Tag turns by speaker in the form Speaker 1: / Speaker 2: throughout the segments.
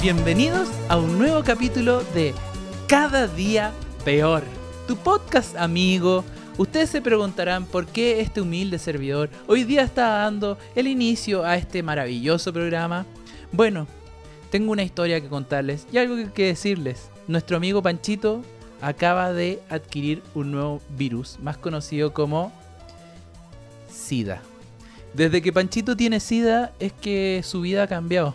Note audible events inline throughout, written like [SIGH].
Speaker 1: Bienvenidos a un nuevo capítulo de Cada día peor. Tu podcast amigo. Ustedes se preguntarán por qué este humilde servidor hoy día está dando el inicio a este maravilloso programa. Bueno, tengo una historia que contarles y algo que, que decirles. Nuestro amigo Panchito acaba de adquirir un nuevo virus, más conocido como SIDA. Desde que Panchito tiene SIDA es que su vida ha cambiado.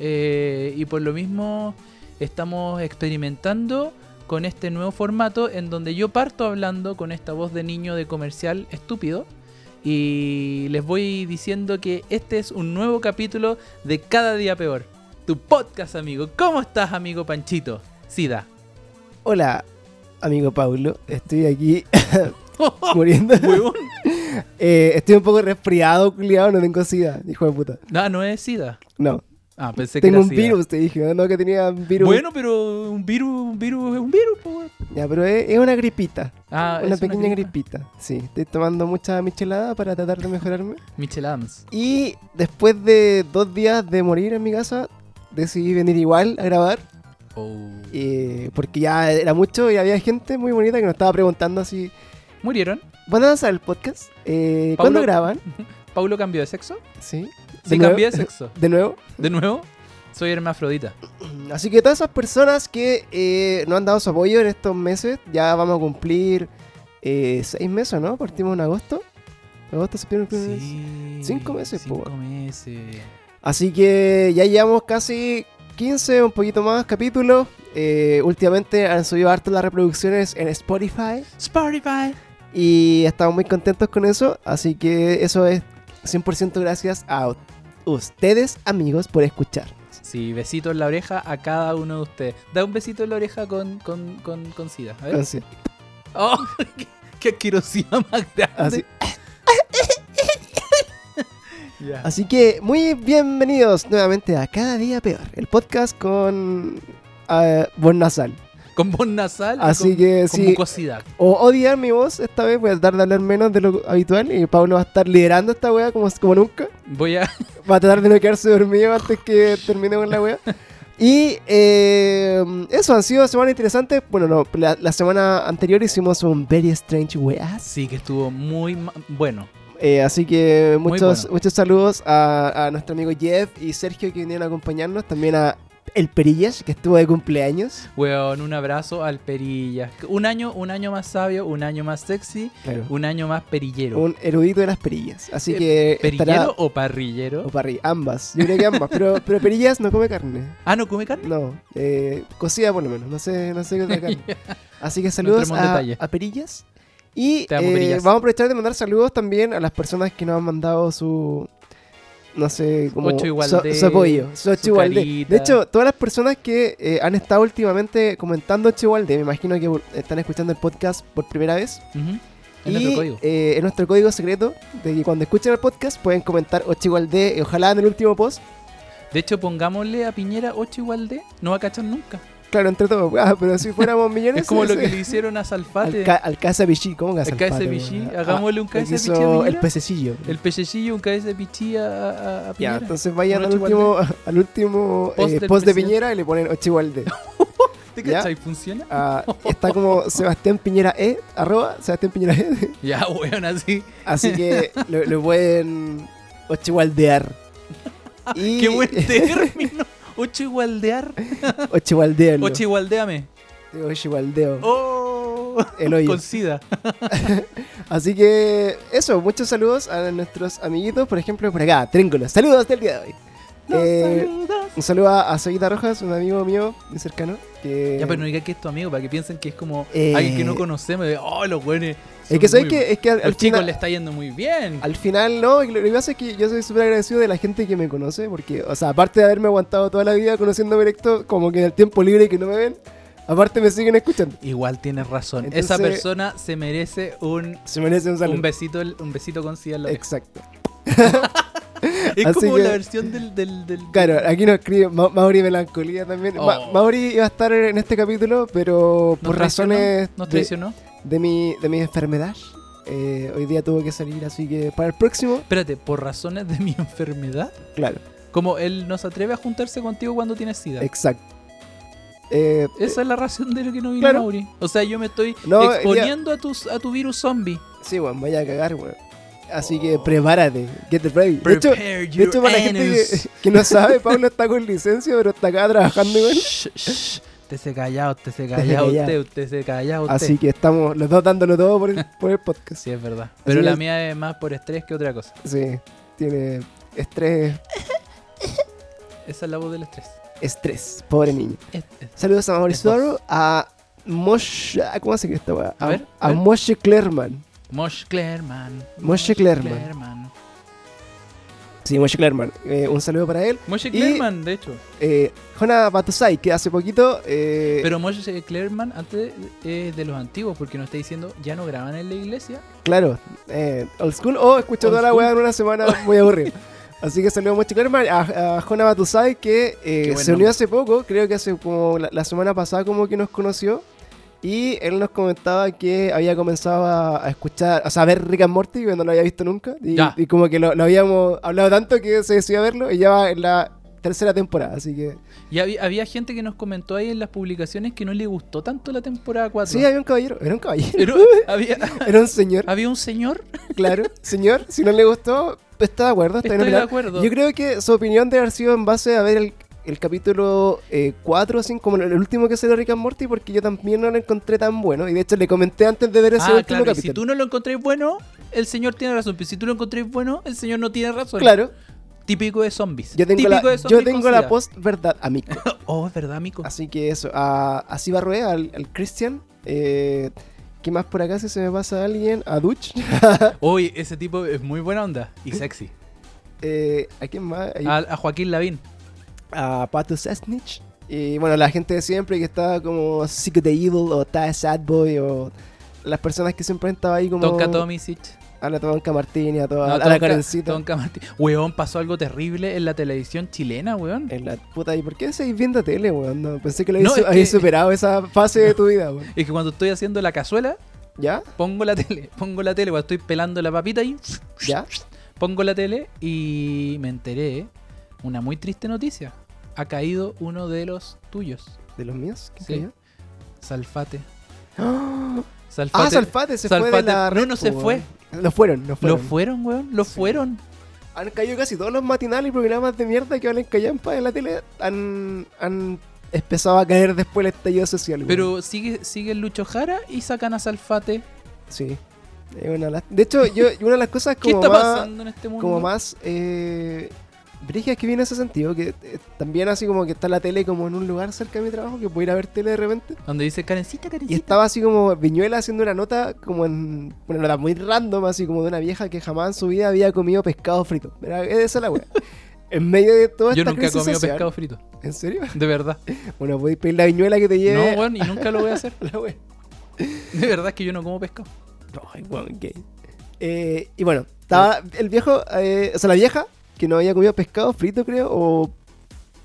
Speaker 1: Eh, y por lo mismo estamos experimentando con este nuevo formato en donde yo parto hablando con esta voz de niño de comercial estúpido. Y les voy diciendo que este es un nuevo capítulo de Cada Día Peor. Tu podcast, amigo. ¿Cómo estás, amigo Panchito?
Speaker 2: [LAUGHS]
Speaker 1: Sida.
Speaker 2: Hola, amigo Paulo.
Speaker 1: [LAUGHS]
Speaker 2: Estoy aquí [LAUGHS] muriendo.
Speaker 1: Huevón.
Speaker 2: [LAUGHS] Eh, estoy un poco resfriado, culiado. No tengo sida, hijo de puta.
Speaker 1: No, no es Sida.
Speaker 2: No,
Speaker 1: Ah, pensé que
Speaker 2: tengo
Speaker 1: era
Speaker 2: un
Speaker 1: sida.
Speaker 2: virus, te dije. No, No, que tenía un virus.
Speaker 1: Bueno, pero un virus, un virus es un virus, po, weón.
Speaker 2: Ya, pero es, es una gripita.
Speaker 1: Ah,
Speaker 2: una
Speaker 1: es una
Speaker 2: pequeña
Speaker 1: gripa.
Speaker 2: gripita. Sí, estoy tomando mucha michelada para tratar de mejorarme.
Speaker 1: Michel Adams.
Speaker 2: Y después de dos días de morir en mi casa, decidí venir igual a grabar.
Speaker 1: Oh.
Speaker 2: eh, porque ya era mucho y había gente muy bonita que nos estaba preguntando así.
Speaker 1: ¿Murieron?
Speaker 2: ¿Van a lanzar el podcast? Eh,
Speaker 1: Paulo-
Speaker 2: ¿Cuándo graban?
Speaker 1: ¿Paulo cambió de sexo?
Speaker 2: Sí.
Speaker 1: Sí,
Speaker 2: nuevo?
Speaker 1: cambié de sexo.
Speaker 2: De nuevo.
Speaker 1: De nuevo, soy hermafrodita.
Speaker 2: Mm, Así que todas esas personas que eh, nos han dado su apoyo en estos meses, ya vamos a cumplir eh, seis meses, ¿no? Partimos en agosto. Agosto, septiembre, octubre. Cinco meses, po,
Speaker 1: Cinco meses.
Speaker 2: Así que ya llevamos casi 15, un poquito más capítulos. Eh, últimamente han subido harto las reproducciones en Spotify
Speaker 1: Spotify.
Speaker 2: y estamos muy contentos con eso. Así que eso es 100% gracias a ustedes, amigos, por escuchar.
Speaker 1: Sí, besito en la oreja a cada uno de ustedes. Da un besito en la oreja con, con, con, con sida. A ver.
Speaker 2: Entonces,
Speaker 1: Oh, [LAUGHS] qué, qué asquerosidad más grande.
Speaker 2: así,
Speaker 1: Ya.
Speaker 2: Así que muy bienvenidos nuevamente a Cada Día Peor, el podcast con eh, voz nasal.
Speaker 1: Con voz nasal. y
Speaker 2: Así
Speaker 1: con-
Speaker 2: que
Speaker 1: con
Speaker 2: sí.
Speaker 1: mucosidad.
Speaker 2: O odiar mi voz, esta vez voy a tratar de hablar menos de lo habitual y Pablo va a estar liderando esta wea como, como nunca.
Speaker 1: Voy a. [LAUGHS]
Speaker 2: Va a tratar de no quedarse dormido antes que termine con la wea. Y eh, eso, han sido semanas interesantes. Bueno, no, la, la semana anterior hicimos un Very Strange Weas.
Speaker 1: Sí, que estuvo muy ma- bueno.
Speaker 2: Eh, así que
Speaker 1: Muy
Speaker 2: muchos,
Speaker 1: bueno.
Speaker 2: muchos saludos a, a nuestro amigo Jeff y Sergio que vinieron a acompañarnos. También a El Perillas, que estuvo de cumpleaños.
Speaker 1: Weón, un abrazo al Perillas. Un año, un año más sabio, un año más sexy, un año más perillero.
Speaker 2: Un erudito de las perillas. Así
Speaker 1: Eh,
Speaker 2: que.
Speaker 1: ¿Perillero
Speaker 2: estará-
Speaker 1: o parrillero?
Speaker 2: o parrilla, ambas. Yo creo que ambas. pero, pero perillas no come carne.
Speaker 1: Ah, ¿no come carne?
Speaker 2: No. eh, cocida por lo menos. No sé, no sé qué
Speaker 1: [LAUGHS]
Speaker 2: otra carne. Así que saludos
Speaker 1: entremos en
Speaker 2: a,
Speaker 1: detalle.
Speaker 2: a perillas. Y
Speaker 1: Te amo,
Speaker 2: eh,
Speaker 1: Perillas.
Speaker 2: vamos a aprovechar de mandar saludos también a las personas que nos han mandado su. No sé, como
Speaker 1: Ocho igual
Speaker 2: su,
Speaker 1: de-
Speaker 2: su apoyo, su ocho
Speaker 1: su
Speaker 2: igual de.
Speaker 1: carita.
Speaker 2: De hecho, todas las personas que eh, han estado últimamente comentando ocho igual de, me imagino que están escuchando el podcast por primera vez.
Speaker 1: Ujú. Es
Speaker 2: y,
Speaker 1: nuestro código.
Speaker 2: eh, es nuestro código secreto de que cuando escuchen el podcast pueden comentar ocho igual de, eh, ojalá en el último post.
Speaker 1: De hecho, pongámosle a Piñera 8 igual de. No va a cachar nunca.
Speaker 2: Claro, entre todos, [LAUGHS] ah, pero si
Speaker 1: [LAUGHS]
Speaker 2: fuéramos millones.
Speaker 1: Es como lo
Speaker 2: ese-
Speaker 1: que le hicieron a Salfate.
Speaker 2: Al, ca al KSBG, ¿cómo que
Speaker 1: Al
Speaker 2: Salfate,
Speaker 1: KSBG,
Speaker 2: weón?
Speaker 1: hagámosle un
Speaker 2: lo que
Speaker 1: KSBG
Speaker 2: hizo
Speaker 1: a Piñera.
Speaker 2: El pececillo.
Speaker 1: El pechecillo, un cabeza de pichí a, a- a
Speaker 2: Ya,
Speaker 1: Piñera.
Speaker 2: entonces vayan
Speaker 1: Un
Speaker 2: al
Speaker 1: ocho
Speaker 2: último, al último eh,
Speaker 1: Post
Speaker 2: post,
Speaker 1: del
Speaker 2: de
Speaker 1: presidente.
Speaker 2: Piñera y le ponen ocho
Speaker 1: [LAUGHS]
Speaker 2: igual de.
Speaker 1: ¿Te
Speaker 2: ya.
Speaker 1: cachai? ¿Funciona?
Speaker 2: Ah, está como Sebastián Piñera E, arroba Sebastián Piñera E.
Speaker 1: Ya, [LAUGHS] weón, así.
Speaker 2: Así que lo, lo pueden ocho igual dear. Y
Speaker 1: [LAUGHS] Qué
Speaker 2: [LAUGHS]
Speaker 1: buen término. 8 igualdear.
Speaker 2: ocho igual dearlo.
Speaker 1: 8 igualdeame.
Speaker 2: Ocho igual deo.
Speaker 1: Oh.
Speaker 2: El hoyo.
Speaker 1: Con
Speaker 2: [LAUGHS]
Speaker 1: sida.
Speaker 2: Así que eso, muchos saludos a nuestros amiguitos, por ejemplo, por acá, Tréngulo. Saludos del día de hoy. Eh,
Speaker 1: Los saludos.
Speaker 2: Un saludo a, a Soyita Rojas, un amigo mío muy cercano. Que,
Speaker 1: Ya, pero no diga que es tu amigo, para que piensen que es como
Speaker 2: Eh,
Speaker 1: alguien que no conocemos. de, Oh, los güeyes.
Speaker 2: es que sabes que, es que al,
Speaker 1: Al
Speaker 2: al
Speaker 1: chico
Speaker 2: final,
Speaker 1: le está yendo muy bien.
Speaker 2: al final, no, y lo, lo que pasa es que yo soy súper agradecido de la gente que me conoce, porque, o sea, aparte de haberme aguantado toda la vida conociéndome directo, como que en el tiempo libre que no me ven, aparte me siguen escuchando.
Speaker 1: Igual tienes razón.
Speaker 2: Entonces-
Speaker 1: Esa persona se merece un,
Speaker 2: Se merece un saludo.
Speaker 1: un besito un besito con sida en la oreja.
Speaker 2: Exacto.
Speaker 1: Es
Speaker 2: así
Speaker 1: como
Speaker 2: que-
Speaker 1: la versión del. del, del-
Speaker 2: Claro, aquí nos escribe Ma- Mauri Melancolía también. Ma-
Speaker 1: Oh.
Speaker 2: Mauri iba a estar en este capítulo, pero
Speaker 1: ¿Nos
Speaker 2: por
Speaker 1: traicionó?
Speaker 2: razones
Speaker 1: ¿Nos
Speaker 2: de,
Speaker 1: traicionó?
Speaker 2: de mi, de mi enfermedad, eh, hoy día tuvo que salir, así que para el próximo,
Speaker 1: Espérate, ¿por razones de mi [LAUGHS] enfermedad?
Speaker 2: claro.
Speaker 1: Como él no se atreve a juntarse contigo cuando tienes sida.
Speaker 2: Exacto. Eh,
Speaker 1: Esa es la razón de lo que no vino
Speaker 2: Claro.
Speaker 1: Mauri. O sea, yo me estoy
Speaker 2: No, hoy día-
Speaker 1: exponiendo a, tus, a tu virus zombie.
Speaker 2: sí, weón, vaya a cagar, weón. Así que prepárate, get ready. De hecho,
Speaker 1: Oh. Prepare
Speaker 2: de hecho,
Speaker 1: your
Speaker 2: para la gente
Speaker 1: anus.
Speaker 2: [LAUGHS] que, que no sabe, Pablo está con licencia, pero está acá trabajando, weón.
Speaker 1: Shh, shh. Usted se callado, usted
Speaker 2: [LAUGHS]
Speaker 1: se
Speaker 2: se
Speaker 1: callado,
Speaker 2: calla.
Speaker 1: usted, usted se callado, [LAUGHS] usted.
Speaker 2: Así que estamos los dos dándolo todo por el, por el podcast.
Speaker 1: Sí, es verdad. Pero
Speaker 2: Así
Speaker 1: la
Speaker 2: es.
Speaker 1: mía es más por estrés que otra cosa.
Speaker 2: Sí, tiene estrés,
Speaker 1: Esa es la voz del estrés.
Speaker 2: estrés, pobre niño.
Speaker 1: Es- es-
Speaker 2: Saludos a Mauricio
Speaker 1: Es
Speaker 2: Doro, a Moshe, ah, ¿cómo se escribe esta weá?
Speaker 1: A
Speaker 2: A,
Speaker 1: ver, a
Speaker 2: a
Speaker 1: ver.
Speaker 2: Moshe Klerman.
Speaker 1: Mosh Clerman.
Speaker 2: Moshe Clerman. Sí, Moshe Klerman. Eh, un saludo para él.
Speaker 1: Moshe
Speaker 2: Y-
Speaker 1: Clerman, de hecho.
Speaker 2: Eh, Jona Batusai, que hace poquito... eh,
Speaker 1: Pero Moshe Clerman antes eh, de los antiguos, porque nos está diciendo, ya no graban en la iglesia.
Speaker 2: Claro, eh, old school o escucho
Speaker 1: Old
Speaker 2: toda la
Speaker 1: school.
Speaker 2: weá en
Speaker 1: [LAUGHS]
Speaker 2: una semana muy aburrido. Así que saludos mucho, Klerman, a, a Jona Batusai que eh,
Speaker 1: Qué buen
Speaker 2: se unió
Speaker 1: nombre.
Speaker 2: hace poco, creo que hace como la, la semana pasada como que nos conoció y él nos comentaba que había comenzado a, a escuchar, o sea, a ver Rick and Morty que no lo había visto nunca y,
Speaker 1: Ya.
Speaker 2: y como que lo, lo habíamos hablado tanto que se decidió a verlo y ya va en la tercera temporada, así que...
Speaker 1: Y había, había gente que nos comentó ahí en las publicaciones que no le gustó tanto la temporada 4.
Speaker 2: Sí, había un caballero, era un caballero, [LAUGHS]
Speaker 1: Pero [LAUGHS] había,
Speaker 2: era un señor,
Speaker 1: había un señor,
Speaker 2: claro, señor, si no le gustó, pues, está de acuerdo, está en
Speaker 1: estoy de
Speaker 2: plan.
Speaker 1: acuerdo.
Speaker 2: Yo creo que su opinión debe haber sido en base a ver el, el capítulo 4 o 5, como el último que salió Rick and Morty, porque yo también no lo encontré tan bueno. Y de hecho le comenté antes de ver ese
Speaker 1: ah,
Speaker 2: último
Speaker 1: claro, y si
Speaker 2: capítulo.
Speaker 1: tú no lo encontréis bueno, el señor tiene razón. Pero si tú lo encontréis bueno, el señor no tiene razón.
Speaker 2: Claro,
Speaker 1: Típico de zombies.
Speaker 2: yo tengo
Speaker 1: Típico
Speaker 2: la,
Speaker 1: de
Speaker 2: yo
Speaker 1: zombies con
Speaker 2: tengo la
Speaker 1: sida.
Speaker 2: post verdad,
Speaker 1: [LAUGHS]
Speaker 2: amigo.
Speaker 1: Oh, es verdad, mico.
Speaker 2: Así que eso, a, a Cibarrué, al, al Christian. Eh, ¿Qué más por acá si se me pasa a alguien? A Duch. [LAUGHS]
Speaker 1: Oye, ese tipo es muy buena onda y sexy.
Speaker 2: eh, ¿A quién más? Hay-
Speaker 1: A, a Joaquín Lavín.
Speaker 2: a Pato Sesnich. Y bueno, la gente de siempre que estaba como Sick of the Evil o Ty Sad Boy o las personas que siempre han estado ahí como.
Speaker 1: Tonka Tomisic.
Speaker 2: A la Tonka Martini, a, toda,
Speaker 1: No,
Speaker 2: a
Speaker 1: Tonka-
Speaker 2: la Karencita.
Speaker 1: Tonka Martí- Weón, pasó algo terrible en la televisión chilena, weón.
Speaker 2: En la puta, ¿y por qué seguís viendo tele, weón? No, pensé que lo
Speaker 1: No,
Speaker 2: habías
Speaker 1: es
Speaker 2: habías
Speaker 1: que-
Speaker 2: superado esa fase de tu vida, weón.
Speaker 1: Es que cuando estoy haciendo la cazuela, [LAUGHS]
Speaker 2: ¿Ya?
Speaker 1: pongo la tele. Pongo la tele, cuando estoy pelando la papita y
Speaker 2: ¿Ya?
Speaker 1: pongo la tele y me enteré una muy triste noticia. Ha caído uno de los tuyos,
Speaker 2: ¿De los míos? ¿Qué
Speaker 1: Sí. [GASPS]
Speaker 2: cayó?
Speaker 1: Salfate.
Speaker 2: ¡Ah!
Speaker 1: Salfate.
Speaker 2: Ah, Salfate se fue de
Speaker 1: Salfate- no,
Speaker 2: la. red,
Speaker 1: no se
Speaker 2: po,
Speaker 1: fue.
Speaker 2: weón. Lo fueron, lo
Speaker 1: Lo
Speaker 2: fueron.
Speaker 1: fueron, weón. Lo
Speaker 2: Sí.
Speaker 1: fueron.
Speaker 2: han caído casi todos los matinales y programas de mierda que valen callampa en la tele. Han, han empezado a caer después del estallido social, weón.
Speaker 1: Pero sigue, sigue Lucho Jara y sacan a Salfate.
Speaker 2: Sí. Es una lás- de hecho, yo, una de las cosas
Speaker 1: ¿Qué
Speaker 2: como
Speaker 1: está
Speaker 2: más,
Speaker 1: pasando en este mundo?
Speaker 2: como más eh, brígidas que viene en ese sentido, que eh, también así como que está la tele como en un lugar cerca de mi trabajo, que puedo ir a ver tele de repente.
Speaker 1: Donde dice Karencita,
Speaker 2: Y
Speaker 1: Karencita.
Speaker 2: estaba así como Viñuela haciendo una nota como en una nota muy random, así como de una vieja que jamás en su vida había comido pescado frito. Era, esa es
Speaker 1: [LAUGHS]
Speaker 2: la wea. en medio de toda
Speaker 1: Yo
Speaker 2: esta
Speaker 1: nunca he
Speaker 2: crisis
Speaker 1: comido
Speaker 2: social-
Speaker 1: pescado frito.
Speaker 2: ¿En serio? [LAUGHS]
Speaker 1: De verdad.
Speaker 2: Bueno, podéis pedir la Viñuela que te lleve
Speaker 1: No, weón, y nunca lo voy a hacer.
Speaker 2: a [LAUGHS] la wea.
Speaker 1: De verdad es que yo no como pescado.
Speaker 2: Ay, weón, gay. Eh, y bueno, estaba el viejo, eh, o sea, la vieja, que no había comido pescado frito, creo, o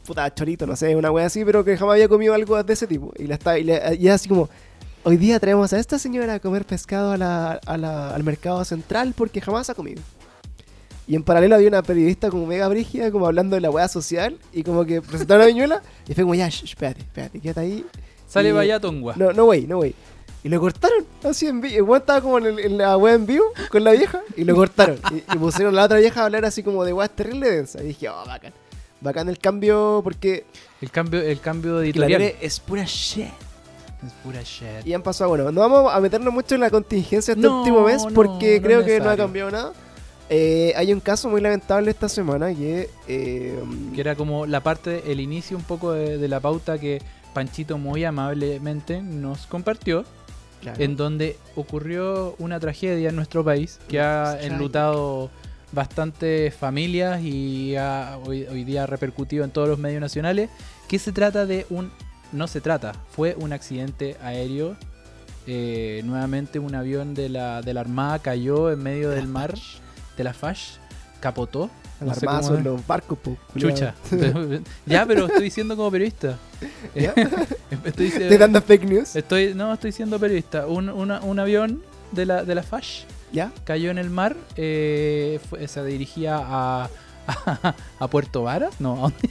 Speaker 2: puta, chorito, no sé, una wea así, pero que jamás había comido algo de ese tipo. Y la estaba, y, le- y era así como, hoy día traemos a esta señora a comer pescado a la- a la- al mercado central porque jamás ha comido. Y en paralelo había una periodista como mega brígida, como hablando de la wea social, y como que presentaron a Viñuela, y fue como, ya, sh- sh, espérate, espérate, quédate ahí,
Speaker 1: Sale
Speaker 2: Y-
Speaker 1: vaya tongua.
Speaker 2: no, no, güey, no, güey. Y lo cortaron, así en vivo. El weón estaba como en, el- en la wea en vivo con la vieja y lo cortaron. Y, y pusieron a la otra vieja a hablar así como de weas terrible densa. Y dije, oh, bacán. Bacán el cambio porque
Speaker 1: El cambio, el cambio de
Speaker 2: la
Speaker 1: editorial.
Speaker 2: tele es pura shit.
Speaker 1: Es pura shit.
Speaker 2: Y han pasado, bueno, no vamos a meternos mucho en la contingencia este
Speaker 1: No,
Speaker 2: último mes
Speaker 1: no,
Speaker 2: porque
Speaker 1: no
Speaker 2: creo
Speaker 1: es
Speaker 2: que no ha
Speaker 1: necesario.
Speaker 2: cambiado nada. Eh, hay un caso muy lamentable esta semana que... eh,
Speaker 1: Que era como la parte, el inicio un poco de, de la pauta que Panchito muy amablemente nos compartió,
Speaker 2: claro,
Speaker 1: en donde ocurrió una tragedia en nuestro país que ha
Speaker 2: Strike.
Speaker 1: enlutado bastantes familias y ha hoy, hoy día ha repercutido en todos los medios nacionales, que se trata de un... No se trata, fue un accidente aéreo. eh, nuevamente un avión de la, de la Armada cayó en medio del mar, de la FASH, capotó. no sé
Speaker 2: alarmazo
Speaker 1: cómo
Speaker 2: en
Speaker 1: es.
Speaker 2: los barcos, po, culiao.
Speaker 1: Chucha. [LAUGHS] ya, pero estoy diciendo como periodista. [LAUGHS]
Speaker 2: ¿Ya?
Speaker 1: Estoy,
Speaker 2: Te
Speaker 1: diciendo-
Speaker 2: dando fake news.
Speaker 1: estoy- no, estoy siendo periodista. Un, una- un avión de la, de la FASH [LAUGHS]
Speaker 2: ¿Ya?
Speaker 1: cayó en el mar. eh, fue- se dirigía a, [LAUGHS] a, a Puerto Varas, no, ¿a dónde?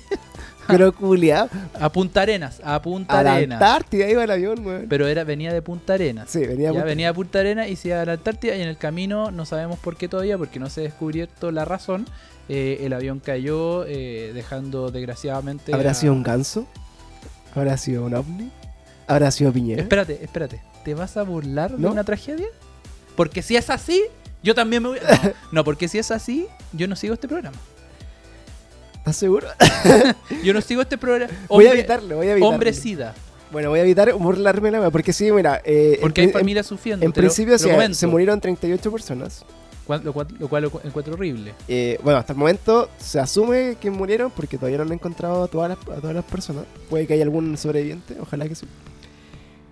Speaker 2: Pero culiado.
Speaker 1: a Punta Arenas, a Punta
Speaker 2: A la
Speaker 1: Arenas.
Speaker 2: Antártida iba el avión, weón.
Speaker 1: Pero era, venía de Punta Arenas.
Speaker 2: Sí, venía
Speaker 1: Ya
Speaker 2: por-
Speaker 1: venía de Punta Arenas y se iba a la Antártida y en el camino no sabemos por qué todavía, porque no se ha descubierto la razón. eh, el avión cayó, eh, dejando desgraciadamente.
Speaker 2: ¿Habrá
Speaker 1: a-
Speaker 2: sido un ganso? ¿Habrá sido un ovni? ¿Habrá sido Piñera?
Speaker 1: Espérate, espérate. ¿Te vas a burlar de
Speaker 2: ¿Eh? ¿No?
Speaker 1: una tragedia? Porque si es así, yo también me voy. No, no, porque si es así, yo no sigo este programa.
Speaker 2: ¿Estás
Speaker 1: [LAUGHS]
Speaker 2: seguro?
Speaker 1: Yo no sigo este programa.
Speaker 2: [LAUGHS] voy a
Speaker 1: Hombre-
Speaker 2: evitarlo, voy a evitarlo.
Speaker 1: Hombre sida,
Speaker 2: Bueno, voy a evitar burlarme, weón, porque sí, mira. eh,
Speaker 1: porque
Speaker 2: en,
Speaker 1: hay
Speaker 2: pri-
Speaker 1: familias sufriendo.
Speaker 2: en- en
Speaker 1: te lo-
Speaker 2: principio
Speaker 1: te lo
Speaker 2: se-
Speaker 1: comento.
Speaker 2: se murieron 38 personas.
Speaker 1: Cual- Lo cual, lo cual lo cu- encuentro horrible.
Speaker 2: Eh, bueno, hasta el momento se asume que murieron porque todavía no han encontrado a todas las, a todas las personas. Puede que haya algún sobreviviente, ojalá que sí.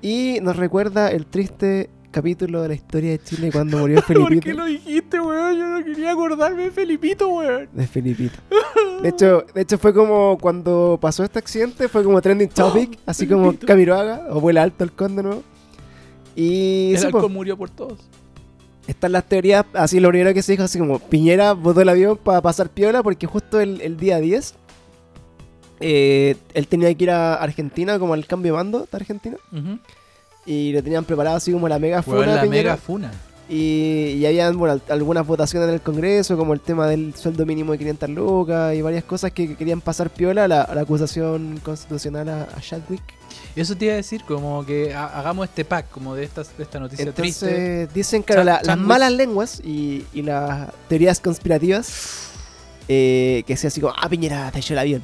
Speaker 2: Y nos recuerda el triste capítulo de la historia de Chile cuando
Speaker 1: [LAUGHS]
Speaker 2: murió Felipito.
Speaker 1: dijiste, weón? Yo no quería acordarme de Felipito, weón.
Speaker 2: De Felipito. De hecho, de hecho, fue como cuando pasó este accidente, fue como
Speaker 1: [GASPS]
Speaker 2: trending topic, así como
Speaker 1: Felipito.
Speaker 2: Camiroaga, o vuela alto halcón de nuevo. Y
Speaker 1: El
Speaker 2: sí, po,
Speaker 1: alcohol murió por todos.
Speaker 2: Están las teorías, así lo primero que se dijo, así como Piñera botó el avión para pasar piola porque justo el, el día 10 eh, él tenía que ir a Argentina como al cambio de mando de Argentina
Speaker 1: Ujú.
Speaker 2: y le tenían preparado así como la mega
Speaker 1: Weón,
Speaker 2: funa a
Speaker 1: la
Speaker 2: Piñera
Speaker 1: mega funa.
Speaker 2: y, y habían bueno, al- algunas votaciones en el Congreso como el tema del sueldo mínimo de 500 lucas y varias cosas que que querían pasar piola a la, a la acusación constitucional a, a Chadwick.
Speaker 1: Eso te iba a decir, como que ha- hagamos este pack, como de, estas, de esta noticia triste.
Speaker 2: Entonces dicen que la- las
Speaker 1: Sandwich.
Speaker 2: malas lenguas y, y las teorías conspirativas eh, que sea así como, ah, Piñera, te echó el avión.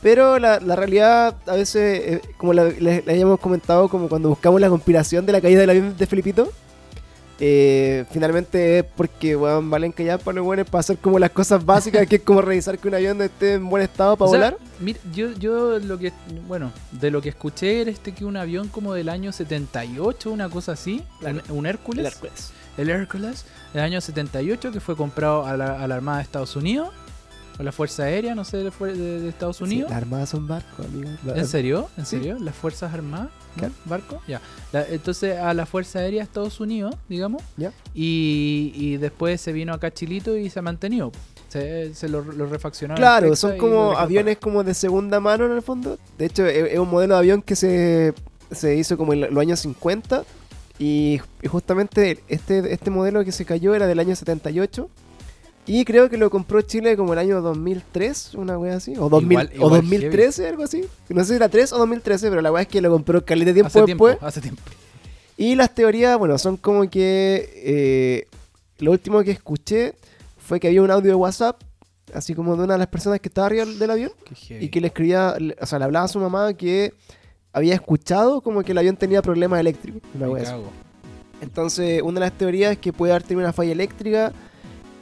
Speaker 2: Pero la, la realidad, a veces, eh, como la, la- la habíamos comentado, como cuando buscamos la conspiración de la caída del avión de Felipito, eh, finalmente es porque, weón, valen callar para los buenos para hacer como las cosas básicas, que es como revisar que un avión esté en buen estado para
Speaker 1: O sea,
Speaker 2: volar.
Speaker 1: Mira, yo, yo lo que, bueno, de lo que escuché era este que un avión como del año 78, una cosa así,
Speaker 2: Claro.
Speaker 1: un, un Hércules,
Speaker 2: El
Speaker 1: el Hércules, del año 78 que fue comprado a la, a la Armada de Estados Unidos, o la Fuerza Aérea, no sé, de, fue- de- de Estados
Speaker 2: Sí,
Speaker 1: Unidos.
Speaker 2: las armadas son barcos, amigos. La-
Speaker 1: ¿En serio? ¿En
Speaker 2: Sí.
Speaker 1: serio? ¿Las Fuerzas Armadas? ¿No?
Speaker 2: Claro.
Speaker 1: ¿Barco? Ya. La- entonces a la Fuerza Aérea de Estados Unidos, digamos.
Speaker 2: Ya.
Speaker 1: Y, y después se vino acá a Chilito y se ha mantenido. Se, se lo, lo refaccionaron.
Speaker 2: Claro,
Speaker 1: Texas
Speaker 2: son
Speaker 1: y lo
Speaker 2: como
Speaker 1: dejaron
Speaker 2: aviones como de segunda mano en el fondo. De hecho, e-, es, es un modelo de avión que se, se hizo como en los años 50. Y, y justamente este, este modelo que se cayó era del año 78. Y creo que lo compró Chile como el año 2003, una wea así. O, 2000,
Speaker 1: Igual- igual
Speaker 2: o 2013, algo así. No sé si era 3 o 2013, pero la wea es que lo compró caleta de tiempo
Speaker 1: hace tiempo,
Speaker 2: después.
Speaker 1: hace tiempo.
Speaker 2: Y las teorías, bueno, son como que eh, lo último que escuché fue que había un audio de WhatsApp, así como de una de las personas que estaba arriba del avión,
Speaker 1: Qué heavy.
Speaker 2: y que le escribía, le- o sea, le hablaba a su mamá que había escuchado como que el avión tenía problemas eléctricos. una
Speaker 1: Me
Speaker 2: wea así.
Speaker 1: cago.
Speaker 2: Entonces, una de las teorías es que puede haber tenido una falla eléctrica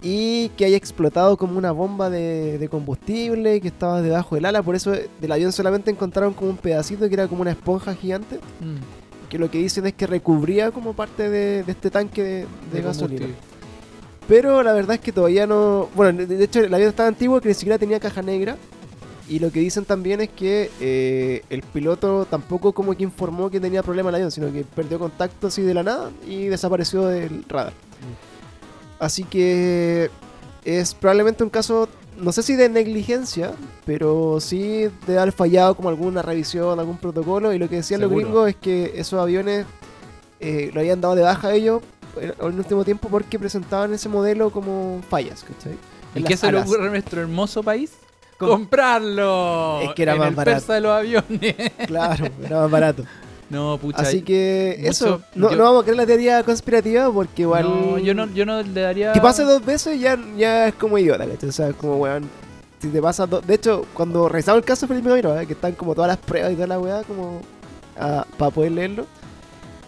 Speaker 2: y que haya explotado como una bomba de, de combustible que estaba debajo del ala, por eso del avión solamente encontraron como un pedacito que era como una esponja gigante
Speaker 1: Mm,
Speaker 2: que lo que dicen es que recubría como parte de, de este tanque de, de
Speaker 1: de
Speaker 2: gasolina.
Speaker 1: combustible.
Speaker 2: Pero la verdad es que todavía no. Bueno, de- de hecho, el avión estaba antiguo que ni siquiera tenía caja negra. Y lo que dicen también es que eh, el piloto tampoco como que informó que tenía problema el avión, sino que perdió contacto así de la nada y desapareció del radar.
Speaker 1: Mm.
Speaker 2: Así que es probablemente un caso, no sé si de negligencia, pero sí de haber fallado como alguna revisión, algún protocolo. Y lo que decían los
Speaker 1: Seguro.
Speaker 2: gringos es que esos aviones eh, lo habían dado de baja a ellos eh, en en el último tiempo porque presentaban ese modelo como fallas, ¿cachai?
Speaker 1: ¿Y
Speaker 2: En
Speaker 1: qué
Speaker 2: las
Speaker 1: se le
Speaker 2: alas.
Speaker 1: ocurre a nuestro hermoso país?
Speaker 2: Com-
Speaker 1: ¡Comprarlo!
Speaker 2: Es que era
Speaker 1: en
Speaker 2: más
Speaker 1: el
Speaker 2: barato.
Speaker 1: persa de los aviones. [LAUGHS]
Speaker 2: Claro, era más barato.
Speaker 1: no, [LAUGHS] pucha.
Speaker 2: Así que
Speaker 1: mucho-
Speaker 2: eso, no,
Speaker 1: yo-
Speaker 2: no vamos a creer la teoría conspirativa porque igual...
Speaker 1: no, yo, no, yo no le daría...
Speaker 2: Que pase dos veces ya, ya es como idiota, ¿cachai? O sea, es como, weón, si te pasa dos... De hecho, cuando revisamos el caso de Felipe Camilo, que están como todas las pruebas y toda la weá, como... ah, para poder leerlo.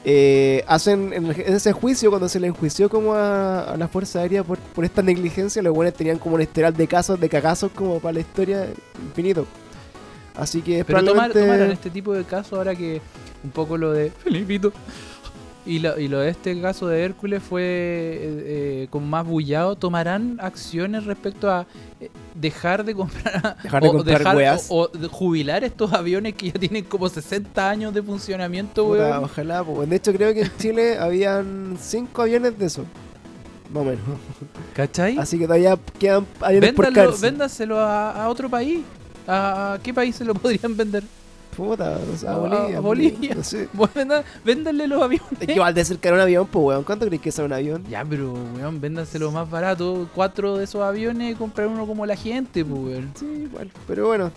Speaker 2: eh, hacen en, el- en ese juicio, cuando se le enjuició como a, a la Fuerza Aérea por, por esta negligencia, los buenos tenían como un esteral de casos, de cagazos como para la historia infinito. Así que es
Speaker 1: Pero tomar,
Speaker 2: probablemente...
Speaker 1: tomaron este tipo de casos ahora que un poco lo de Felipito y lo, y lo de este caso de Hércules fue eh, eh, como más bullado, tomarán acciones respecto a eh, dejar de comprar,
Speaker 2: Dejar de
Speaker 1: o,
Speaker 2: comprar weas.
Speaker 1: o- o de jubilar estos aviones que ya tienen como 60 años de funcionamiento,
Speaker 2: Puta,
Speaker 1: weón.
Speaker 2: ojalá, po. de hecho creo que en Chile habían cinco aviones de esos. más o menos.
Speaker 1: ¿Cachai?
Speaker 2: Así que todavía quedan aviones por
Speaker 1: Véndalo,
Speaker 2: cárcel.
Speaker 1: véndaselo a, a otro país. ¿A, a qué país se lo podrían vender? [LAUGHS]
Speaker 2: Puta, no sé, a
Speaker 1: A- a
Speaker 2: Bolivia.
Speaker 1: Bolivia. [LAUGHS]
Speaker 2: No sé.
Speaker 1: Bueno, venda- véndanle los aviones.
Speaker 2: Es que igual de cerca era un avión, pues, weón. ¿Cuánto crees que es un avión?
Speaker 1: Ya, pero, weón, véndanselo más barato. Cuatro de esos aviones y comprar uno como la gente, pues, weón.
Speaker 2: Sí, igual. Pero bueno.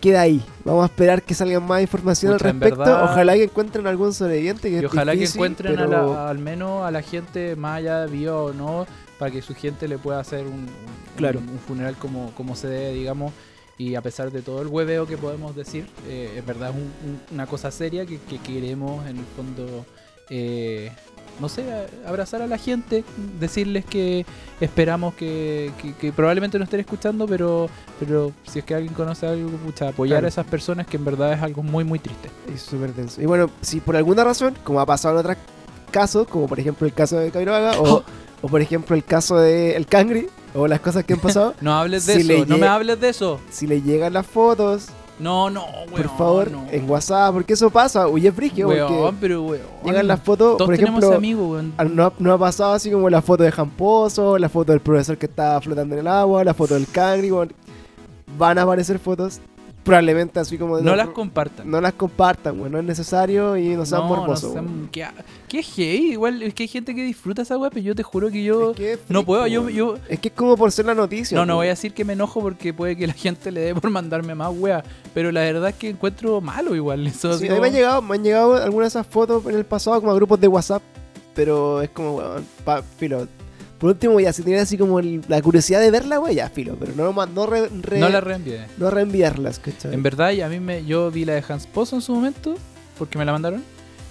Speaker 2: Queda ahí. Vamos a esperar que salga más información
Speaker 1: Pucha,
Speaker 2: al
Speaker 1: en
Speaker 2: respecto.
Speaker 1: verdad-
Speaker 2: Ojalá que encuentren algún sobreviviente. Que
Speaker 1: Y
Speaker 2: es
Speaker 1: ojalá
Speaker 2: difícil,
Speaker 1: que encuentren a
Speaker 2: pero-
Speaker 1: la- al menos a la gente más allá de viva o no, para que su gente le pueda hacer un, un-
Speaker 2: Claro.
Speaker 1: un funeral como, como se debe, digamos. Y a pesar de todo el hueveo que podemos decir, eh, en verdad es un- un- una cosa seria que, que queremos en el fondo, eh, no sé, a- abrazar a la gente, decirles que esperamos que, que- que probablemente no estén escuchando, pero, pero si es que alguien conoce algo, pucha, apoyar
Speaker 2: Claro.
Speaker 1: a esas personas que en verdad es algo muy, muy triste.
Speaker 2: Es súper denso. Y bueno, si por alguna razón, como ha pasado en otros casos, como por ejemplo el caso de Camiroaga, o,
Speaker 1: [LAUGHS]
Speaker 2: o por ejemplo el caso de El Cangri, o las cosas que han
Speaker 1: [LAUGHS]
Speaker 2: pasado,
Speaker 1: No hables de
Speaker 2: Si le
Speaker 1: eso, no
Speaker 2: lle-
Speaker 1: me hables de eso.
Speaker 2: si le llegan las fotos,
Speaker 1: No, no, weón.
Speaker 2: por favor,
Speaker 1: no.
Speaker 2: en WhatsApp, porque eso pasa, oye, es brígido,
Speaker 1: Weón,
Speaker 2: porque
Speaker 1: pero weón.
Speaker 2: llegan las fotos,
Speaker 1: Todos
Speaker 2: por
Speaker 1: tenemos
Speaker 2: ejemplo,
Speaker 1: ese amigo, weón.
Speaker 2: a- no, ha- no ha pasado así como la foto de Jamposo, la foto del profesor que estaba flotando en el agua, la foto del Cangri, weón. van a aparecer fotos, probablemente así como de
Speaker 1: No las compartan.
Speaker 2: no las compartan, weón, no es necesario y no sean
Speaker 1: No, no
Speaker 2: morbosos.
Speaker 1: sean-
Speaker 2: weón.
Speaker 1: qué, a- qué heavy, igual es que hay gente que disfruta esa weá, pero yo te juro que yo
Speaker 2: Es que es
Speaker 1: no
Speaker 2: freak,
Speaker 1: puedo, yo,
Speaker 2: weón.
Speaker 1: yo
Speaker 2: Es que es como por ser la noticia.
Speaker 1: no, no
Speaker 2: po.
Speaker 1: voy a decir que me enojo porque puede que la [LAUGHS] gente le dé por mandarme más weá, pero la verdad es que encuentro malo igual [LAUGHS] eso.
Speaker 2: Sí,
Speaker 1: así
Speaker 2: a mí
Speaker 1: como-
Speaker 2: me han llegado, me han llegado algunas de esas fotos en el pasado como a grupos de WhatsApp, pero es como, weón, pa, filo. Por último, ya, si tenía así como el- la curiosidad de verla, weón, ya, filo, pero no, ma- no, re- re-
Speaker 1: no la reenvié.
Speaker 2: no reenviarlas, ¿cachai?
Speaker 1: En verdad, y a mí me, yo vi la de Hans Pozo en su momento, porque me la mandaron,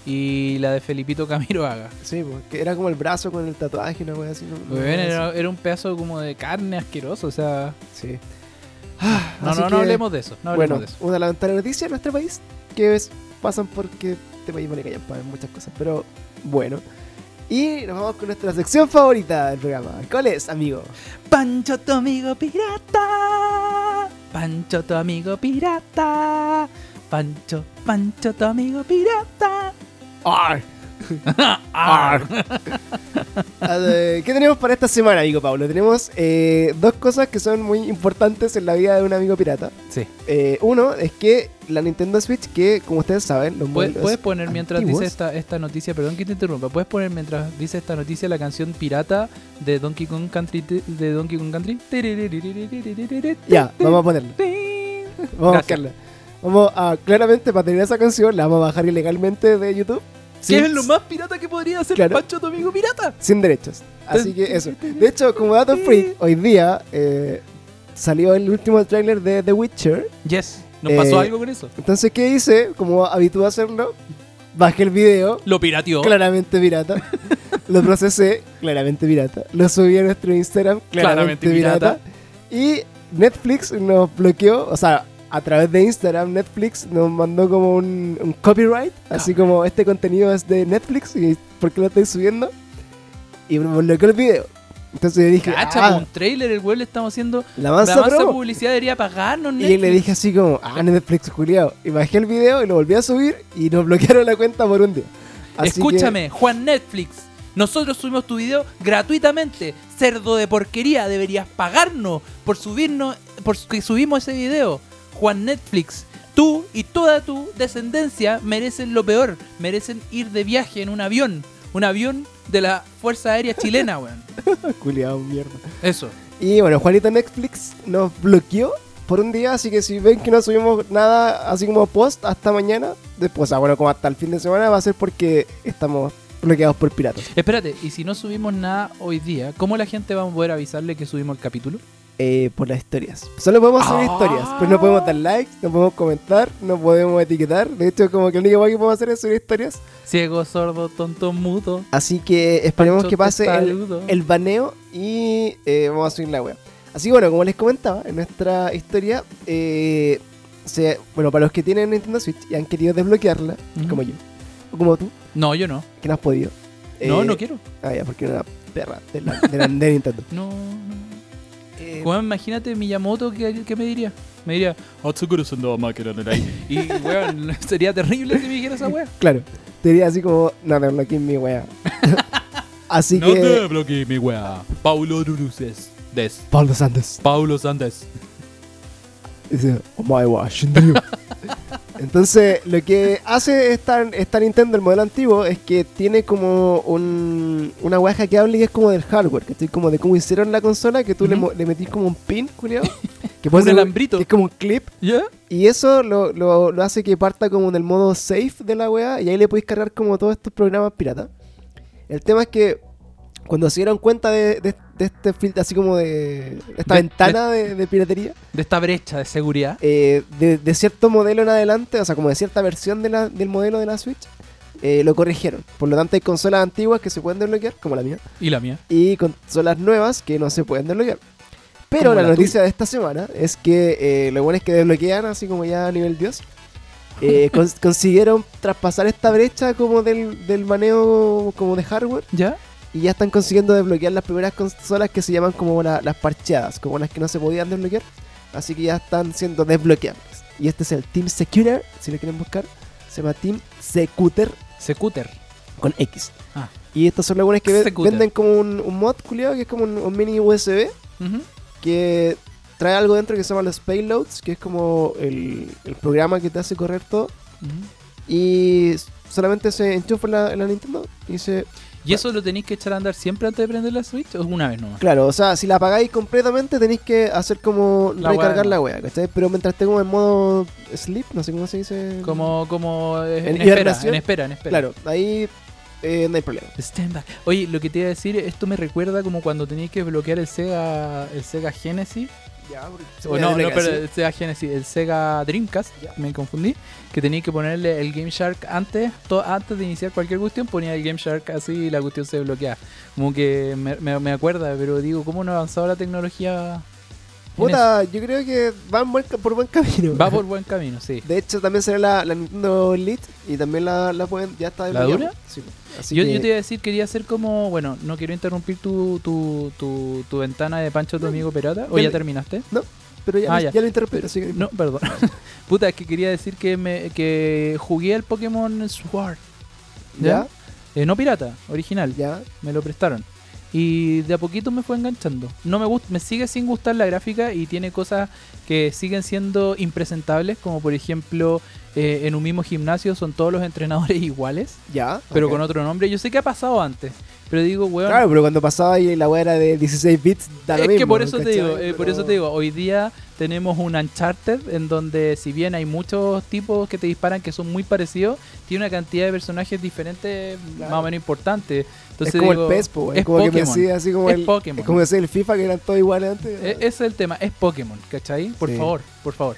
Speaker 1: y la de Felipito Camiroaga.
Speaker 2: Sí, porque era como el brazo con el tatuaje, una weón así. No, no,
Speaker 1: Weón,
Speaker 2: no,
Speaker 1: era, era un pedazo como de carne asqueroso, o sea...
Speaker 2: Sí. Ah,
Speaker 1: No,
Speaker 2: Así
Speaker 1: no, no
Speaker 2: que,
Speaker 1: hablemos de eso. No hablemos
Speaker 2: Bueno,
Speaker 1: de eso.
Speaker 2: una lamentable noticia en nuestro país, que es, pasan porque te país vale callar para muchas cosas, pero bueno. Y nos vamos con nuestra sección favorita del programa. ¿Cuál es, amigo?
Speaker 1: Pancho tu amigo pirata. Pancho tu amigo pirata. Pancho, Pancho tu amigo pirata. [LAUGHS]
Speaker 2: A ver, ¿Qué tenemos para esta semana, amigo Pablo? Tenemos eh, dos cosas que son muy importantes en la vida de un amigo pirata.
Speaker 1: Sí.
Speaker 2: Eh, uno es que la Nintendo Switch, que como ustedes saben, los
Speaker 1: ¿Puedes,
Speaker 2: modelos
Speaker 1: puedes poner mientras
Speaker 2: antiguos-
Speaker 1: dice esta, esta noticia, perdón que te interrumpa, puedes poner mientras dice esta noticia la canción pirata de Donkey Kong Country de Donkey Kong Country?
Speaker 2: Ya, vamos a ponerla. Vamos a
Speaker 1: [LAUGHS] Gracias.
Speaker 2: buscarla. Vamos a, claramente, para tener esa canción, la vamos a bajar ilegalmente de YouTube.
Speaker 1: ¿Qué
Speaker 2: sin-
Speaker 1: es lo más pirata que podría hacer
Speaker 2: Claro.
Speaker 1: Pancho tu amigo pirata?
Speaker 2: Sin derechos. Así que eso. De hecho, como dato
Speaker 1: [LAUGHS]
Speaker 2: freak, hoy día eh, salió el último tráiler de The Witcher.
Speaker 1: Yes, ¿nos
Speaker 2: Eh,
Speaker 1: pasó algo con eso?
Speaker 2: Entonces, ¿qué hice? Como habitúo a hacerlo, bajé el video,
Speaker 1: Lo pirateó. [LAUGHS]
Speaker 2: claramente pirata. lo procesé, claramente pirata. Lo subí a nuestro Instagram, claramente,
Speaker 1: Claramente
Speaker 2: pirata. Y Netflix nos bloqueó, o sea, a través de Instagram, Netflix nos mandó como un, un copyright, así como este contenido es de Netflix y ¿por qué lo estáis subiendo? Y me bloqueó el video. Entonces yo dije,
Speaker 1: Cacha,
Speaker 2: "Ah,
Speaker 1: un trailer, el weón le estamos haciendo.
Speaker 2: la
Speaker 1: La
Speaker 2: mansa
Speaker 1: masa de
Speaker 2: promo.
Speaker 1: publicidad debería pagarnos,
Speaker 2: Y le
Speaker 1: Netflix.
Speaker 2: dije así como, ah, Netflix, culiao. Y bajé el video y lo volví a subir y nos [LAUGHS] bloquearon la cuenta por un día. Así que-
Speaker 1: Escúchame, Juan Netflix. Nosotros subimos tu video gratuitamente. Cerdo de porquería, deberías pagarnos por subirnos, por que subimos ese video. Juan Netflix, tú y toda tu descendencia merecen lo peor. Merecen ir de viaje en un avión. Un avión de la Fuerza Aérea Chilena, [LAUGHS] weón.
Speaker 2: [LAUGHS] Culiao, mierda.
Speaker 1: Eso.
Speaker 2: Y bueno, Juanita Netflix nos bloqueó por un día, así que si ven que no subimos nada así como post hasta mañana, después, o sea, bueno, como hasta el fin de semana, va a ser porque estamos bloqueados por piratas.
Speaker 1: Espérate, y si no subimos nada hoy día, ¿cómo la gente va a poder avisarle que subimos el capítulo?
Speaker 2: Eh, por las historias. Solo podemos subir
Speaker 1: Ah.
Speaker 2: historias, pues no podemos dar likes, no podemos comentar, no podemos etiquetar. De hecho, como que lo único que podemos hacer es subir historias.
Speaker 1: Ciego, sordo, tonto, mudo.
Speaker 2: Así que esperemos
Speaker 1: Pancho,
Speaker 2: que
Speaker 1: te
Speaker 2: pase el,
Speaker 1: saludo.
Speaker 2: el baneo y eh, vamos a subir la web. Así que bueno, como les comentaba en nuestra historia, eh, se- bueno, para los que tienen Nintendo Switch y han querido desbloquearla,
Speaker 1: Ujú.
Speaker 2: como yo, o como tú,
Speaker 1: No, yo no.
Speaker 2: que no has podido.
Speaker 1: no,
Speaker 2: eh,
Speaker 1: no quiero.
Speaker 2: Ah, ya, porque era una perra de, la, de, la- de
Speaker 1: [LAUGHS]
Speaker 2: Nintendo.
Speaker 1: No, no.
Speaker 2: Eh,
Speaker 1: Weón, imagínate Miyamoto, ¿qué, qué me diría? Me diría, Hatsukuro Sendoa Makera Nerai". [LAUGHS] Y, weón, [LAUGHS] sería terrible si me dijera esa weá. [LAUGHS]
Speaker 2: claro, te diría así como, no, no, no, aquí mi wea. Así
Speaker 1: No te
Speaker 2: que.
Speaker 1: bloquees, mi wea. Paulo Duruses. Des.
Speaker 2: Pablo Santos.
Speaker 1: Paulo Sandes.
Speaker 2: Dice, "Oh my
Speaker 1: [LAUGHS]
Speaker 2: God, Shinryu". Entonces, lo que hace esta, esta Nintendo, el modelo antiguo, es que tiene como un, una weá hackeable que es como del hardware, que estoy como de cómo hicieron la consola, que tú le
Speaker 1: Ujú.
Speaker 2: mo- le, metís como un pin,
Speaker 1: [LAUGHS]
Speaker 2: culiao, que
Speaker 1: Un
Speaker 2: puede ser
Speaker 1: alambrito.
Speaker 2: que es como un clip,
Speaker 1: ¿Ya?
Speaker 2: y eso lo, lo, lo hace que parta como en el modo safe de la weá, y ahí le podéis cargar como todos estos programas pirata. El tema es que cuando se dieron cuenta de, de- de este filtro, así como de
Speaker 1: De- este
Speaker 2: esta ventana de- de piratería,
Speaker 1: De esta brecha de seguridad.
Speaker 2: eh, de, de cierto modelo en adelante, o sea, como de cierta versión de la- del modelo de la Switch, eh, lo corrigieron. Por lo tanto, hay consolas antiguas que se pueden desbloquear, como la mía,
Speaker 1: Y la mía.
Speaker 2: y consolas nuevas que no se pueden desbloquear. Pero
Speaker 1: Como
Speaker 2: la,
Speaker 1: la
Speaker 2: noticia de esta semana es que eh, lo bueno es que desbloquean, así como ya a nivel Dios. eh, cons- consiguieron traspasar esta brecha como del, del manejo como de hardware
Speaker 1: ¿Ya?
Speaker 2: y ya están consiguiendo desbloquear las primeras consolas que se llaman como la- las parcheadas, como las que no se podían desbloquear. Así que ya están siendo desbloqueables. Y este es el Team Secuter, si lo quieren buscar. Se llama Team Secuter
Speaker 1: Secuter.
Speaker 2: con X.
Speaker 1: Ah.
Speaker 2: Y estos son los buenos que ve-
Speaker 1: Secuter.
Speaker 2: venden como un, un mod culiado, que es como un, un mini USB,
Speaker 1: Ujú.
Speaker 2: que trae algo dentro que se llama los payloads, que es como el, el programa que te hace correr todo.
Speaker 1: Ujú.
Speaker 2: Y solamente se enchufa en la, en la Nintendo y se
Speaker 1: ¿Y eso lo tenéis que echar a andar siempre antes de prender la Switch o una vez nomás?
Speaker 2: Claro, o sea, si la apagáis completamente tenéis que hacer como
Speaker 1: La
Speaker 2: recargar
Speaker 1: weá.
Speaker 2: la wea, ¿cachai? Pero mientras esté como en modo sleep, no sé cómo se dice.
Speaker 1: Como, como eh,
Speaker 2: En
Speaker 1: en, espera,
Speaker 2: hibernación.
Speaker 1: en espera, en espera.
Speaker 2: Claro, ahí eh, no hay problema.
Speaker 1: Stand by. Oye, lo que te iba a decir, esto me recuerda como cuando tenías que bloquear el Sega, el Sega Genesis.
Speaker 2: Ya, porque
Speaker 1: O no, no, pero el Sega Genesis, el Sega Dreamcast,
Speaker 2: Ya.
Speaker 1: me confundí, que tenías que ponerle el Game Shark antes, to- antes de iniciar cualquier cuestión, ponía el Game Shark así y la cuestión se bloquea. Como que me, me- me acuerda, pero digo, ¿cómo no ha avanzado la tecnología? en
Speaker 2: Puta, yo creo que va en buen ca- por buen camino.
Speaker 1: eso? Va por buen camino, sí.
Speaker 2: [LAUGHS] De hecho, también será la, la Nintendo Elite y también la, la pueden. Ya está
Speaker 1: ¿La
Speaker 2: desbloqueada.
Speaker 1: dura?
Speaker 2: Sí. pues. Así
Speaker 1: Yo,
Speaker 2: que-
Speaker 1: yo te iba a decir, quería hacer como, bueno, no quiero interrumpir tu, tu, tu, tu ventana de Pancho, tu amigo Perata, o
Speaker 2: Dale.
Speaker 1: ya terminaste.
Speaker 2: Pero ya, pues,
Speaker 1: Ah,
Speaker 2: ya.
Speaker 1: ya.
Speaker 2: lo interrumpí, así que.
Speaker 1: No, perdón. [LAUGHS] Puta, es que quería decir que me que jugué el Pokémon Sword.
Speaker 2: ¿Ya?
Speaker 1: ¿Ya? Eh, no pirata, original.
Speaker 2: ¿Ya?
Speaker 1: Me lo prestaron. Y de a poquito me fue enganchando. No me gusta, me sigue sin gustar la gráfica y tiene cosas que siguen siendo impresentables, como por ejemplo, eh, en un mismo gimnasio son todos los entrenadores [LAUGHS] iguales,
Speaker 2: ¿Ya?
Speaker 1: pero
Speaker 2: ok.
Speaker 1: con otro nombre. Yo sé que ha pasado antes, pero digo, weón,
Speaker 2: Claro, pero cuando pasaba y la wea era de 16 bits, da lo
Speaker 1: es que
Speaker 2: mismo,
Speaker 1: por eso te digo,
Speaker 2: ¿cachai?
Speaker 1: eh, por
Speaker 2: Pero-
Speaker 1: eso te digo, hoy día tenemos un Uncharted en donde si bien hay muchos tipos que te disparan que son muy parecidos, tiene una cantidad de personajes diferentes
Speaker 2: Claro.
Speaker 1: más o menos importante. Entonces
Speaker 2: es como
Speaker 1: digo,
Speaker 2: el PES, po, es,
Speaker 1: es
Speaker 2: como que me
Speaker 1: Pokémon,
Speaker 2: decía así como
Speaker 1: es
Speaker 2: el,
Speaker 1: Pokémon.
Speaker 2: es como decía el FIFA que eran todos iguales antes.
Speaker 1: e- ese es el tema, es Pokémon, ¿cachai? Por
Speaker 2: Sí.
Speaker 1: favor, por favor.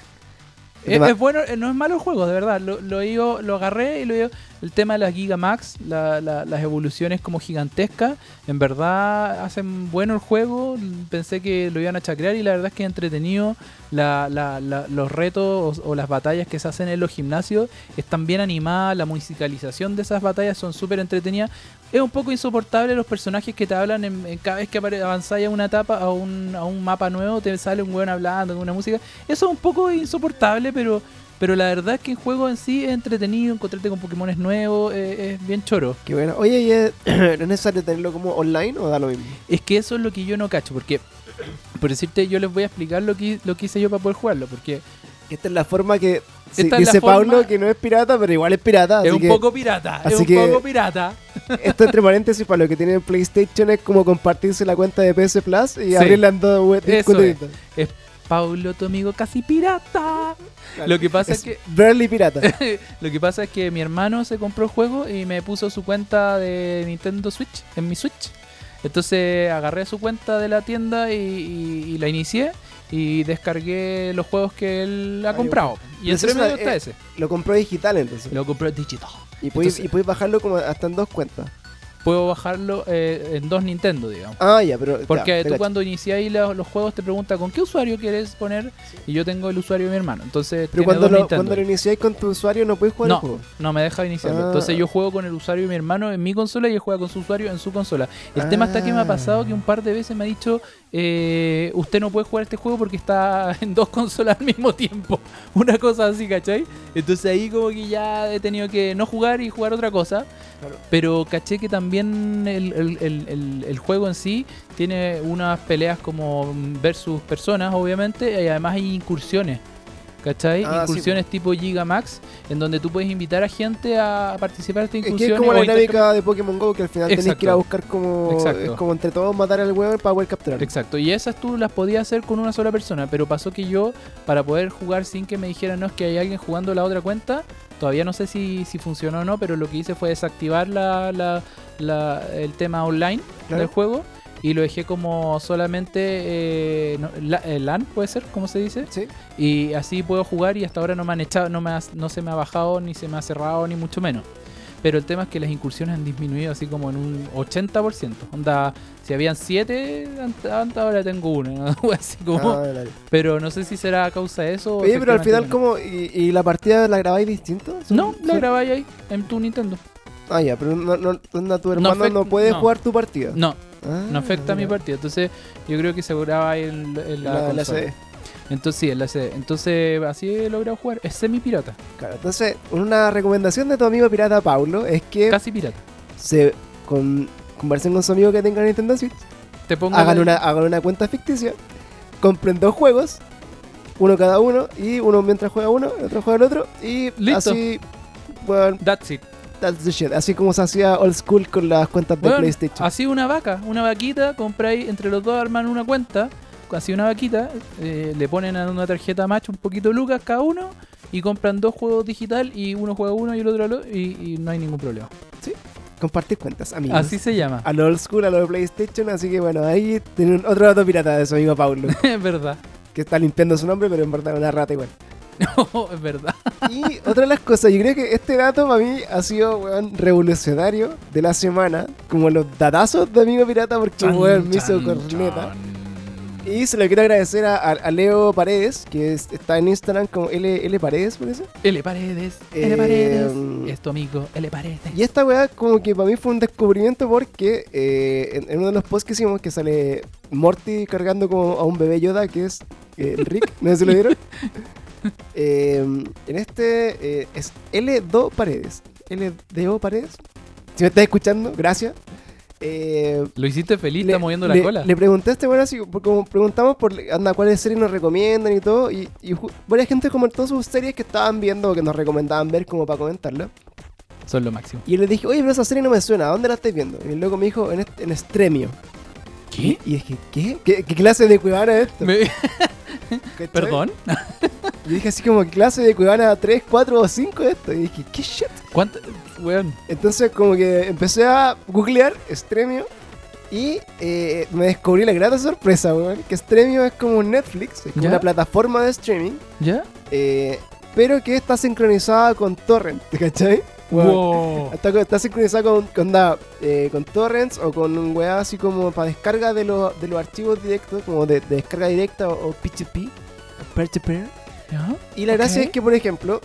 Speaker 2: El
Speaker 1: Es,
Speaker 2: tema-
Speaker 1: es bueno, eh, no es malo el juego, de verdad. Lo, lo, digo, lo agarré y lo digo. El tema de las Gigamax, la, la- las evoluciones como gigantescas, en verdad hacen bueno el juego. Pensé que lo iban a chacrear y la verdad es que es entretenido. La- la- la- los retos o, o las batallas que se hacen en los gimnasios están bien animadas. La musicalización de esas batallas son súper entretenidas. Es un poco insoportable los personajes que te hablan en, en cada vez que apare- avanzáis a una etapa, a un, a un mapa nuevo, te sale un weón hablando con una música. Eso es un poco insoportable, pero, pero la verdad es que el juego en sí es entretenido, encontrarte con Pokémones nuevos, eh, es bien choro.
Speaker 2: Qué bueno. Oye, ¿y es, [CLEARS THROAT] ¿no es necesario tenerlo como online o da lo mismo?
Speaker 1: Es que eso es lo que yo no cacho, porque por decirte, yo les voy a explicar lo que, lo que hice yo para poder jugarlo, porque
Speaker 2: Esta es la forma que
Speaker 1: Esta
Speaker 2: sí,
Speaker 1: es la
Speaker 2: dice
Speaker 1: forma-
Speaker 2: Pablo que no es pirata, pero igual es pirata.
Speaker 1: es
Speaker 2: Ah, así
Speaker 1: un
Speaker 2: que
Speaker 1: poco pirata, es
Speaker 2: así
Speaker 1: un
Speaker 2: que-
Speaker 1: poco pirata.
Speaker 2: [LAUGHS] Esto entre paréntesis para lo que tienen PlayStation es como compartirse la cuenta de PS Plus y
Speaker 1: Sí.
Speaker 2: abrirla en dos web
Speaker 1: Eso
Speaker 2: discos
Speaker 1: es.
Speaker 2: distintos.
Speaker 1: Es Paulo, tu amigo, casi pirata.
Speaker 2: Claro.
Speaker 1: Lo que pasa es que [LAUGHS]
Speaker 2: Barely pirata.
Speaker 1: Lo que pasa es que mi hermano se compró el juego y me puso su cuenta de Nintendo Switch en mi Switch. Entonces agarré su cuenta de la tienda y, y- y la inicié y descargué los juegos que él ha
Speaker 2: Ah,
Speaker 1: comprado. Y
Speaker 2: Pero
Speaker 1: entre
Speaker 2: eso
Speaker 1: medio
Speaker 2: es- eh,
Speaker 1: está ese.
Speaker 2: Lo compró digital entonces.
Speaker 1: Lo compré digital.
Speaker 2: y, puedes,
Speaker 1: entonces-
Speaker 2: y puedes bajarlo como hasta en dos cuentas.
Speaker 1: Puedo bajarlo eh, en dos Nintendo, digamos.
Speaker 2: Ah, ya, pero.
Speaker 1: Porque
Speaker 2: ya, te
Speaker 1: tú
Speaker 2: cacho.
Speaker 1: cuando iniciáis los, los juegos te pregunta con qué usuario quieres poner y yo tengo el usuario de mi hermano. Entonces
Speaker 2: Pero
Speaker 1: tiene
Speaker 2: cuando
Speaker 1: dos
Speaker 2: lo,
Speaker 1: Nintendo.
Speaker 2: cuando lo iniciáis con tu usuario no puedes jugar
Speaker 1: No.
Speaker 2: el juego.
Speaker 1: No me deja iniciarlo.
Speaker 2: Ah.
Speaker 1: Entonces yo juego con el usuario de mi hermano en mi consola y él juega con su usuario en su consola. El tema está que me ha
Speaker 2: Ah.
Speaker 1: pasado que un par de veces me ha dicho, eh, usted no puede jugar este juego porque está [LAUGHS] en dos consolas al mismo tiempo. [LAUGHS] Una cosa así, ¿cachai? Entonces ahí como que ya he tenido que no jugar y jugar otra cosa.
Speaker 2: Claro.
Speaker 1: Pero caché que también el, el- el- el- el juego en sí tiene unas peleas como versus personas, obviamente, y además hay incursiones. ¿Cachai?
Speaker 2: Ah, sí,
Speaker 1: incursiones tipo Gigamax, en donde tú puedes invitar a gente a participar de esta
Speaker 2: Es
Speaker 1: incursión.
Speaker 2: que es como
Speaker 1: o
Speaker 2: la
Speaker 1: intercambiar-
Speaker 2: dinámica de Pokémon GO que al final tenés
Speaker 1: Exacto.
Speaker 2: que ir a buscar como,
Speaker 1: Exacto.
Speaker 2: es como entre todos matar al huevo para poder capturar.
Speaker 1: Exacto, y esas tú las podías hacer con una sola persona, pero pasó que yo, para poder jugar sin que me dijeran, no, es que hay alguien jugando la otra cuenta, todavía no sé si, si funcionó o no, pero lo que hice fue desactivar la, la- la- el tema online
Speaker 2: Claro.
Speaker 1: del juego y lo dejé como solamente eh, no, la- eh, LAN, puede ser, ¿cómo se dice?
Speaker 2: Sí.
Speaker 1: Y así puedo jugar y hasta ahora no me han echado, no, me ha- no se me ha bajado, ni se me ha cerrado, ni mucho menos. Pero el tema es que las incursiones han disminuido así como en un 80%. Onda, si habían 7, ahora tengo uno. [LAUGHS] ¿no? Algo así como-
Speaker 2: Ah, dale.
Speaker 1: Pero no sé si será a causa de eso. o
Speaker 2: Oye, pero al final,
Speaker 1: efectivamente Mm.
Speaker 2: ¿cómo? ¿Y, y la partida la grabáis distinto?
Speaker 1: No,
Speaker 2: ¿Sí?
Speaker 1: la grabáis ahí, en tu Nintendo.
Speaker 2: Ah, ya, pero no, no, onda, tu hermano no,
Speaker 1: afecta-
Speaker 2: puede
Speaker 1: no.
Speaker 2: jugar tu partida.
Speaker 1: No,
Speaker 2: Ah,
Speaker 1: no afecta a mi
Speaker 2: mira.
Speaker 1: partida. Entonces, yo creo que se graba ahí en, en la,
Speaker 2: Ah, La, la
Speaker 1: consola.
Speaker 2: CD.
Speaker 1: Entonces, sí, en la CD. Entonces, así he logrado jugar. Es semi-pirata,
Speaker 2: Claro, entonces, una recomendación de tu amigo pirata Paulo es que
Speaker 1: casi pirata.
Speaker 2: se con, conversen con su amigo que tenga Nintendo Switch,
Speaker 1: Te pongo.
Speaker 2: hagan una, hagan una cuenta ficticia, compren dos juegos, uno cada uno, y uno mientras juega uno, el otro juega el otro, y
Speaker 1: Listo.
Speaker 2: así, bueno,
Speaker 1: That's it.
Speaker 2: that's the shit. Así como se hacía old school con las cuentas de
Speaker 1: Bueno,
Speaker 2: PlayStation.
Speaker 1: Así una vaca, una vaquita, compráis entre los dos, arman una cuenta, así una vaquita, eh, le ponen a una tarjeta macho un poquito lucas cada uno y compran dos juegos digital y uno juega uno y el otro lo, y, y no hay ningún problema.
Speaker 2: Compartir cuentas, amigos.
Speaker 1: Así se llama, [LAUGHS]
Speaker 2: A lo old school, a lo de PlayStation, así que bueno, ahí tienen otro dato pirata de su
Speaker 1: [LAUGHS]
Speaker 2: amigo Paulo,
Speaker 1: es verdad,
Speaker 2: que está limpiando su nombre, pero en verdad es una rata igual.
Speaker 1: no, Oh, es verdad.
Speaker 2: Y otra de las cosas, yo creo que este dato para mí ha sido, weón, revolucionario de la semana. Como los datazos de Amigo Pirata, porque, weón, me hizo corneta. Y se lo quiero agradecer a, a- a Leo Paredes, que es- está en Instagram como L, L Paredes, parece.
Speaker 1: L Paredes, L
Speaker 2: Eh,
Speaker 1: Paredes,
Speaker 2: mm.
Speaker 1: es tu amigo, L Paredes.
Speaker 2: Y esta weá, como que para mí fue un descubrimiento porque eh, en, en uno de los posts que hicimos, que sale Morty cargando como a un bebé Yoda, que es eh, Rick, no sé si lo vieron. Eh, en este eh, es L2 Paredes. L2 Paredes. Si me estás escuchando, gracias. Eh,
Speaker 1: Lo hiciste feliz,
Speaker 2: le-
Speaker 1: está moviendo la
Speaker 2: le-
Speaker 1: cola.
Speaker 2: Le pregunté a este bueno, así, por- como preguntamos por anda, cuáles series nos recomiendan y todo. Y, y ju- varias gente comentó sus series que estaban viendo o que nos recomendaban ver como para comentarlo.
Speaker 1: Son lo máximo.
Speaker 2: Y le dije, oye, pero esa serie no me suena, ¿dónde la estáis viendo? Y el loco me dijo, en, est- en Stremio.
Speaker 1: ¿Qué?
Speaker 2: Y dije, ¿qué? ¿Qué, qué clase de cuevana es esto?
Speaker 1: Me-
Speaker 2: ¿Cachai?
Speaker 1: ¿Perdón?
Speaker 2: Y dije así como, ¿qué clase de cuevana 3, 4 o 5 es esto? Y dije, ¿qué shit?
Speaker 1: ¿Cuánto? Weón,
Speaker 2: Entonces como que empecé a googlear Stremio y eh, me descubrí la grata sorpresa, weón, que Stremio es como un Netflix, es como
Speaker 1: ¿Ya?
Speaker 2: una plataforma de streaming,
Speaker 1: ¿ya?
Speaker 2: eh, pero que está sincronizada con Torrent, [LAUGHS] ¿cachai? Weón, [LAUGHS]
Speaker 1: Wow.
Speaker 2: Está, co- está sincronizado con, con, da- eh, con torrents o con un weá así como para descarga de, los de los archivos directos, como de, de descarga directa o, o P2P, o peer-to-peer.
Speaker 1: ¿Ya?
Speaker 2: Y la gracia
Speaker 1: Ok.
Speaker 2: es que, por ejemplo,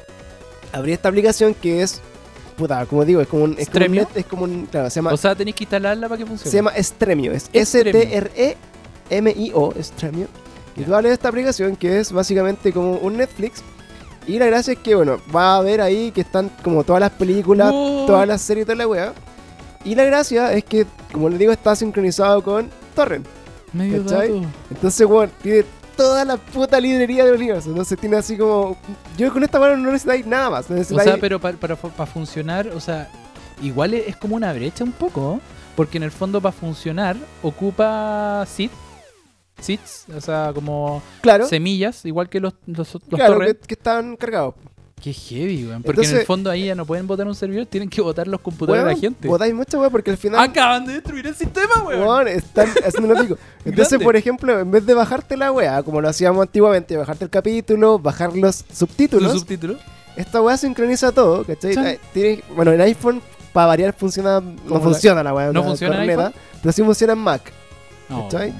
Speaker 2: abrí esta aplicación que es, puta, como digo, es como un... Es como un,
Speaker 1: ¿Stremio?
Speaker 2: net- es como un- claro, se llama,
Speaker 1: O sea, tenéis que instalarla para que funcione.
Speaker 2: se llama Stremio, es
Speaker 1: Stremio.
Speaker 2: E S-T-R-E-M-I-O, Stremio. Y tú abres esta aplicación que es básicamente como un Netflix. Y la gracia es que, bueno, va a ver ahí que están como todas las películas,
Speaker 1: Wow.
Speaker 2: todas las series y toda la weá. Y la gracia es que, como les digo, está sincronizado con Torrent.
Speaker 1: Medio
Speaker 2: ¿Cachai?
Speaker 1: dato.
Speaker 2: Entonces, weón, tiene toda la puta librería del universo. Entonces tiene así como. Yo con esta mano no necesitáis nada más. no
Speaker 1: O
Speaker 2: necesitáis-
Speaker 1: sea, pero para, para, fu- para funcionar, o sea, igual es es como una brecha un poco, ¿no? porque en el fondo para funcionar ocupa seed, seeds, o sea, como
Speaker 2: claro,
Speaker 1: semillas, igual que los, los, los
Speaker 2: claro que,
Speaker 1: torrents.
Speaker 2: que están cargados.
Speaker 1: Qué heavy, weón. Porque en el
Speaker 2: Entonces-
Speaker 1: fondo ahí ya no pueden votar un servidor, tienen que votar los computadores de la
Speaker 2: Weón,
Speaker 1: gente.
Speaker 2: Botáis mucho, weón, porque al final.
Speaker 1: Acaban de destruir el sistema, weón.
Speaker 2: Weón, están haciendo
Speaker 1: [LAUGHS]
Speaker 2: lo pico. Entonces,
Speaker 1: Grande.
Speaker 2: por ejemplo, en vez de bajarte la weá, como lo hacíamos antiguamente, bajarte el capítulo, bajar los
Speaker 1: Los
Speaker 2: subtítulos,
Speaker 1: subtítulos.
Speaker 2: Esta weá sincroniza todo, ¿cachai?
Speaker 1: Sí.
Speaker 2: Eh, tiene- bueno, en iPhone, para variar, funciona. No
Speaker 1: la-
Speaker 2: funciona la weá,
Speaker 1: ¿No
Speaker 2: una
Speaker 1: funciona en
Speaker 2: corneta, Pero sí funciona en Mac.
Speaker 1: No.
Speaker 2: ¿Cachai?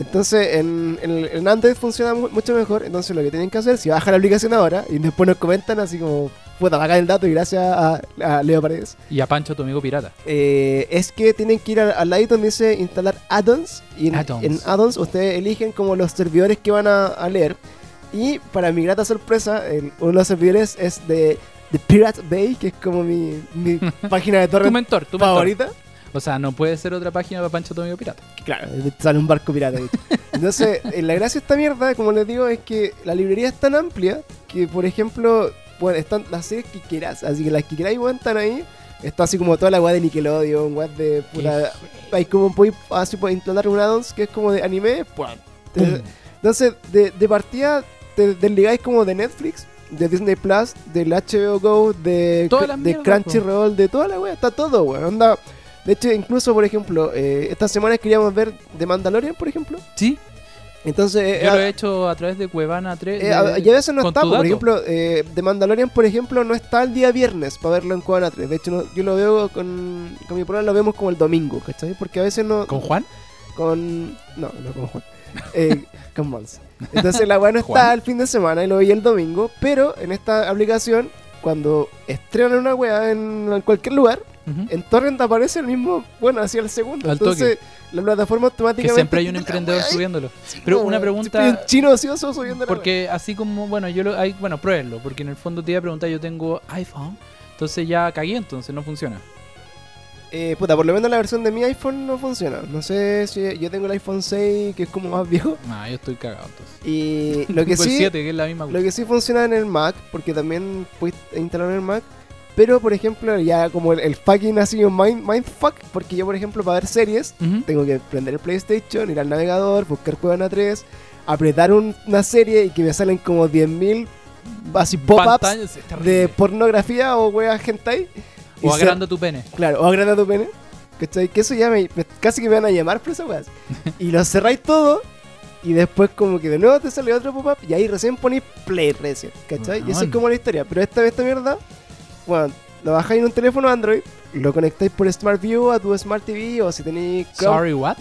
Speaker 2: Entonces, en, en, en Android funciona mu- mucho mejor. Entonces, lo que tienen que hacer, si bajan la aplicación ahora y después nos comentan, así como, puta, bacán el dato y gracias a, a Leo Paredes.
Speaker 1: Y a Pancho, tu amigo pirata.
Speaker 2: Eh, es que tienen que ir al, al ladito donde dice instalar add-ons. Y en
Speaker 1: Add-ons.
Speaker 2: en add-ons ustedes eligen como los servidores que van a, a leer. Y para mi grata sorpresa, el- uno de los servidores es de, de Pirate Bay, que es como mi, mi página de
Speaker 1: Tu
Speaker 2: torre
Speaker 1: mentor, tu mentor.
Speaker 2: favorita.
Speaker 1: O sea, no puede ser otra página para Pancho, tu amigo pirata.
Speaker 2: Claro, sale un barco pirata. de hecho. Entonces, eh, la gracia de esta mierda, como les digo, es que la librería es tan amplia que, por ejemplo, bueno, están las series que quieras. Así que las que queráis, weón, están ahí. Está así como toda la weá de Nickelodeon, weá de puta. Hay como podéis así podéis instalar un add-ons que es como de anime. ¡pum! Te-
Speaker 1: Pum.
Speaker 2: Entonces, de, de partida, te desligáis como de Netflix, de Disney Plus, del HBO Go, de,
Speaker 1: Todas las
Speaker 2: de
Speaker 1: mierdas,
Speaker 2: Crunchyroll, de toda la wea, está todo, weón. Onda. De hecho, incluso, por ejemplo, eh, esta semana queríamos ver The Mandalorian, por ejemplo.
Speaker 1: Sí,
Speaker 2: Entonces, eh,
Speaker 1: yo lo
Speaker 2: a-
Speaker 1: he hecho a través de Cuevana 3.
Speaker 2: eh, a- y a veces no
Speaker 1: con
Speaker 2: está,
Speaker 1: tu
Speaker 2: por
Speaker 1: dato.
Speaker 2: ejemplo, eh, The Mandalorian, por ejemplo, no está el día viernes para verlo en Cuadra 3. De hecho, no- yo lo veo con, con mi programa, lo vemos como el domingo, ¿cachai? Porque a veces no,
Speaker 1: ¿Con Juan?
Speaker 2: con. No, no
Speaker 1: [LAUGHS]
Speaker 2: con Juan. Eh, con Monse. Entonces la weá no está
Speaker 1: Juan.
Speaker 2: el fin de semana y lo veía el domingo, pero en esta aplicación, cuando estrenan una weá en cualquier lugar,
Speaker 1: Ujú.
Speaker 2: en Torrent aparece el mismo, bueno, hacia el segundo.
Speaker 1: Al toque.
Speaker 2: Entonces la plataforma
Speaker 1: Que
Speaker 2: automáticamente. [LAUGHS]
Speaker 1: siempre hay un
Speaker 2: La
Speaker 1: emprendedor
Speaker 2: weá,
Speaker 1: subiéndolo.
Speaker 2: chico,
Speaker 1: Pero una
Speaker 2: weón. Siempre hay
Speaker 1: pregunta.
Speaker 2: un chino ocioso subiendo la weá.
Speaker 1: Porque así como, bueno, yo lo. Hay, bueno, pruébenlo, porque en el fondo te iba a preguntar, yo tengo iPhone, entonces ya cagué, entonces no funciona.
Speaker 2: Eh, puta, por lo menos la versión de mi iPhone no funciona. No sé si yo tengo el iPhone 6, que es como más viejo.
Speaker 1: Ah, yo estoy cagado entonces.
Speaker 2: Y lo
Speaker 1: [LAUGHS]
Speaker 2: que
Speaker 1: Tengo el
Speaker 2: sí.
Speaker 1: 7, que es la misma
Speaker 2: Lo que sí funciona en el Mac, porque también puedes instalar en el Mac. Pero, por ejemplo, ya como el, el fucking así, mind, mindfuck, porque yo, por ejemplo, para ver series,
Speaker 1: Ujú.
Speaker 2: tengo que prender el PlayStation, ir al navegador, buscar Cuevana 3, apretar un- una serie y que me salen como 10.000 así pop-ups
Speaker 1: Pantallas, es terrible.
Speaker 2: de pornografía o wea hentai. y
Speaker 1: O
Speaker 2: se-
Speaker 1: agrando tu pene.
Speaker 2: Claro, o agranda tu pene. ¿Cachai? Que eso ya me, me- casi que me van a llamar por esas
Speaker 1: [LAUGHS]
Speaker 2: weas. Y lo cerráis todo. Y después como que de nuevo te sale otro pop-up y ahí recién ponéis play recién, ¿cachai? Y eso es
Speaker 1: Weón.
Speaker 2: como la historia. Pero esta esta mierda, bueno, lo bajáis en un teléfono Android, lo conectáis por Smart View a tu Smart TV o si tenéis Chrome,
Speaker 1: Sorry, what?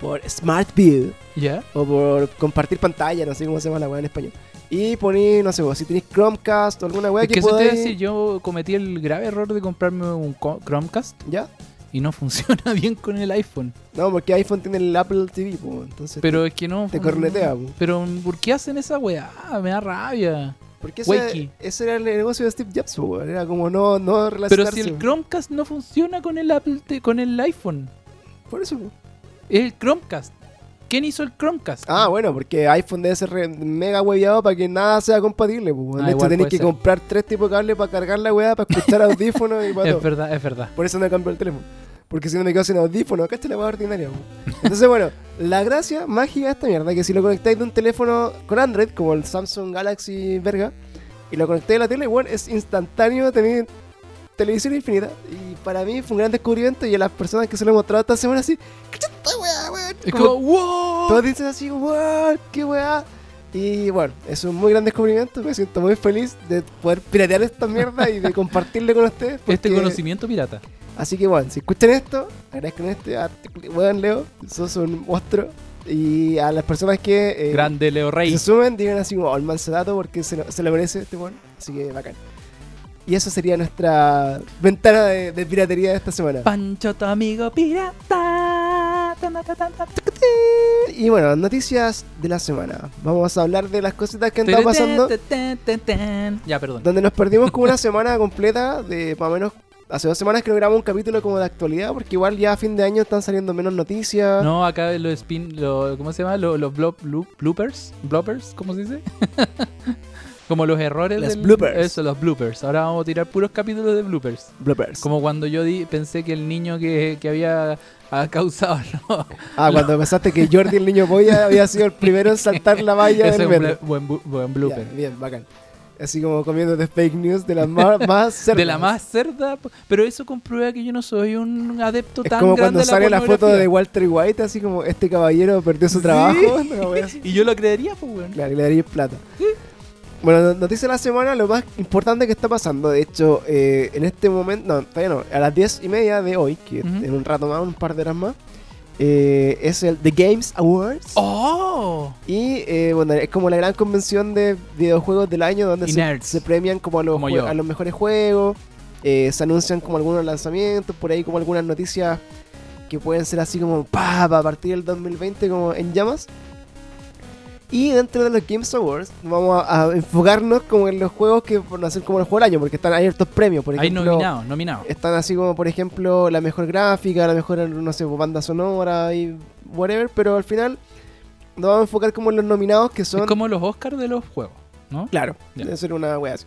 Speaker 2: por Smart View
Speaker 1: Ya.
Speaker 2: o por compartir pantalla, no sé cómo se llama la wea en español. Y ponéis, no sé, vos, si tenéis Chromecast o alguna wea
Speaker 1: Es
Speaker 2: que,
Speaker 1: que eso te
Speaker 2: podáis-
Speaker 1: iba a decir, yo cometí el grave error de comprarme un co- Chromecast
Speaker 2: ¿Ya?
Speaker 1: y no [LAUGHS] funciona bien con el iPhone.
Speaker 2: No, porque iPhone tiene el Apple TV, po, entonces...
Speaker 1: Pero es que no.
Speaker 2: Te cornetea, po.
Speaker 1: Pero ¿por qué hacen esa weá? Me da rabia.
Speaker 2: Porque ese,
Speaker 1: Wakey.
Speaker 2: ese era el negocio de Steve Jobs, po, weón. era como no, no relacionarse.
Speaker 1: Pero si el Chromecast no funciona con el Apple, te- con el iPhone.
Speaker 2: Por eso. po.
Speaker 1: Es el Chromecast. ¿Quién hizo el Chromecast?
Speaker 2: Ah, bueno, porque iPhone debe ser re- mega hueviado para que nada sea compatible. po, weón.
Speaker 1: Ah,
Speaker 2: de hecho,
Speaker 1: igual
Speaker 2: tenés
Speaker 1: puede
Speaker 2: que
Speaker 1: ser.
Speaker 2: comprar tres tipos de cables para cargar la weá, para escuchar [LAUGHS] audífonos y para
Speaker 1: es
Speaker 2: todo.
Speaker 1: verdad, es verdad.
Speaker 2: Por eso no cambió el teléfono. Porque si no me quedo sin audífonos, acá está la weá ordinaria. po. Entonces, bueno, la gracia mágica de esta mierda es que si lo conectáis de un teléfono con Android, como el Samsung Galaxy verga, y lo conectáis a la tele, bueno, es instantáneo tener televisión infinita. Y para mí fue un gran descubrimiento y a las personas que se lo he mostrado esta semana así, "Cacha esta weá, weón".
Speaker 1: Es
Speaker 2: Como
Speaker 1: como, ¡wow!
Speaker 2: Todos dicen así, wow, qué weá. Y bueno, es un muy gran descubrimiento, me siento muy feliz de poder piratear esta mierda y de compartirle con ustedes.
Speaker 1: Este
Speaker 2: porque-
Speaker 1: conocimiento pirata.
Speaker 2: Así que bueno, si escuchan esto, agradezcan este artículo. Weón, Leo, sos un monstruo. Y a las personas que eh,
Speaker 1: Grande Leo
Speaker 2: que
Speaker 1: Rey.
Speaker 2: se sumen, digan así como, oh, el manso dato porque se lo, se lo merece este weón. Así que bacán. Y eso sería nuestra ventana de, de piratería de esta semana.
Speaker 1: Pancho, tu amigo pirata. Tan, tan, tan, tan.
Speaker 2: Y bueno, noticias de la semana. Vamos a hablar de las cositas que han estado pasando.
Speaker 1: Ten, ten, ten. Ya, perdón.
Speaker 2: Donde nos perdimos como una semana completa de más o menos. Hace dos semanas que no grabamos un capítulo como de actualidad, porque igual ya a fin de año están saliendo menos noticias.
Speaker 1: No, acá los spin, lo- ¿cómo se llama? Lo- Los, blop- blu- bloopers, bloopers, ¿cómo se dice? [LAUGHS] Como los errores.
Speaker 2: Los bloopers.
Speaker 1: Eso, los bloopers. Ahora vamos a tirar puros capítulos de bloopers.
Speaker 2: Bloopers.
Speaker 1: Como cuando yo di- pensé que el niño que, que había ah, causado [LAUGHS] ¿no?
Speaker 2: Ah, cuando pensaste que Jordi el niño polla había sido el primero en saltar la valla
Speaker 1: Ese es
Speaker 2: del
Speaker 1: un
Speaker 2: metro.
Speaker 1: bla- buen, bu- buen
Speaker 2: Ya,
Speaker 1: blooper.
Speaker 2: bien, bacán. Así como comiéndote fake news de la ma- más,
Speaker 1: [LAUGHS]
Speaker 2: cerda.
Speaker 1: De la más cerda, p- pero eso comprueba que yo no soy un adepto
Speaker 2: Es
Speaker 1: tan
Speaker 2: como
Speaker 1: grande
Speaker 2: cuando
Speaker 1: a la
Speaker 2: sale la foto
Speaker 1: pornografía.
Speaker 2: de Walter White, así como este caballero perdió su
Speaker 1: Sí.
Speaker 2: trabajo. [LAUGHS] Una wea así.
Speaker 1: Y yo lo creería, pues, weón.
Speaker 2: Claro, y le daría plata. Bueno, no- noticia de la semana, lo más importante que está pasando. De hecho, eh, en este momento, no, todavía no, a las 10 y media de hoy, que
Speaker 1: Ujú.
Speaker 2: en un rato más, un par de horas más, Eh, es el The Games Awards.
Speaker 1: ¡Oh!
Speaker 2: Y eh, bueno, es como la gran convención de videojuegos del año donde
Speaker 1: Y
Speaker 2: se,
Speaker 1: nerds.
Speaker 2: se premian como a los,
Speaker 1: Como
Speaker 2: jue-
Speaker 1: yo.
Speaker 2: a los mejores juegos, eh, se anuncian como algunos lanzamientos, por ahí como algunas noticias que pueden ser así como pa, pa, a partir del 2020 como en llamas. Y dentro de los Games Awards vamos a, a enfocarnos como en los juegos que van a ser como los juegos del año, porque están abiertos premios, por
Speaker 1: Hay
Speaker 2: ejemplo. eh,
Speaker 1: nominado, nominado.
Speaker 2: Están así como, por ejemplo, la mejor gráfica, la mejor, no sé, banda sonora y whatever, pero al final nos vamos a enfocar como en los nominados que son...
Speaker 1: Es como los Oscars de los juegos, ¿no?
Speaker 2: Claro,
Speaker 1: Ya.
Speaker 2: debe ser una wea así.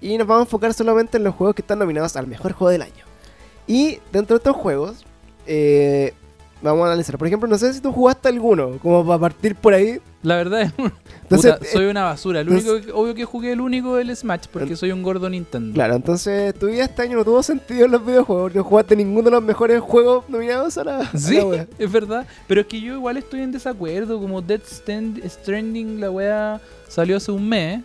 Speaker 2: Y nos vamos a enfocar solamente en los juegos que están nominados al mejor juego del año. Y dentro de estos juegos, eh, vamos a analizar. Por ejemplo, no sé si tú jugaste alguno, como para partir por ahí.
Speaker 1: La verdad es
Speaker 2: Entonces, eh,
Speaker 1: Puta, soy una basura. El
Speaker 2: entonces-
Speaker 1: único, que- obvio que jugué el único el Smash porque soy un gordo Nintendo.
Speaker 2: eh, Claro, entonces tu vida este año no tuvo sentido en los videojuegos, no jugaste ninguno de los mejores juegos nominados a la, a la
Speaker 1: Sí,
Speaker 2: wea.
Speaker 1: [LAUGHS] es verdad. Pero es que yo igual estoy en desacuerdo. Como Dead Stand- Stranding, la wea salió hace un mes.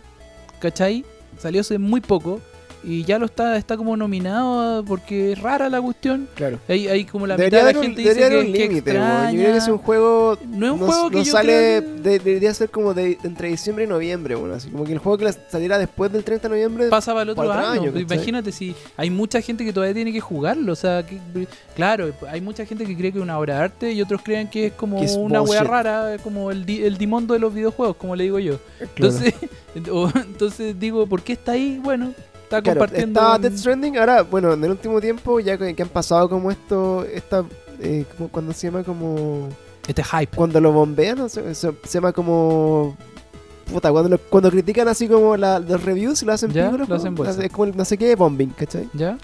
Speaker 1: ¿Cachai? Salió hace muy poco. Y ya lo está, está como nominado porque es rara la cuestión.
Speaker 2: Claro.
Speaker 1: Hay, hay como la mitad de
Speaker 2: debería haber
Speaker 1: la
Speaker 2: un,
Speaker 1: gente
Speaker 2: debería
Speaker 1: dice
Speaker 2: haber
Speaker 1: que,
Speaker 2: un
Speaker 1: que
Speaker 2: límite, weón. Yo creo que
Speaker 1: extraña.
Speaker 2: es un juego.
Speaker 1: No es un
Speaker 2: no-
Speaker 1: juego que
Speaker 2: no
Speaker 1: yo
Speaker 2: sale.
Speaker 1: creo que-
Speaker 2: de- debería ser como de, entre diciembre y noviembre, bueno, así como que el juego que las- saliera después del 30 de noviembre.
Speaker 1: pasaba el otro,
Speaker 2: para otro
Speaker 1: año.
Speaker 2: año,
Speaker 1: pues,
Speaker 2: ¿cachai?
Speaker 1: Imagínate si hay mucha gente que todavía tiene que jugarlo. O sea, que- claro, hay mucha gente que cree que es una obra de arte y otros creen que es como
Speaker 2: Que es
Speaker 1: una wea
Speaker 2: bullshit.
Speaker 1: rara, como el, di- el dimondo de los videojuegos, como le digo yo. Entonces, [LAUGHS] o- entonces digo, ¿por qué está ahí? Bueno, está
Speaker 2: Claro,
Speaker 1: compartiendo.
Speaker 2: está
Speaker 1: un-
Speaker 2: Death Stranding. Ahora, bueno, en el último tiempo, ya que, que han pasado como esto. Esta, eh, como- cuando se llama como.
Speaker 1: Este hype.
Speaker 2: Cuando lo bombean, no sé, se, se llama como. Puta, cuando, lo- cuando critican así como la- los reviews y lo hacen
Speaker 1: Ya,
Speaker 2: pícolos,
Speaker 1: lo hacen
Speaker 2: como-
Speaker 1: bolsa.
Speaker 2: Es como el no sé qué bombing, ¿cachai?
Speaker 1: ¿Ya?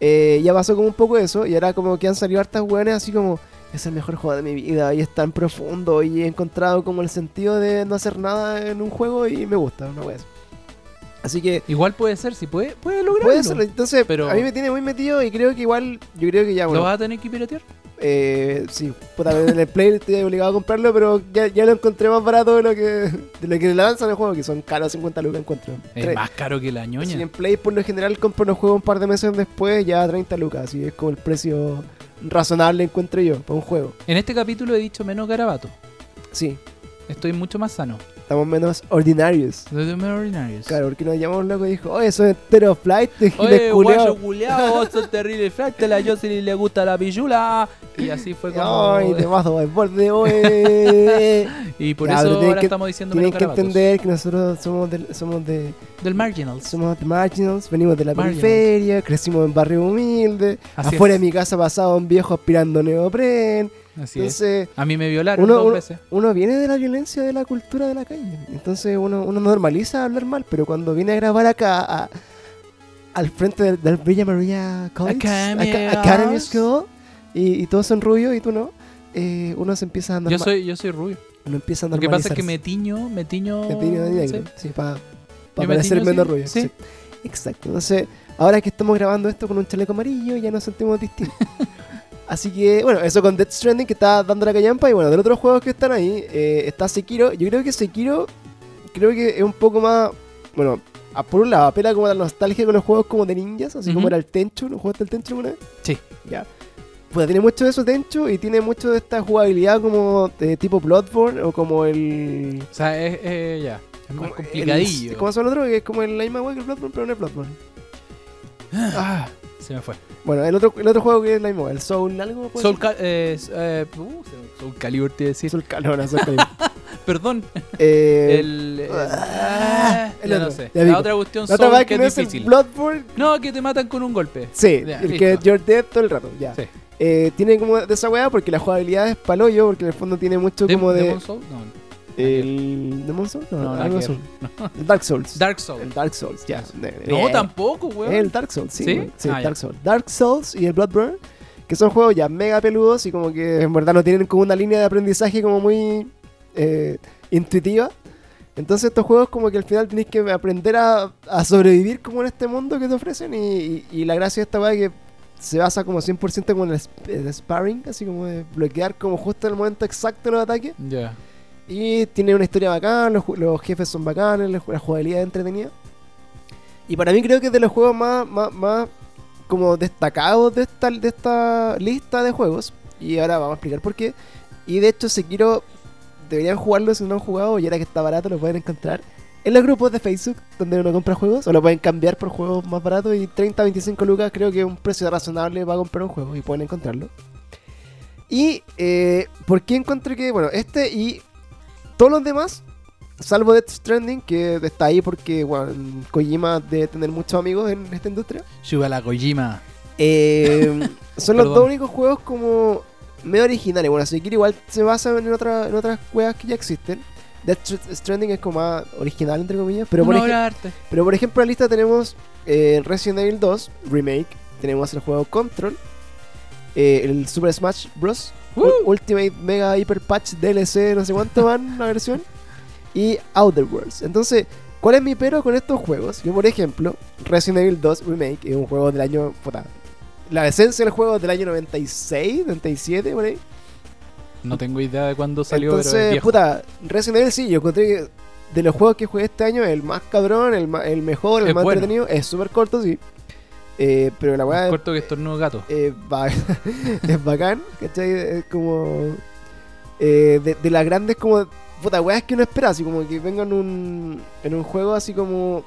Speaker 2: Eh, ya pasó como un poco eso, y ahora como que han salido hartas weones así como, es el mejor juego de mi vida, y es tan profundo, y he encontrado como el sentido de no hacer nada en un juego y me gusta, una wea así. Así que
Speaker 1: Igual puede ser, si puede, puede lograrlo.
Speaker 2: puede ser, entonces
Speaker 1: Pero-
Speaker 2: a mí me tiene muy metido y creo que igual, yo creo que ya,
Speaker 1: ¿Lo
Speaker 2: bueno,
Speaker 1: vas a tener que piratear?
Speaker 2: eh, sí, puta, en el Play estoy obligado a comprarlo, pero ya, ya lo encontré más barato de lo que, de lo que lanzan el juego, que son caros 50 lucas encuentro.
Speaker 1: Es
Speaker 2: Tres-
Speaker 1: más caro que la ñoña.
Speaker 2: si en Play por lo general compro los juegos un par de meses después, ya 30 lucas, y es como el precio razonable encuentro yo para un juego.
Speaker 1: En este capítulo he dicho menos garabato.
Speaker 2: Sí,
Speaker 1: Estoy mucho más sano.
Speaker 2: estamos menos ordinarios.
Speaker 1: Desde menos ordinarios.
Speaker 2: Claro, porque nos llamamos loco y dijo, oye, son entero flight, de
Speaker 1: Oye,
Speaker 2: giles
Speaker 1: guayo
Speaker 2: culiao".
Speaker 1: culeado, vos sos terrible flat, a Jocelyn le gusta la pillula. Y así fue como.
Speaker 2: Ay, te mazo
Speaker 1: [LAUGHS]
Speaker 2: el borde, oye.
Speaker 1: y por
Speaker 2: Ya, pero
Speaker 1: eso
Speaker 2: tienen
Speaker 1: ahora
Speaker 2: que-
Speaker 1: estamos diciendo menos
Speaker 2: Tienen que
Speaker 1: garabatos.
Speaker 2: entender que nosotros somos de, somos de
Speaker 1: Del Marginals.
Speaker 2: somos de marginals, venimos de la
Speaker 1: Marginals.
Speaker 2: periferia, crecimos en barrio humilde,
Speaker 1: Así
Speaker 2: afuera
Speaker 1: es.
Speaker 2: de mi casa pasaba un viejo aspirando neopren,
Speaker 1: Así es.
Speaker 2: entonces
Speaker 1: A mí me violaron
Speaker 2: uno-
Speaker 1: dos
Speaker 2: uno-
Speaker 1: veces.
Speaker 2: uno viene de la violencia de la cultura de la calle. Entonces uno, uno normaliza hablar mal, pero cuando viene a grabar acá, a- al frente del, del Villa María College,
Speaker 1: Academy
Speaker 2: Aca- Academy
Speaker 1: House.
Speaker 2: School, y, y todos son rubios y tú no, eh, uno se empieza a
Speaker 1: Yo
Speaker 2: normalizar.
Speaker 1: soy, yo soy rubio.
Speaker 2: Uno empieza a
Speaker 1: Lo que pasa es que me
Speaker 2: normalizarse.
Speaker 1: tiño, me tiño.
Speaker 2: Me tiño de negro,
Speaker 1: sí.
Speaker 2: sí, para
Speaker 1: me
Speaker 2: parecer
Speaker 1: tiño,
Speaker 2: menos
Speaker 1: sí,
Speaker 2: rubio.
Speaker 1: sí.
Speaker 2: sí. Exacto. Entonces, ahora que estamos grabando esto con un chaleco amarillo, ya nos sentimos
Speaker 1: [LAUGHS]
Speaker 2: distintos. Así que, bueno, eso con Death Stranding que está dando la callampa. Y bueno, de los otros juegos que están ahí, eh, está Sekiro. Yo creo que Sekiro, creo que es un poco más. Bueno, a- por un lado, apela como a la nostalgia con los juegos como de ninjas, así como
Speaker 1: Ujú.
Speaker 2: era el Tenchu. ¿No jugaste el Tenchu alguna vez?
Speaker 1: Sí.
Speaker 2: Ya. Pues tiene mucho de eso Tenchu y tiene mucho de esta jugabilidad como de tipo Bloodborne o como el.
Speaker 1: O sea, es, eh, ya. Es
Speaker 2: como
Speaker 1: más
Speaker 2: el-
Speaker 1: complicadillo.
Speaker 2: ¿Cómo se llama el otro? Que es como el la misma wea que el Bloodborne, pero no es Bloodborne.
Speaker 1: [CLEARS THROAT] Ah, se me fue.
Speaker 2: Bueno, el otro, el otro juego que es la misma, el Soul algo. puede
Speaker 1: Soul,
Speaker 2: ser?
Speaker 1: Cal eh, s- eh, uh, Soul Calibur te iba a decir.
Speaker 2: Soul Cal- no, no, Soul
Speaker 1: [LAUGHS]
Speaker 2: Calibur.
Speaker 1: Perdón.
Speaker 2: [LAUGHS] Eh,
Speaker 1: el. el-
Speaker 2: ah,
Speaker 1: ah,
Speaker 2: el
Speaker 1: ya
Speaker 2: otro,
Speaker 1: no sé.
Speaker 2: ya
Speaker 1: la
Speaker 2: digo.
Speaker 1: otra cuestión
Speaker 2: la otra
Speaker 1: Soul
Speaker 2: vez
Speaker 1: que
Speaker 2: que no
Speaker 1: es
Speaker 2: es el
Speaker 1: difícil.
Speaker 2: Bloodborne.
Speaker 1: No, que te matan con un golpe.
Speaker 2: Sí,
Speaker 1: Ya,
Speaker 2: el que es
Speaker 1: listo.
Speaker 2: You're Dead todo el rato, ya.
Speaker 1: Sí.
Speaker 2: Eh, tiene como de esa weá porque la jugabilidad es paloyo, porque en el fondo tiene mucho
Speaker 1: Dem-
Speaker 2: como de.
Speaker 1: Demon Soul? No,
Speaker 2: el. ¿Demon Souls? No,
Speaker 1: No, nada
Speaker 2: algo
Speaker 1: que ver.
Speaker 2: Souls. El Dark Souls.
Speaker 1: Dark Soul.
Speaker 2: El Dark Souls, ya.
Speaker 1: No,
Speaker 2: Eh,
Speaker 1: tampoco,
Speaker 2: Es
Speaker 1: weón.
Speaker 2: El Dark Souls, sí.
Speaker 1: ¿Sí?
Speaker 2: güey. Sí,
Speaker 1: Ah, ya.
Speaker 2: Dark Souls. Dark Souls y el Bloodborne, que son juegos ya mega peludos y como que en verdad no tienen como una línea de aprendizaje como muy eh, intuitiva. Entonces estos juegos como que al final tenéis que aprender a, a sobrevivir como en este mundo que te ofrecen y, y- y la gracia de esta weá que se basa como 100% como en el, sp- el sparring, así como de bloquear como justo en el momento exacto los ataques.
Speaker 1: Ya.
Speaker 2: Y tiene una historia bacán, los, ju- los jefes son bacanes, la, ju- la jugabilidad es entretenida. Y para mí creo que es de los juegos más, más, más como destacados de esta, de esta lista de juegos. Y ahora vamos a explicar por qué. Y de hecho, Sekiro deberían jugarlo si no han jugado. Y ahora que está barato, lo pueden encontrar en los grupos de Facebook donde uno compra juegos. O lo pueden cambiar por juegos más baratos. Y 30, 25 lucas creo que es un precio razonable para comprar un juego. Y pueden encontrarlo. Y eh, por qué encontré que, bueno, este y todos los demás, salvo Death Stranding, que está ahí porque bueno, Kojima debe tener muchos amigos en esta industria.
Speaker 1: Suba la Kojima.
Speaker 2: Eh, [LAUGHS] son los
Speaker 1: Perdón.
Speaker 2: dos únicos juegos como medio originales. Bueno, Sekiro igual se basa en, otra- en otras juegas que ya existen. Death Str- Stranding es como más original, entre comillas. Pero por,
Speaker 1: Una
Speaker 2: ej-
Speaker 1: obra de arte.
Speaker 2: pero por ejemplo, en la lista tenemos eh, Resident Evil 2 Remake. Tenemos el juego Control. eh, el Super Smash Bros.
Speaker 1: ¡Woo!
Speaker 2: Ul- Ultimate Mega Hyper Patch DLC, no sé cuánto van la versión. Y Outer Worlds. Entonces, ¿cuál es mi pero con estos juegos? Que por ejemplo, Resident Evil 2 Remake es un juego del año. puta, la esencia del juego es del año 96, 97, por ahí.
Speaker 1: No tengo idea de cuándo salió, pero es
Speaker 2: Entonces,
Speaker 1: viejo.
Speaker 2: puta, Resident Evil sí, yo encontré que de los juegos que jugué este año, el más cabrón, el, ma- el mejor, el
Speaker 1: Es
Speaker 2: más
Speaker 1: bueno.
Speaker 2: entretenido, es súper corto, sí. Eh, pero la weá es
Speaker 1: Corto que estornudo gato.
Speaker 2: eh, ba- [LAUGHS] es bacán, ¿cachai? Es como. eh, de, de las grandes, como. Puta, weas que uno espera, así como que vengan un, en un juego así como.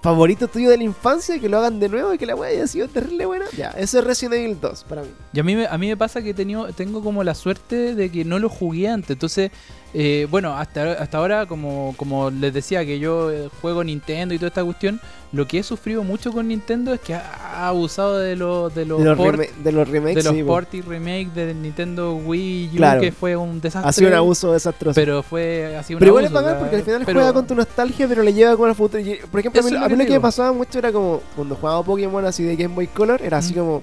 Speaker 2: Favorito tuyo de la infancia, que lo hagan de nuevo y que la wea haya sido terrible buena. Ya, eso es Resident Evil 2 para mí.
Speaker 1: Y a mí, me- a mí me pasa que he tenido- tengo como la suerte de que no lo jugué antes. Entonces, eh, bueno, hasta, hasta ahora, como, como les decía, que yo eh, juego Nintendo y toda esta cuestión, lo que he sufrido mucho con Nintendo es que ha, ha abusado de, lo- de los,
Speaker 2: De los,
Speaker 1: port-
Speaker 2: reme- de los remakes,
Speaker 1: de los
Speaker 2: sí, po.
Speaker 1: port y remake de Nintendo Wii U,
Speaker 2: Claro.
Speaker 1: que fue un desastre.
Speaker 2: ha sido un abuso desastroso. Pero,
Speaker 1: Pero fue así un
Speaker 2: igual es
Speaker 1: abuso, o
Speaker 2: bacán
Speaker 1: sea,
Speaker 2: porque al final
Speaker 1: pero-
Speaker 2: juega con tu nostalgia, pero le lleva como al futuro. Y, Por ejemplo, a mí,
Speaker 1: Eso es lo
Speaker 2: a mí
Speaker 1: que
Speaker 2: lo que
Speaker 1: digo.
Speaker 2: me pasaba mucho era como cuando jugaba Pokémon así de Game Boy Color, era así
Speaker 1: Mm.
Speaker 2: como,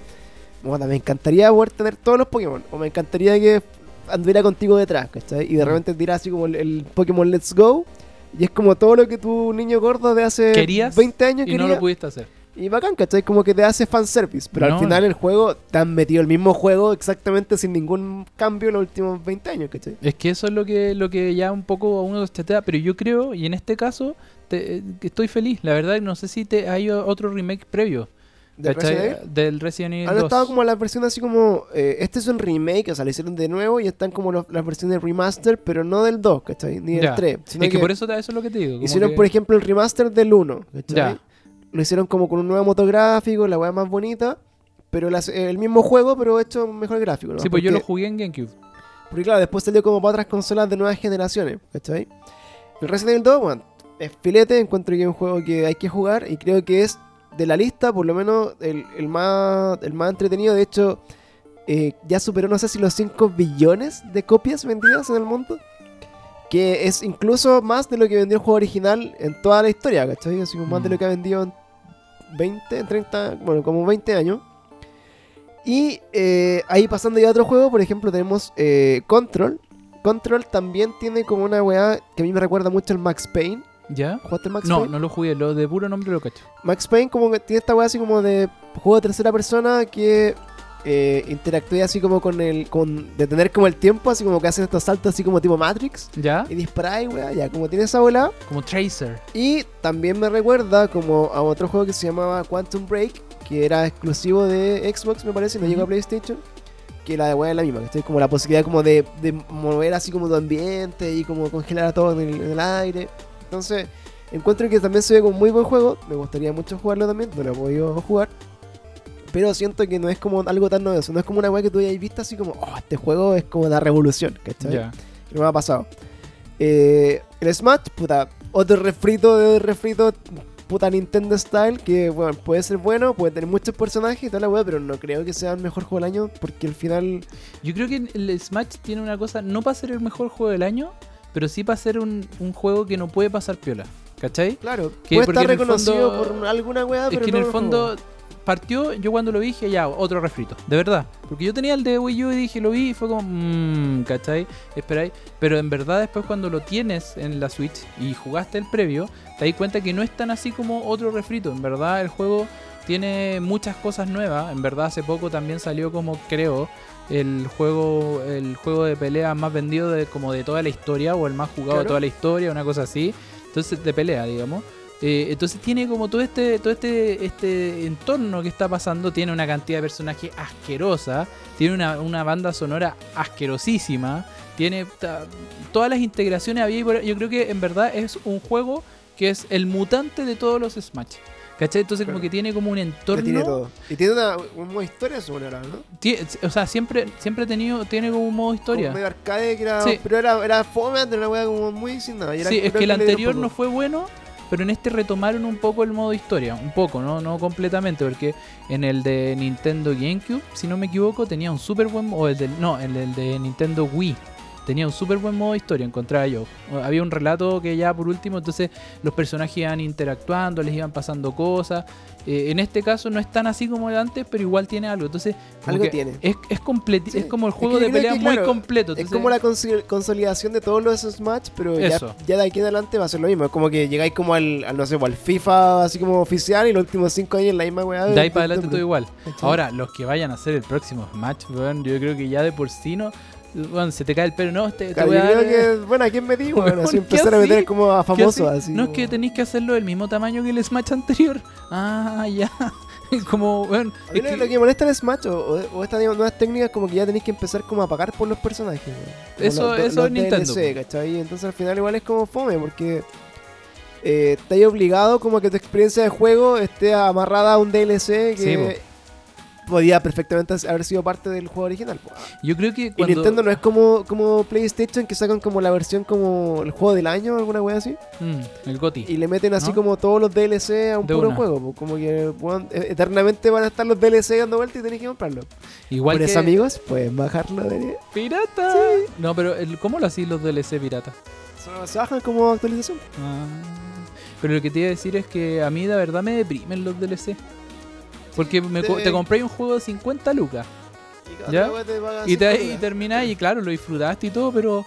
Speaker 2: "Puta, me encantaría poder tener todos los Pokémon, o me encantaría que anduviera contigo detrás, ¿cachai? Y de
Speaker 1: Mm.
Speaker 2: repente dirás así como el, el Pokémon Let's Go, y es como todo lo que tu niño gordo de hace
Speaker 1: Querías
Speaker 2: 20 años
Speaker 1: Y
Speaker 2: quería.
Speaker 1: no lo pudiste hacer.
Speaker 2: Y bacán, ¿cachai? Como que te hace fanservice. Pero
Speaker 1: No.
Speaker 2: al final el juego te han metido el mismo juego exactamente sin ningún cambio en los últimos 20 años, ¿cachai?
Speaker 1: Es que eso es lo que, lo que ya un poco a uno te da, pero yo creo, y en este caso, te- eh, que estoy feliz. La verdad, no sé si te, hay o- otro remake previo
Speaker 2: ¿Del
Speaker 1: ¿cachai?
Speaker 2: Resident Evil?
Speaker 1: del Resident Evil
Speaker 2: Han
Speaker 1: 2.
Speaker 2: estado como las versiones así como. eh, este es un remake, o sea, lo hicieron de nuevo y están como los- las versiones remaster, pero no del 2, ¿cachai? Ni del
Speaker 1: Ya.
Speaker 2: 3.
Speaker 1: es
Speaker 2: sino
Speaker 1: que, por eso, eso es lo que te digo. como
Speaker 2: hicieron,
Speaker 1: que-
Speaker 2: por ejemplo, el remaster del 1, ¿cachai?
Speaker 1: Ya.
Speaker 2: Lo hicieron como con un nuevo motográfico, la weá más bonita, pero las- el mismo juego, pero hecho mejor gráfico, ¿no?
Speaker 1: Sí, pues yo
Speaker 2: Porque-
Speaker 1: lo jugué en GameCube.
Speaker 2: Porque claro, después salió como para otras consolas de nuevas generaciones, ¿cachai? El Resident Evil 2, bueno, es filete, encuentro que es un juego que hay que jugar y creo que es de la lista, por lo menos, el, el más, el más entretenido. De hecho, eh, ya superó no sé si los 5 billones de copias vendidas en el mundo. Que es incluso más de lo que vendió el juego original en toda la historia, ¿cachai? Así como más de
Speaker 1: Mm.
Speaker 2: lo que ha vendido en 20, en 30, bueno, como 20 años. Y eh, ahí pasando ya a otro juego, por ejemplo, tenemos eh, Control. Control también tiene como una weá que a mí me recuerda mucho al Max Payne.
Speaker 1: ¿Ya?
Speaker 2: ¿Jugaste el Max
Speaker 1: No,
Speaker 2: Payne?
Speaker 1: no lo jugué, lo de puro nombre lo cacho.
Speaker 2: Max Payne como que tiene esta weá así como de juego de tercera persona que eh, interactúa así como con el... Con, de tener como el tiempo, así como que hacen estos saltos así como tipo Matrix.
Speaker 1: ¿Ya?
Speaker 2: Y disparáis, weá, ya, como tiene esa bola.
Speaker 1: Como Tracer.
Speaker 2: Y también me recuerda como a otro juego que se llamaba Quantum Break, que era exclusivo de Xbox, me parece, y no llegó a
Speaker 1: Ujú.
Speaker 2: PlayStation. Que la de weá es la misma, que estoy como la posibilidad como de, de mover así como tu ambiente y como congelar a todo en el, en el aire. Entonces, encuentro que también se ve como muy buen juego. Me gustaría mucho jugarlo también, no lo he podido jugar. Pero siento que no es como algo tan novedoso, no es como una weá que tú hayas visto así como, oh, este juego es como la revolución, ¿cachai?
Speaker 1: Ya.
Speaker 2: que no me ha pasado. Eh, el Smash, puta, otro refrito de otro refrito, puta Nintendo Style, que bueno, puede ser bueno, puede tener muchos personajes y toda la weá, pero no creo que sea el mejor juego del año, porque al final,
Speaker 1: Yo creo que el Smash tiene una cosa, no para ser el mejor juego del año, pero sí para ser un, un juego que no puede pasar piola. ¿Cachai?
Speaker 2: claro,
Speaker 1: Que
Speaker 2: puede
Speaker 1: porque
Speaker 2: estar
Speaker 1: en el
Speaker 2: reconocido
Speaker 1: fondo-
Speaker 2: por alguna weá,
Speaker 1: Es
Speaker 2: pero
Speaker 1: que en
Speaker 2: no
Speaker 1: el
Speaker 2: como-
Speaker 1: fondo partió, yo cuando lo vi dije, ya, otro refrito, de verdad. Porque yo tenía el de Wii U y dije, lo vi y fue como, mmm, ¿cachai? Esperáis. Pero en verdad después cuando lo tienes en la Switch y jugaste el previo, te das cuenta que no es tan así como otro refrito. En verdad el juego tiene muchas cosas nuevas. En verdad hace poco también salió como, creo, el juego el juego de pelea más vendido de como de toda la historia o el más jugado de
Speaker 2: Claro.
Speaker 1: toda la historia, una cosa así. Entonces de pelea, digamos. Eh, entonces tiene como todo este, todo este, este entorno que está pasando, tiene una cantidad de personajes asquerosa, tiene una, una banda sonora asquerosísima, tiene ta- todas las integraciones había y por- Yo creo que en verdad es un juego que es el mutante de todos los Smash. ¿Cachai? Entonces como
Speaker 2: Claro.
Speaker 1: que tiene como un
Speaker 2: Lo
Speaker 1: entorno...
Speaker 2: tiene todo. Y tiene una, una historia sobre ahora, ¿no?
Speaker 1: Ti- o sea, siempre, siempre ha tenido, tiene como un modo historia.
Speaker 2: Como medio arcade que era.
Speaker 1: Sí.
Speaker 2: Pero era, era fome antes, una wea como muy sin nada. y era-
Speaker 1: Sí,
Speaker 2: creo
Speaker 1: es que el
Speaker 2: le dieron
Speaker 1: anterior
Speaker 2: poco.
Speaker 1: no fue bueno, pero en este retomaron un poco el modo historia, un poco, no no completamente, porque en el de Nintendo GameCube, si no me equivoco, tenía un súper buen o el del no, en el de Nintendo Wii tenía un súper buen modo historia, encontraba yo. Había un relato que ya por último, entonces los personajes iban interactuando, les iban pasando cosas. Eh, en este caso no es tan así como de antes, pero igual tiene algo. Entonces, como
Speaker 2: Algo
Speaker 1: que
Speaker 2: tiene.
Speaker 1: Es, es, completi-
Speaker 2: Sí.
Speaker 1: es como el
Speaker 2: Es
Speaker 1: juego
Speaker 2: que yo
Speaker 1: de
Speaker 2: creo
Speaker 1: pelea
Speaker 2: que,
Speaker 1: muy
Speaker 2: claro,
Speaker 1: completo.
Speaker 2: Es
Speaker 1: entonces-
Speaker 2: como la consi- consolidación de todos los Smash, pero ya,
Speaker 1: Eso.
Speaker 2: ya de aquí en adelante va a ser lo mismo. Es como que llegáis como al, al, no sé, al FIFA así como oficial y los últimos cinco años la misma weá.
Speaker 1: De ahí para adelante todo
Speaker 2: Nombre.
Speaker 1: igual.
Speaker 2: ¿Cachai?
Speaker 1: Ahora, los que vayan a hacer el próximo match, weón, yo creo que ya de por sí no. weón, se te cae el pelo, no, te, te
Speaker 2: Claro,
Speaker 1: voy a
Speaker 2: yo
Speaker 1: dar, eh,
Speaker 2: creo que, bueno, ¿a
Speaker 1: [LAUGHS]
Speaker 2: quién metí?
Speaker 1: Weón,
Speaker 2: Bueno, así
Speaker 1: ¿qué
Speaker 2: empezar a
Speaker 1: así?
Speaker 2: meter como a
Speaker 1: ¿qué
Speaker 2: famosos
Speaker 1: así?
Speaker 2: así.
Speaker 1: No es que
Speaker 2: como-
Speaker 1: tenéis que hacerlo del mismo tamaño que el Smash anterior. [LAUGHS] Ah, ya. [LAUGHS] Como, weón.
Speaker 2: A mí
Speaker 1: es
Speaker 2: lo,
Speaker 1: que-
Speaker 2: lo que me molesta el Smash o, o- o estas nuevas técnicas como que ya tenéis que empezar como a pagar por los personajes. ¿no? Como
Speaker 1: Eso-
Speaker 2: los-
Speaker 1: eso
Speaker 2: los
Speaker 1: es
Speaker 2: DLC,
Speaker 1: Nintendo, pues.
Speaker 2: ¿cachai? Entonces al final igual es como fome porque eh, estáis obligado como a que tu experiencia de juego esté amarrada a un DLC que
Speaker 1: Sí,
Speaker 2: podía perfectamente haber sido parte del juego original. po.
Speaker 1: Yo creo que
Speaker 2: Y
Speaker 1: cuando.
Speaker 2: Nintendo no es como, como PlayStation que sacan como la versión como el juego del año o alguna wea así
Speaker 1: Mm, el Goti.
Speaker 2: y le meten así
Speaker 1: ¿No?
Speaker 2: como todos los DLC a un
Speaker 1: De
Speaker 2: puro
Speaker 1: una.
Speaker 2: juego. po. Como que weón, e- eternamente van a estar los DLC dando vueltas y tenés que comprarlo.
Speaker 1: Igual
Speaker 2: Por
Speaker 1: que.
Speaker 2: eso, amigos, pueden bajarlo de.
Speaker 1: ¡Pirata! No, pero el- ¿cómo lo hacís los DLC pirata?
Speaker 2: Solo Se bajan como actualización.
Speaker 1: Ah. Pero lo que te iba a decir es que a mí de verdad me deprimen los DLC. Porque me co-
Speaker 2: te-
Speaker 1: te compré un juego de 50 lucas. ¿Ya? otra Y, te, y terminás y claro, lo disfrutaste y todo, pero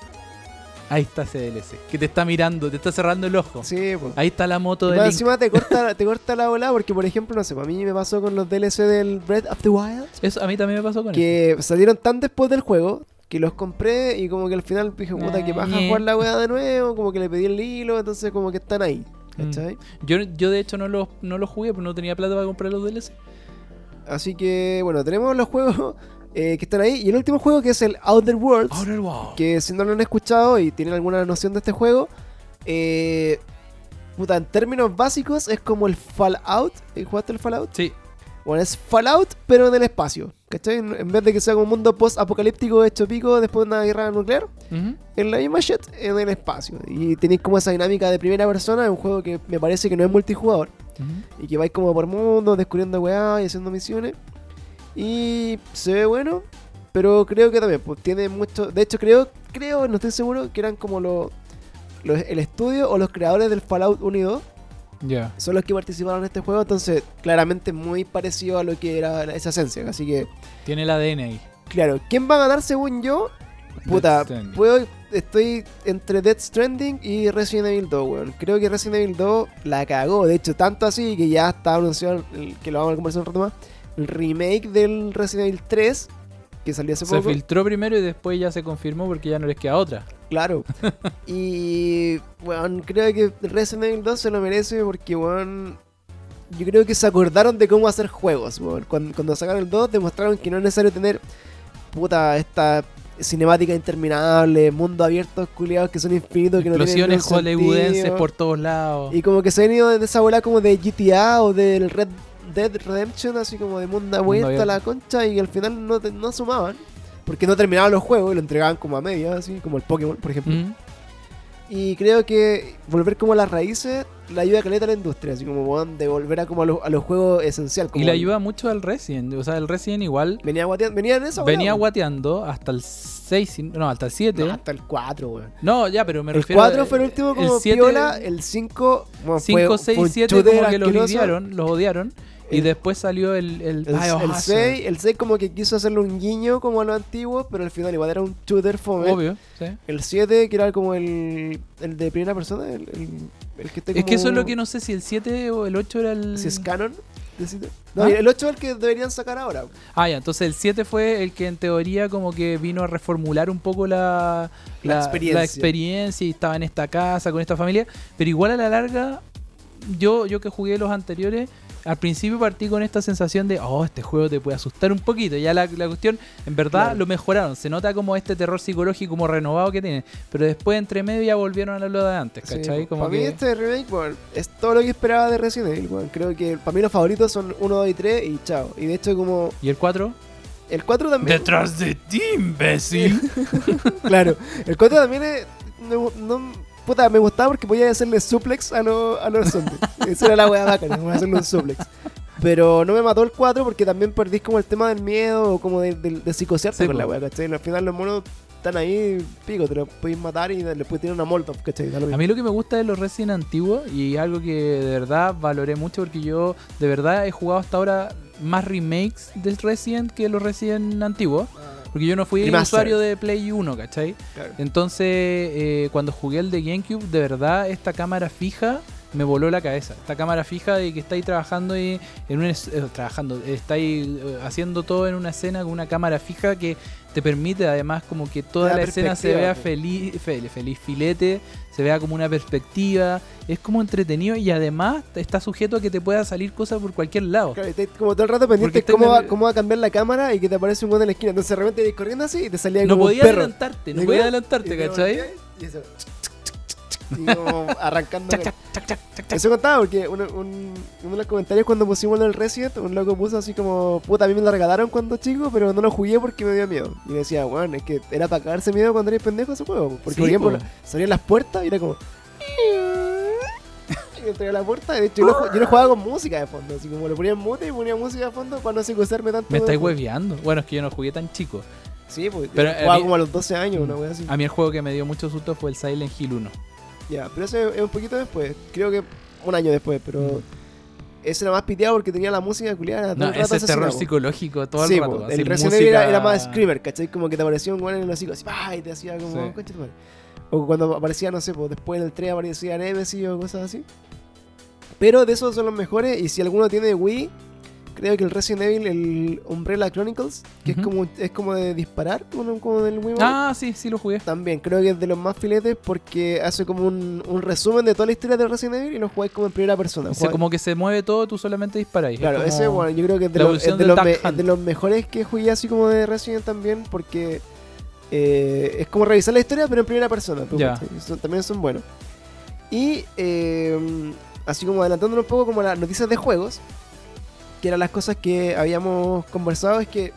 Speaker 1: ahí está ese DLC, que te está mirando, te está cerrando el ojo.
Speaker 2: Sí, pues.
Speaker 1: Ahí está la moto de
Speaker 2: Más
Speaker 1: Link.
Speaker 2: encima te corta, te corta la bola porque, por ejemplo, no sé, pues, a mí me pasó con los DLC del Breath of the Wild
Speaker 1: Eso a mí también me pasó con eso.
Speaker 2: que salieron tan después del juego que los compré y como que al final dije, puta, que
Speaker 1: Ah,
Speaker 2: baja
Speaker 1: ñe.
Speaker 2: jugar la weá de nuevo, como que le pedí el hilo, entonces como que están ahí.
Speaker 1: Mm.
Speaker 2: ¿Cachai?
Speaker 1: Yo, yo de hecho no los no los jugué, porque no tenía plata para comprar los DLC.
Speaker 2: Así que, bueno, tenemos los juegos [LAUGHS] eh, que están ahí. Y el último juego que es el Outer Worlds.
Speaker 1: Outer Worlds.
Speaker 2: que si no lo han escuchado y tienen alguna noción de este juego, eh, puta, en términos básicos es como el Fallout. ¿Eh, ¿Jugaste el Fallout?
Speaker 1: Sí,
Speaker 2: Bueno, es Fallout, pero en el espacio. ¿Cachai? En en vez de que sea un mundo post-apocalíptico hecho pico después de una guerra nuclear,
Speaker 1: Ujú.
Speaker 2: en la misma shit, en el espacio. Y tenéis como esa dinámica de primera persona, en un juego que me parece que no es multijugador
Speaker 1: Ujú.
Speaker 2: y que vais como por mundo, descubriendo weá y haciendo misiones. Y se ve bueno, pero creo que también, pues tiene mucho. De hecho, creo, creo, no estoy seguro, que eran como los. los- el estudio o los creadores del Fallout 1 y 2
Speaker 1: Ya.
Speaker 2: son los que participaron en este juego, entonces claramente muy parecido a lo que era la- esa esencia. Así que,
Speaker 1: Tiene el ADN ahí. Este
Speaker 2: claro, ¿quién va a ganar según yo? Puta,
Speaker 1: Death Stranding.
Speaker 2: puedo, estoy entre Death Stranding y Resident Evil 2, weón. Creo que Resident Evil 2 la cagó. De hecho, tanto así que ya está anunciado, el- que lo vamos a conversar un rato más, el remake del Resident Evil 3, que salió hace
Speaker 1: Se
Speaker 2: poco.
Speaker 1: filtró primero y después ya se confirmó porque ya no les queda otra. [LAUGHS]
Speaker 2: Claro. y, weón, creo que Resident Evil 2 se lo merece porque, weón, yo creo que se acordaron de cómo hacer juegos, weón. Cuando, cuando sacaron el 2 demostraron que no es necesario tener, puta, esta cinemática interminable, mundo abierto, culiados que son infinitos, que no tienen
Speaker 1: Explosiones
Speaker 2: ningún
Speaker 1: hollywoodenses
Speaker 2: sentido.
Speaker 1: por todos lados.
Speaker 2: Y como que se han ido de esa bola como de GTA o del Red Dead Redemption, así como de mundo abierto a la concha, y al final no, te- no sumaban. Porque no terminaban los juegos y lo entregaban como a medias, así como el Pokémon, por ejemplo.
Speaker 1: Mm.
Speaker 2: Y creo que volver como a las raíces le ayuda a caleta a la industria, así como weón, de volver a como a los, a los juegos esencial.
Speaker 1: Y
Speaker 2: Como
Speaker 1: le ayuda mucho al Resident. O sea, el Resident igual
Speaker 2: Venía, guateando- venía en esa weá,
Speaker 1: venía
Speaker 2: weón.
Speaker 1: guateando hasta el 6, no, hasta el 7.
Speaker 2: No, hasta el 4, weón.
Speaker 1: No, ya, pero me
Speaker 2: El
Speaker 1: refiero.
Speaker 2: 4 fue el último como piola, el 5 bueno, fue-
Speaker 1: 5,
Speaker 2: fue un
Speaker 1: 6, 7
Speaker 2: shooter
Speaker 1: como que los
Speaker 2: asqueroso.
Speaker 1: odiaron, los odiaron. Y
Speaker 2: El-
Speaker 1: después salió el. El, oh,
Speaker 2: El,
Speaker 1: Biohazard,
Speaker 2: el 6, el 6 como que quiso hacerle un guiño como a lo antiguo, pero al final igual era un shooter fome.
Speaker 1: Obvio, sí.
Speaker 2: El 7 que era como el, el de primera persona, el, el- el que está
Speaker 1: Es que eso es
Speaker 2: como-
Speaker 1: lo que no sé si el 7 o el 8 era el.
Speaker 2: Si es canon. decide- No,
Speaker 1: ¿Ah?
Speaker 2: el 8 es el que deberían sacar ahora.
Speaker 1: Ah, ya, entonces el 7 fue el que en teoría como que vino a reformular un poco la,
Speaker 2: La experiencia.
Speaker 1: experiencia y estaba en esta casa con esta familia, pero igual a la larga yo, yo que jugué los anteriores, al principio partí con esta sensación de, oh, este juego te puede asustar un poquito. Ya la, la cuestión, en verdad,
Speaker 2: Claro.
Speaker 1: lo mejoraron. Se nota como este terror psicológico como renovado que tiene. Pero después, entre medio, ya volvieron a lo de antes,
Speaker 2: Sí,
Speaker 1: ¿cachai?
Speaker 2: po.
Speaker 1: como
Speaker 2: para mí
Speaker 1: que-
Speaker 2: este remake, weón, es todo lo que esperaba de Resident Evil, weón. Creo que para mí los favoritos son 1, 2 y 3 y chao. Y de hecho como
Speaker 1: ¿Y el 4?
Speaker 2: el 4 también...
Speaker 1: Detrás de ti, imbécil.
Speaker 2: [LAUGHS] Claro, el 4 también es... No, no- puta, me gustaba porque podía hacerle suplex a, lo- a los
Speaker 1: [LAUGHS]
Speaker 2: zombies. Esa era la wea bacana, como hacerle un suplex. Pero no me mató el 4 porque también perdí como el tema del miedo o como de, de, de psicosearte
Speaker 1: Sí,
Speaker 2: con
Speaker 1: po.
Speaker 2: la wea, ¿cachai? Al final los monos están ahí, pico, te los podéis matar y les puedes tirar una molotov, ¿cachai? Da lo
Speaker 1: A
Speaker 2: mismo.
Speaker 1: mí lo que me gusta de los Resident antiguos y algo que de verdad valoré mucho porque yo de verdad he jugado hasta ahora más remakes de Resident que los Resident antiguos. Porque yo no fui
Speaker 2: Remastered.
Speaker 1: usuario de Play 1, ¿cachai?
Speaker 2: Claro.
Speaker 1: Entonces, eh, cuando jugué el de GameCube, de verdad esta cámara fija me voló la cabeza. Esta cámara fija de que estáis trabajando y en un es- eh, trabajando, estáis eh, haciendo todo en una escena con una cámara fija que te permite además como que toda
Speaker 2: Da
Speaker 1: la, escena se
Speaker 2: perspectiva,
Speaker 1: vea
Speaker 2: po.
Speaker 1: feliz, fel- feliz filete, se vea como una perspectiva, es como entretenido y además está sujeto a que te pueda salir cosas por cualquier lado.
Speaker 2: Claro, y estáis como todo el rato pendiente
Speaker 1: Porque
Speaker 2: de cómo,
Speaker 1: estoy
Speaker 2: va,
Speaker 1: nervio-
Speaker 2: cómo va a cambiar la cámara y que te aparece un güey en la esquina. Entonces de repente vais corriendo así y te salía
Speaker 1: No
Speaker 2: como
Speaker 1: podía
Speaker 2: un perro.
Speaker 1: adelantarte, no
Speaker 2: ¿De
Speaker 1: podía
Speaker 2: acuerdo?
Speaker 1: adelantarte,
Speaker 2: Y te
Speaker 1: ¿cachai?
Speaker 2: volteáis Y eso. [LAUGHS] Y como arrancando.
Speaker 1: Chac, chac, chac, chac, chac.
Speaker 2: Eso contaba porque uno, un- uno de los comentarios cuando pusimos lo del Resident, un loco puso así como, puta, a mí me lo regalaron cuando chico, pero no lo jugué porque me dio miedo. Y me decía, bueno, es que era para cagarse miedo cuando eres pendejo ese juego. Porque,
Speaker 1: Sí,
Speaker 2: por ejemplo,
Speaker 1: po.
Speaker 2: la- salían las puertas y era como... [LAUGHS] Y entré a la puerta, y de hecho yo lo, ju- yo lo jugaba con música de fondo, así como lo ponía en mute y ponía música de fondo para no psicosearme tanto.
Speaker 1: Me estáis
Speaker 2: después.
Speaker 1: hueveando. Bueno, es que yo no jugué tan chico.
Speaker 2: Sí, pues
Speaker 1: Pero
Speaker 2: yo
Speaker 1: a
Speaker 2: jugaba
Speaker 1: mí-
Speaker 2: como a los 12 años, una wea así.
Speaker 1: A mí el juego que me dio mucho susto fue el Silent Hill 1.
Speaker 2: Ya, pero eso es un poquito después. Creo que un año después, pero. Ese era más piteado porque tenía la música culiada.
Speaker 1: No, ese es terror psicológico todo el
Speaker 2: sí,
Speaker 1: rato.
Speaker 2: po,
Speaker 1: así,
Speaker 2: el Resident Evil era,
Speaker 1: música-
Speaker 2: era más screamer, ¿cachai? Como que te aparecía un guan en el hocico así, ¡pah! y te hacía como, "Oh,
Speaker 1: Sí.
Speaker 2: "Concha tu madre". O cuando aparecía, no sé, pues después en el 3 aparecía Nemesis o cosas así. Pero de esos son los mejores, y si alguno tiene Wii, creo que el Resident Evil, el Umbrella Chronicles, que es
Speaker 1: Ujú.
Speaker 2: como es como de disparar, como, como del Wii. Mode.
Speaker 1: Ah, sí, sí lo jugué.
Speaker 2: También creo que es de los más filetes porque hace como un, un resumen de toda la historia de Resident Evil y lo jugáis como en primera persona.
Speaker 1: O sea,
Speaker 2: Jugáis-
Speaker 1: como que se mueve todo, tú solamente disparáis. Es
Speaker 2: claro,
Speaker 1: como-
Speaker 2: ese bueno, yo creo que es de,
Speaker 1: la
Speaker 2: los,
Speaker 1: evolución
Speaker 2: es de
Speaker 1: del
Speaker 2: los
Speaker 1: Duck
Speaker 2: me-
Speaker 1: Hunt.
Speaker 2: de los mejores que jugué así como de Resident también porque eh, es como revisar la historia pero en primera persona. tú,
Speaker 1: Ya.
Speaker 2: ¿cachai? Son- también son buenos. Y eh, así como adelantándonos un poco como las noticias de juegos, que eran las cosas que habíamos conversado, es que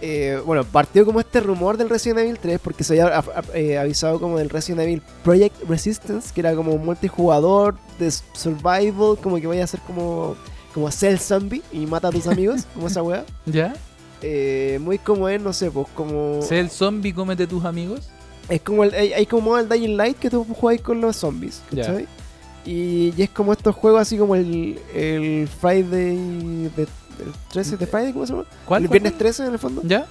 Speaker 2: eh, bueno, partió como este rumor del Resident Evil 3 porque se había af- af- eh, avisado como del Resident Evil Project Resistance, que era como un multijugador de s- survival, como que vaya a ser como, como Cell Zombie y mata a tus amigos, como esa weá.
Speaker 1: ¿Ya?
Speaker 2: Eh, muy como es, no sé, pues como...
Speaker 1: ¿Sé el zombie comete tus amigos?
Speaker 2: Es como el, hay, hay como el Dying Light que tú jugáis con los zombies,
Speaker 1: Ya.
Speaker 2: ¿cachai? Y, y es como estos juegos así como el, el Friday... De, el 13 de Friday, ¿cómo se llama?
Speaker 1: ¿Cuál? cuál,
Speaker 2: el viernes
Speaker 1: cuál?
Speaker 2: 13 en el fondo.
Speaker 1: ¿Ya?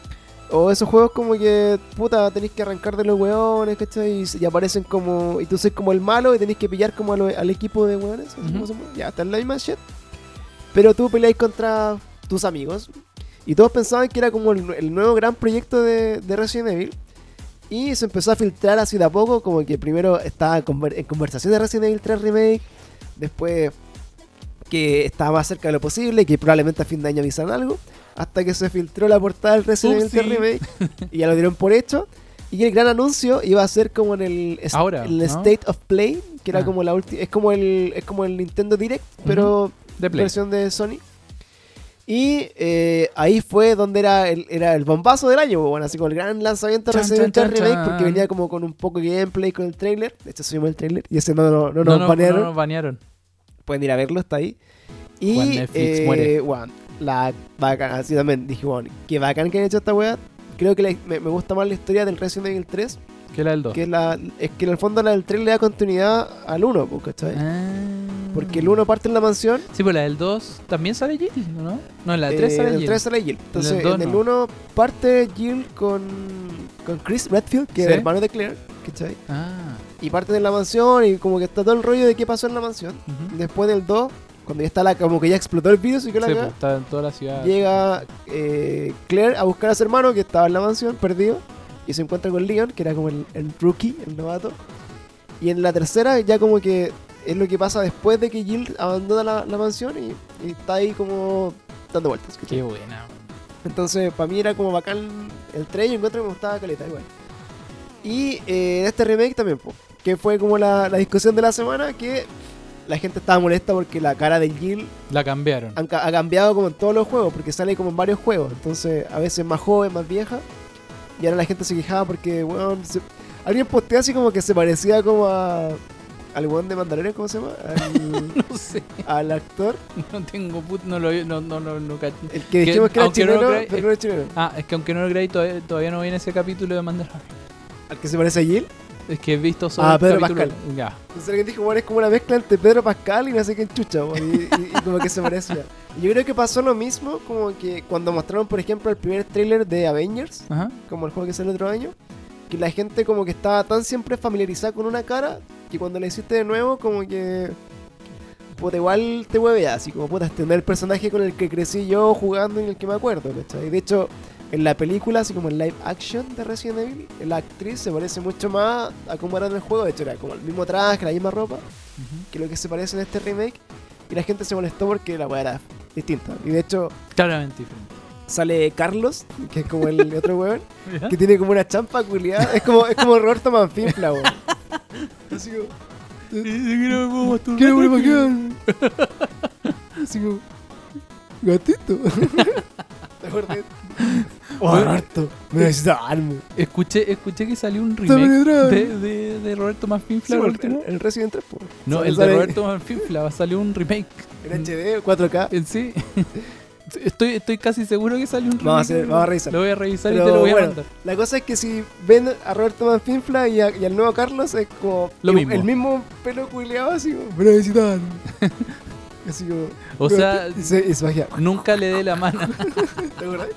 Speaker 2: O esos juegos como que, puta, tenéis que arrancar de los weones, ¿cachai? Y, y aparecen como. Y tú sois como el malo y tenéis que pillar como a lo- al equipo de weones. así
Speaker 1: Ujú.
Speaker 2: como somos. Ya, está en la misma shit. Pero tú peleáis contra tus amigos. Y todos pensaban que era como el, el nuevo gran proyecto de, de Resident Evil. Y se empezó a filtrar así de a poco, como que primero estaba conver- en conversación de Resident Evil 3 Remake. Después que estaba más cerca de lo posible, que probablemente a fin de año avisan algo, hasta que se filtró la portada del Resident Evil 3
Speaker 1: Upsi.
Speaker 2: Remake
Speaker 1: [LAUGHS]
Speaker 2: y ya lo dieron por hecho. Y el gran anuncio iba a ser como en el, est-
Speaker 1: Ahora,
Speaker 2: el
Speaker 1: ¿no?
Speaker 2: State of Play, que era
Speaker 1: Ah.
Speaker 2: como la última, es como el es como el Nintendo Direct, pero
Speaker 1: De Play.
Speaker 2: versión de Sony. Y eh, ahí fue donde era el, era el bombazo del año, bueno, así como el gran lanzamiento de
Speaker 1: Chan,
Speaker 2: Resident Evil
Speaker 1: chan,
Speaker 2: 3
Speaker 1: chan,
Speaker 2: Remake, porque
Speaker 1: chan.
Speaker 2: venía como con un poco de gameplay con el trailer. De hecho, subimos el trailer y ese no, no, no
Speaker 1: No,
Speaker 2: nos
Speaker 1: no,
Speaker 2: banearon
Speaker 1: no nos banearon.
Speaker 2: pueden ir a verlo, está ahí. Y
Speaker 1: Juan, Netflix
Speaker 2: eh,
Speaker 1: muere.
Speaker 2: Juan, la bacán, así también dije, bueno, qué bacán que han hecho esta weá. Creo que la- me, me gusta más la historia del Resident Evil 3,
Speaker 1: ¿Qué la del 2?
Speaker 2: que es la, es que en el fondo la del 3 le da continuidad al 1, po, ¿cachai? eh,
Speaker 1: Ah.
Speaker 2: Porque el 1 parte en la mansión,
Speaker 1: Sí, pues la del 2 también sale Jill, ¿no? No, en la del 3
Speaker 2: eh,
Speaker 1: sale
Speaker 2: en el
Speaker 1: Jill.
Speaker 2: 3 sale Jill. Entonces,
Speaker 1: dos
Speaker 2: en el
Speaker 1: no.
Speaker 2: 1 parte Jill con, con Chris Redfield, que es
Speaker 1: Sí.
Speaker 2: el hermano de Claire, ¿cachai?
Speaker 1: Ah.
Speaker 2: Y parte de la mansión y como que está todo el rollo de qué pasó en la mansión.
Speaker 1: ujú.
Speaker 2: Después del 2, cuando ya está la, como que ya explotó el virus y que la
Speaker 1: Sí,
Speaker 2: cagá,
Speaker 1: pues, está en toda la ciudad.
Speaker 2: Llega eh, Claire a buscar a su hermano que estaba en la mansión, perdido, y se encuentra con Leon, que era como el, el rookie, el novato. Y en la tercera ya como que es lo que pasa después de que Jill abandona la, la mansión y, y está ahí como dando vueltas. ¿cachai?
Speaker 1: Qué buena.
Speaker 2: Entonces, para mí era como bacán el trailer, encuentro que me gustaba caleta igual. Y eh, en este remake también, po, que fue como la, la discusión de la semana, que la gente estaba molesta porque la cara de Jill
Speaker 1: La cambiaron.
Speaker 2: han ca- ha cambiado como en todos los juegos, porque sale como en varios juegos. Entonces, a veces más joven, más vieja. Y ahora la gente se quejaba porque, weón, se- alguien postea así como que se parecía como a... Al weón de Mandalorian, ¿cómo se llama? Al,
Speaker 1: [LAUGHS] No sé,
Speaker 2: al actor.
Speaker 1: no tengo put, no lo no, no, no, no cach-
Speaker 2: El que dijimos que era
Speaker 1: aunque no
Speaker 2: chileno,
Speaker 1: lo creáis,
Speaker 2: pero no era chileno.
Speaker 1: Ah, es que aunque no lo creáis, todavía, todavía no vi en ese capítulo de Mandalorian.
Speaker 2: Al que se parece a Jill.
Speaker 1: Es que he visto solo
Speaker 2: Ah,
Speaker 1: el
Speaker 2: Pedro
Speaker 1: capítulo- Ya.
Speaker 2: Entonces alguien dijo, bueno, es como una mezcla entre Pedro Pascal y no sé quién chucha, weón", y, y- y como que se parecía. Y Yo creo que pasó lo mismo como que cuando mostraron, por ejemplo, el primer tráiler de Avengers,
Speaker 1: Ajá.
Speaker 2: como el juego que sale otro año, que la gente como que estaba tan siempre familiarizada con una cara que cuando la hiciste de nuevo como que... Puta, igual te hueve así como puta, este no es el personaje con el que crecí yo jugando y en el que me acuerdo, ¿cachai? De hecho, en la película, así como en live action de Resident Evil, la actriz se parece mucho más a como era en el juego, de hecho era como el mismo traje, la misma ropa,
Speaker 1: Ujú.
Speaker 2: que lo que se parece en este remake, y la gente se molestó porque la weá era distinta. Y de hecho,
Speaker 1: Claramente diferente.
Speaker 2: sale Carlos, que es como el otro weón, que tiene como una champa culiada. Es como, es como Roberto Manfinfla, weón. Así como, quiero volver pa' acá. Así como, [LAUGHS] gatito. ¿Te acuerdas? Oh, Roberto, me necesito alma.
Speaker 1: Escuché, escuché que salió un
Speaker 2: Está penetrado.
Speaker 1: remake de, de, de Roberto
Speaker 2: Sí,
Speaker 1: Manfinfla, el
Speaker 2: el,
Speaker 1: último.
Speaker 2: el- el Resident 3, po.
Speaker 1: No,
Speaker 2: Sale-
Speaker 1: el de
Speaker 2: sale
Speaker 1: Roberto Manfinfla, salió un remake.
Speaker 2: En HD, 4K.
Speaker 1: En sí. [LAUGHS] Estoy, estoy casi seguro que salió un remake.
Speaker 2: Vamos a hacer- vamos a revisar.
Speaker 1: Lo voy a revisar y
Speaker 2: Pero
Speaker 1: te lo voy
Speaker 2: bueno,
Speaker 1: a mandar.
Speaker 2: La cosa es que si ven a Roberto Manfinfla y, a- y al nuevo Carlos es como
Speaker 1: Lo
Speaker 2: el,
Speaker 1: mismo.
Speaker 2: el mismo pelo culeado así como, "Ven a visitar". [LAUGHS] así como,
Speaker 1: O
Speaker 2: [LAUGHS]
Speaker 1: sea,
Speaker 2: y se, y se bajea.
Speaker 1: nunca le dé la
Speaker 2: [LAUGHS]
Speaker 1: mano.
Speaker 2: ¿Te [LAUGHS] acordás?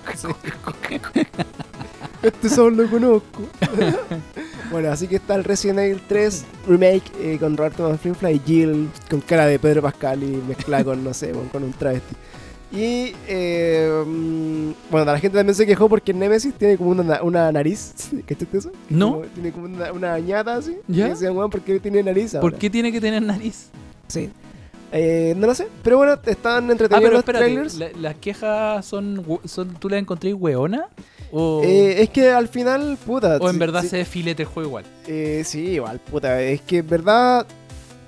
Speaker 2: Este solo lo [LAUGHS] conozco. bueno, así que está el Resident Evil 3 remake eh, con Roberto Manfrinfla y Jill con cara de Pedro Pascal y mezclada con, no sé, con, con un travesti. Y eh, mm, bueno, la gente también se quejó porque Nemesis tiene como una, na- una nariz. ¿Cachaste eso?
Speaker 1: No.
Speaker 2: Como- tiene como una, una añada así.
Speaker 1: ¿Ya?
Speaker 2: Y decían, bueno, ¿por qué tiene nariz ahora?
Speaker 1: ¿Por qué tiene que tener nariz?
Speaker 2: Sí. Eh, no lo sé. Pero bueno, estaban
Speaker 1: Ah,
Speaker 2: entretenidos
Speaker 1: pero
Speaker 2: los
Speaker 1: espérate,
Speaker 2: trailers.
Speaker 1: la- ¿las quejas son, hue- son tú las encontré hueona? ¿O,
Speaker 2: Eh, es que al final, puta.
Speaker 1: o en
Speaker 2: sí-
Speaker 1: verdad
Speaker 2: sí-
Speaker 1: se filete el juego igual?
Speaker 2: Eh, sí, igual, puta. Es que, en verdad,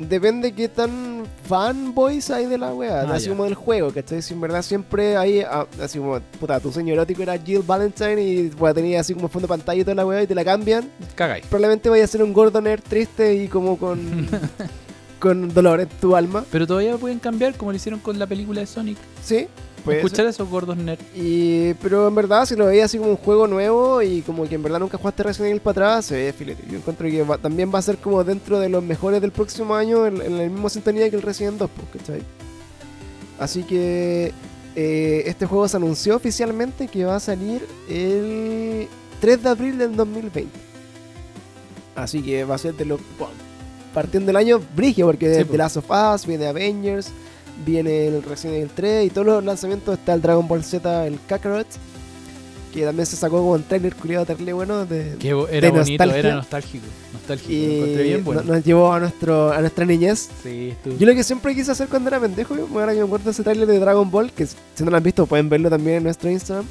Speaker 2: depende qué tan fanboys hay de la wea.
Speaker 1: Ah,
Speaker 2: así
Speaker 1: ya.
Speaker 2: como del juego, ¿cachai? Si en verdad siempre hay. ah, así como, puta, tu sueño erótico era Jill Valentine y puta, tenía así como fondo de pantalla y toda la wea y te la cambian.
Speaker 1: Cagáis.
Speaker 2: Probablemente vaya a ser un Gordon Air triste y
Speaker 1: [LAUGHS]
Speaker 2: como con. con dolor en tu alma.
Speaker 1: Pero todavía pueden cambiar como lo hicieron con la película de Sonic.
Speaker 2: Sí, puede ser.
Speaker 1: Escuchar a esos gordos nerds.
Speaker 2: Y, pero en verdad, si lo veía así como un juego nuevo y como que en verdad nunca jugaste Resident Evil para atrás, se ve filete. Yo encuentro que va- también va a ser como dentro de los mejores del próximo año en, en la misma sintonía que el Resident 2, pues, ¿cachai? Así que eh, este juego se anunció oficialmente que va a salir el 3 de abril del 2020. Así que va a ser de los. bueno, partiendo del año, brigio, porque
Speaker 1: Sí,
Speaker 2: de
Speaker 1: pues.
Speaker 2: The Last of Us, viene Avengers, viene el Resident Evil 3 y todos los lanzamientos está el Dragon Ball Z, el Kakarot, que también se sacó como un trailer culiado terrible bueno de,
Speaker 1: Que bo- era
Speaker 2: de
Speaker 1: bonito,
Speaker 2: nostalgia.
Speaker 1: era nostálgico. Nostálgico, lo encontré
Speaker 2: y
Speaker 1: bien
Speaker 2: no-
Speaker 1: bueno.
Speaker 2: nos llevó a nuestro a nuestra niñez.
Speaker 1: Sí, estuvo-
Speaker 2: Yo lo que siempre quise hacer cuando era pendejo, yo- ahora que me acuerdo de ese trailer de Dragon Ball, que si no lo han visto pueden verlo también en nuestro Instagram,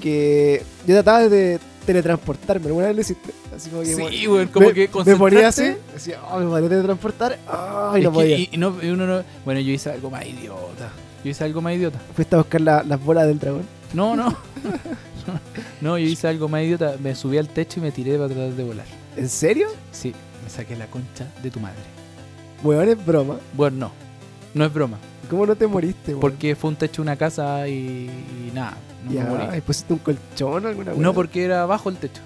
Speaker 2: que yo trataba de teletransportarme, alguna vez lo hiciste, así como que bueno,
Speaker 1: Sí, güey, como
Speaker 2: me,
Speaker 1: que
Speaker 2: me ponía así,
Speaker 1: concentrarte.
Speaker 2: decía, oh, me podría teletransportar, ay,
Speaker 1: Es
Speaker 2: no
Speaker 1: que-
Speaker 2: podía.
Speaker 1: y- y no- y uno no- Bueno, yo hice algo más idiota. Yo hice algo más idiota.
Speaker 2: Fuiste a buscar la- las bolas del dragón.
Speaker 1: No, no. [LAUGHS] no, yo hice algo más idiota. Me subí al techo y me tiré para tratar de volar.
Speaker 2: ¿En serio?
Speaker 1: Sí, me saqué la concha de tu madre.
Speaker 2: Weón, es broma.
Speaker 1: Bueno, no. No es broma.
Speaker 2: ¿Cómo no te moriste, weón?
Speaker 1: Porque fue un techo de una casa y, y nada. No
Speaker 2: Ya,
Speaker 1: me morí.
Speaker 2: ¿y pusiste un colchón o alguna
Speaker 1: No,
Speaker 2: weá?
Speaker 1: porque era bajo el techo.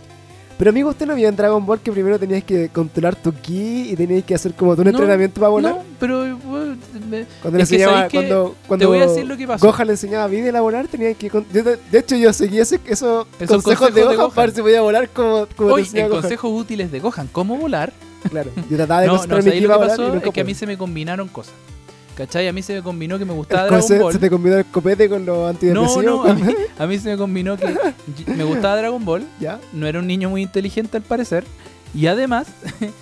Speaker 2: Pero amigo, usted no vio en Dragon Ball que primero tenías que controlar tu ki y tenías que hacer como todo un
Speaker 1: No,
Speaker 2: entrenamiento para volar.
Speaker 1: No, pero bueno, me-
Speaker 2: Cuando le
Speaker 1: Es que
Speaker 2: enseñaba,
Speaker 1: sabéis que
Speaker 2: cuando, cuando
Speaker 1: te voy a decir lo que pasó.
Speaker 2: Gohan le enseñaba a Videl a volar, tenía que... con- yo de, de hecho, yo seguí ese, esos, consejos,
Speaker 1: consejos
Speaker 2: de
Speaker 1: de
Speaker 2: Gohan,
Speaker 1: Gohan.
Speaker 2: para ver si podía volar como, como te
Speaker 1: Hoy
Speaker 2: enseñaba
Speaker 1: en
Speaker 2: Gohan.
Speaker 1: consejos útiles de Gohan, cómo volar.
Speaker 2: Claro, yo trataba de
Speaker 1: No, no,
Speaker 2: concentrar mi
Speaker 1: ahí
Speaker 2: ki
Speaker 1: lo
Speaker 2: para
Speaker 1: que
Speaker 2: volar y
Speaker 1: pasó
Speaker 2: nunca
Speaker 1: es que a mí
Speaker 2: pude.
Speaker 1: se me combinaron cosas. ¿Cachai? A mí se me combinó que me
Speaker 2: El
Speaker 1: gustaba
Speaker 2: cose-
Speaker 1: Dragon Ball.
Speaker 2: Se te combinó el copete con los
Speaker 1: No,
Speaker 2: antidepresivos.
Speaker 1: no, ah, a
Speaker 2: con-
Speaker 1: mí, a mí se me combinó que me gustaba Dragon Ball,
Speaker 2: ¿Ya?
Speaker 1: no era un niño muy inteligente al parecer, Y además,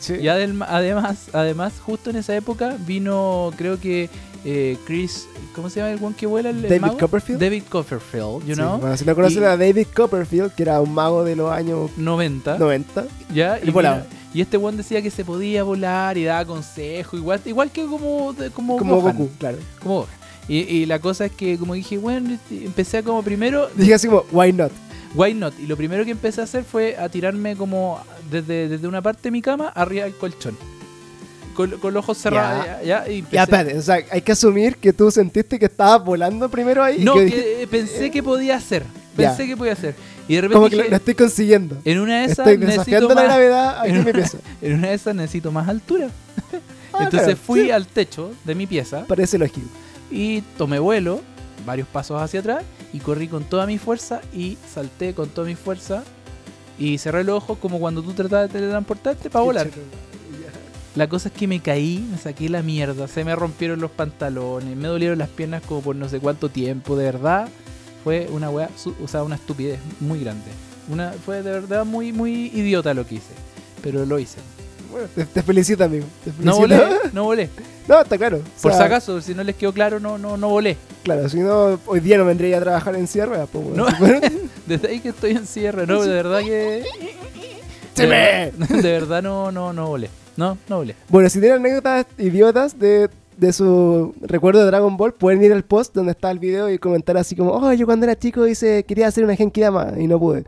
Speaker 2: Sí.
Speaker 1: y adem- además, además, justo en esa época vino, creo que eh, Chris, ¿cómo se llama el one que vuela? El, el
Speaker 2: David
Speaker 1: mago?
Speaker 2: Copperfield.
Speaker 1: David Copperfield, you
Speaker 2: Sí,
Speaker 1: know,
Speaker 2: bueno, si no conocen
Speaker 1: Y-
Speaker 2: a David Copperfield, que era un mago de los años
Speaker 1: 90.
Speaker 2: 90.
Speaker 1: ¿Ya?
Speaker 2: Él
Speaker 1: Y,
Speaker 2: volaba.
Speaker 1: mira, y este one decía que se podía volar y daba consejo, igual, igual que como, de- como,
Speaker 2: Como
Speaker 1: Gohan,
Speaker 2: Goku, claro.
Speaker 1: como Gohan. Y, y la cosa es que como dije, bueno, este, empecé como
Speaker 2: [LAUGHS]
Speaker 1: primero,
Speaker 2: Dije así como, why not?
Speaker 1: why not? Y lo primero que empecé a hacer fue a tirarme como desde, desde una parte de mi cama arriba del colchón. Con, con los ojos cerrados, ya, ya, y empecé-
Speaker 2: Ya, espérate, o sea, hay que asumir que tú sentiste que estabas volando primero ahí. y
Speaker 1: No,
Speaker 2: que
Speaker 1: que
Speaker 2: dijiste,
Speaker 1: eh, pensé que podía hacer.
Speaker 2: Ya.
Speaker 1: Pensé que podía hacer. Y de
Speaker 2: como
Speaker 1: repente
Speaker 2: que lo,
Speaker 1: dije,
Speaker 2: lo estoy consiguiendo.
Speaker 1: en una de esas
Speaker 2: Estoy
Speaker 1: necesito
Speaker 2: desafiando la
Speaker 1: más,
Speaker 2: gravedad aquí en
Speaker 1: [LAUGHS]
Speaker 2: mi pieza.
Speaker 1: en una de esas necesito más altura.
Speaker 2: Ah,
Speaker 1: Entonces
Speaker 2: claro,
Speaker 1: fui
Speaker 2: sí,
Speaker 1: al techo de mi pieza
Speaker 2: Parece lógico.
Speaker 1: y tomé vuelo, varios pasos hacia atrás, y corrí con toda mi fuerza y salté con toda mi fuerza y cerré los ojos como cuando tú tratabas de teletransportarte para volar. La cosa es que me caí, me saqué la mierda, se me rompieron los pantalones, me dolieron las piernas como por no sé cuánto tiempo, de verdad. Fue una weá, su- o sea, una estupidez muy grande. Una, fue de verdad muy, muy idiota lo que hice, pero lo hice.
Speaker 2: Bueno, te, te felicito, amigo. te
Speaker 1: No volé,
Speaker 2: felicito.
Speaker 1: no volé.
Speaker 2: [LAUGHS] no, está claro. O
Speaker 1: Por
Speaker 2: sea,
Speaker 1: si acaso, si no les quedó claro, no, no, no volé.
Speaker 2: Claro, si no, hoy día no vendría a trabajar en cierre. Pues, bueno.
Speaker 1: No. [LAUGHS] Desde ahí que estoy en cierre, no, de verdad que...
Speaker 2: [LAUGHS] Sí,
Speaker 1: De, de verdad no, no, no volé. No, no volé.
Speaker 2: Bueno, si tienen anécdotas idiotas de, de su recuerdo de Dragon Ball, pueden ir al post donde está el video y comentar así como, oh, yo cuando era chico hice, quería hacer una Genkidama y no pude.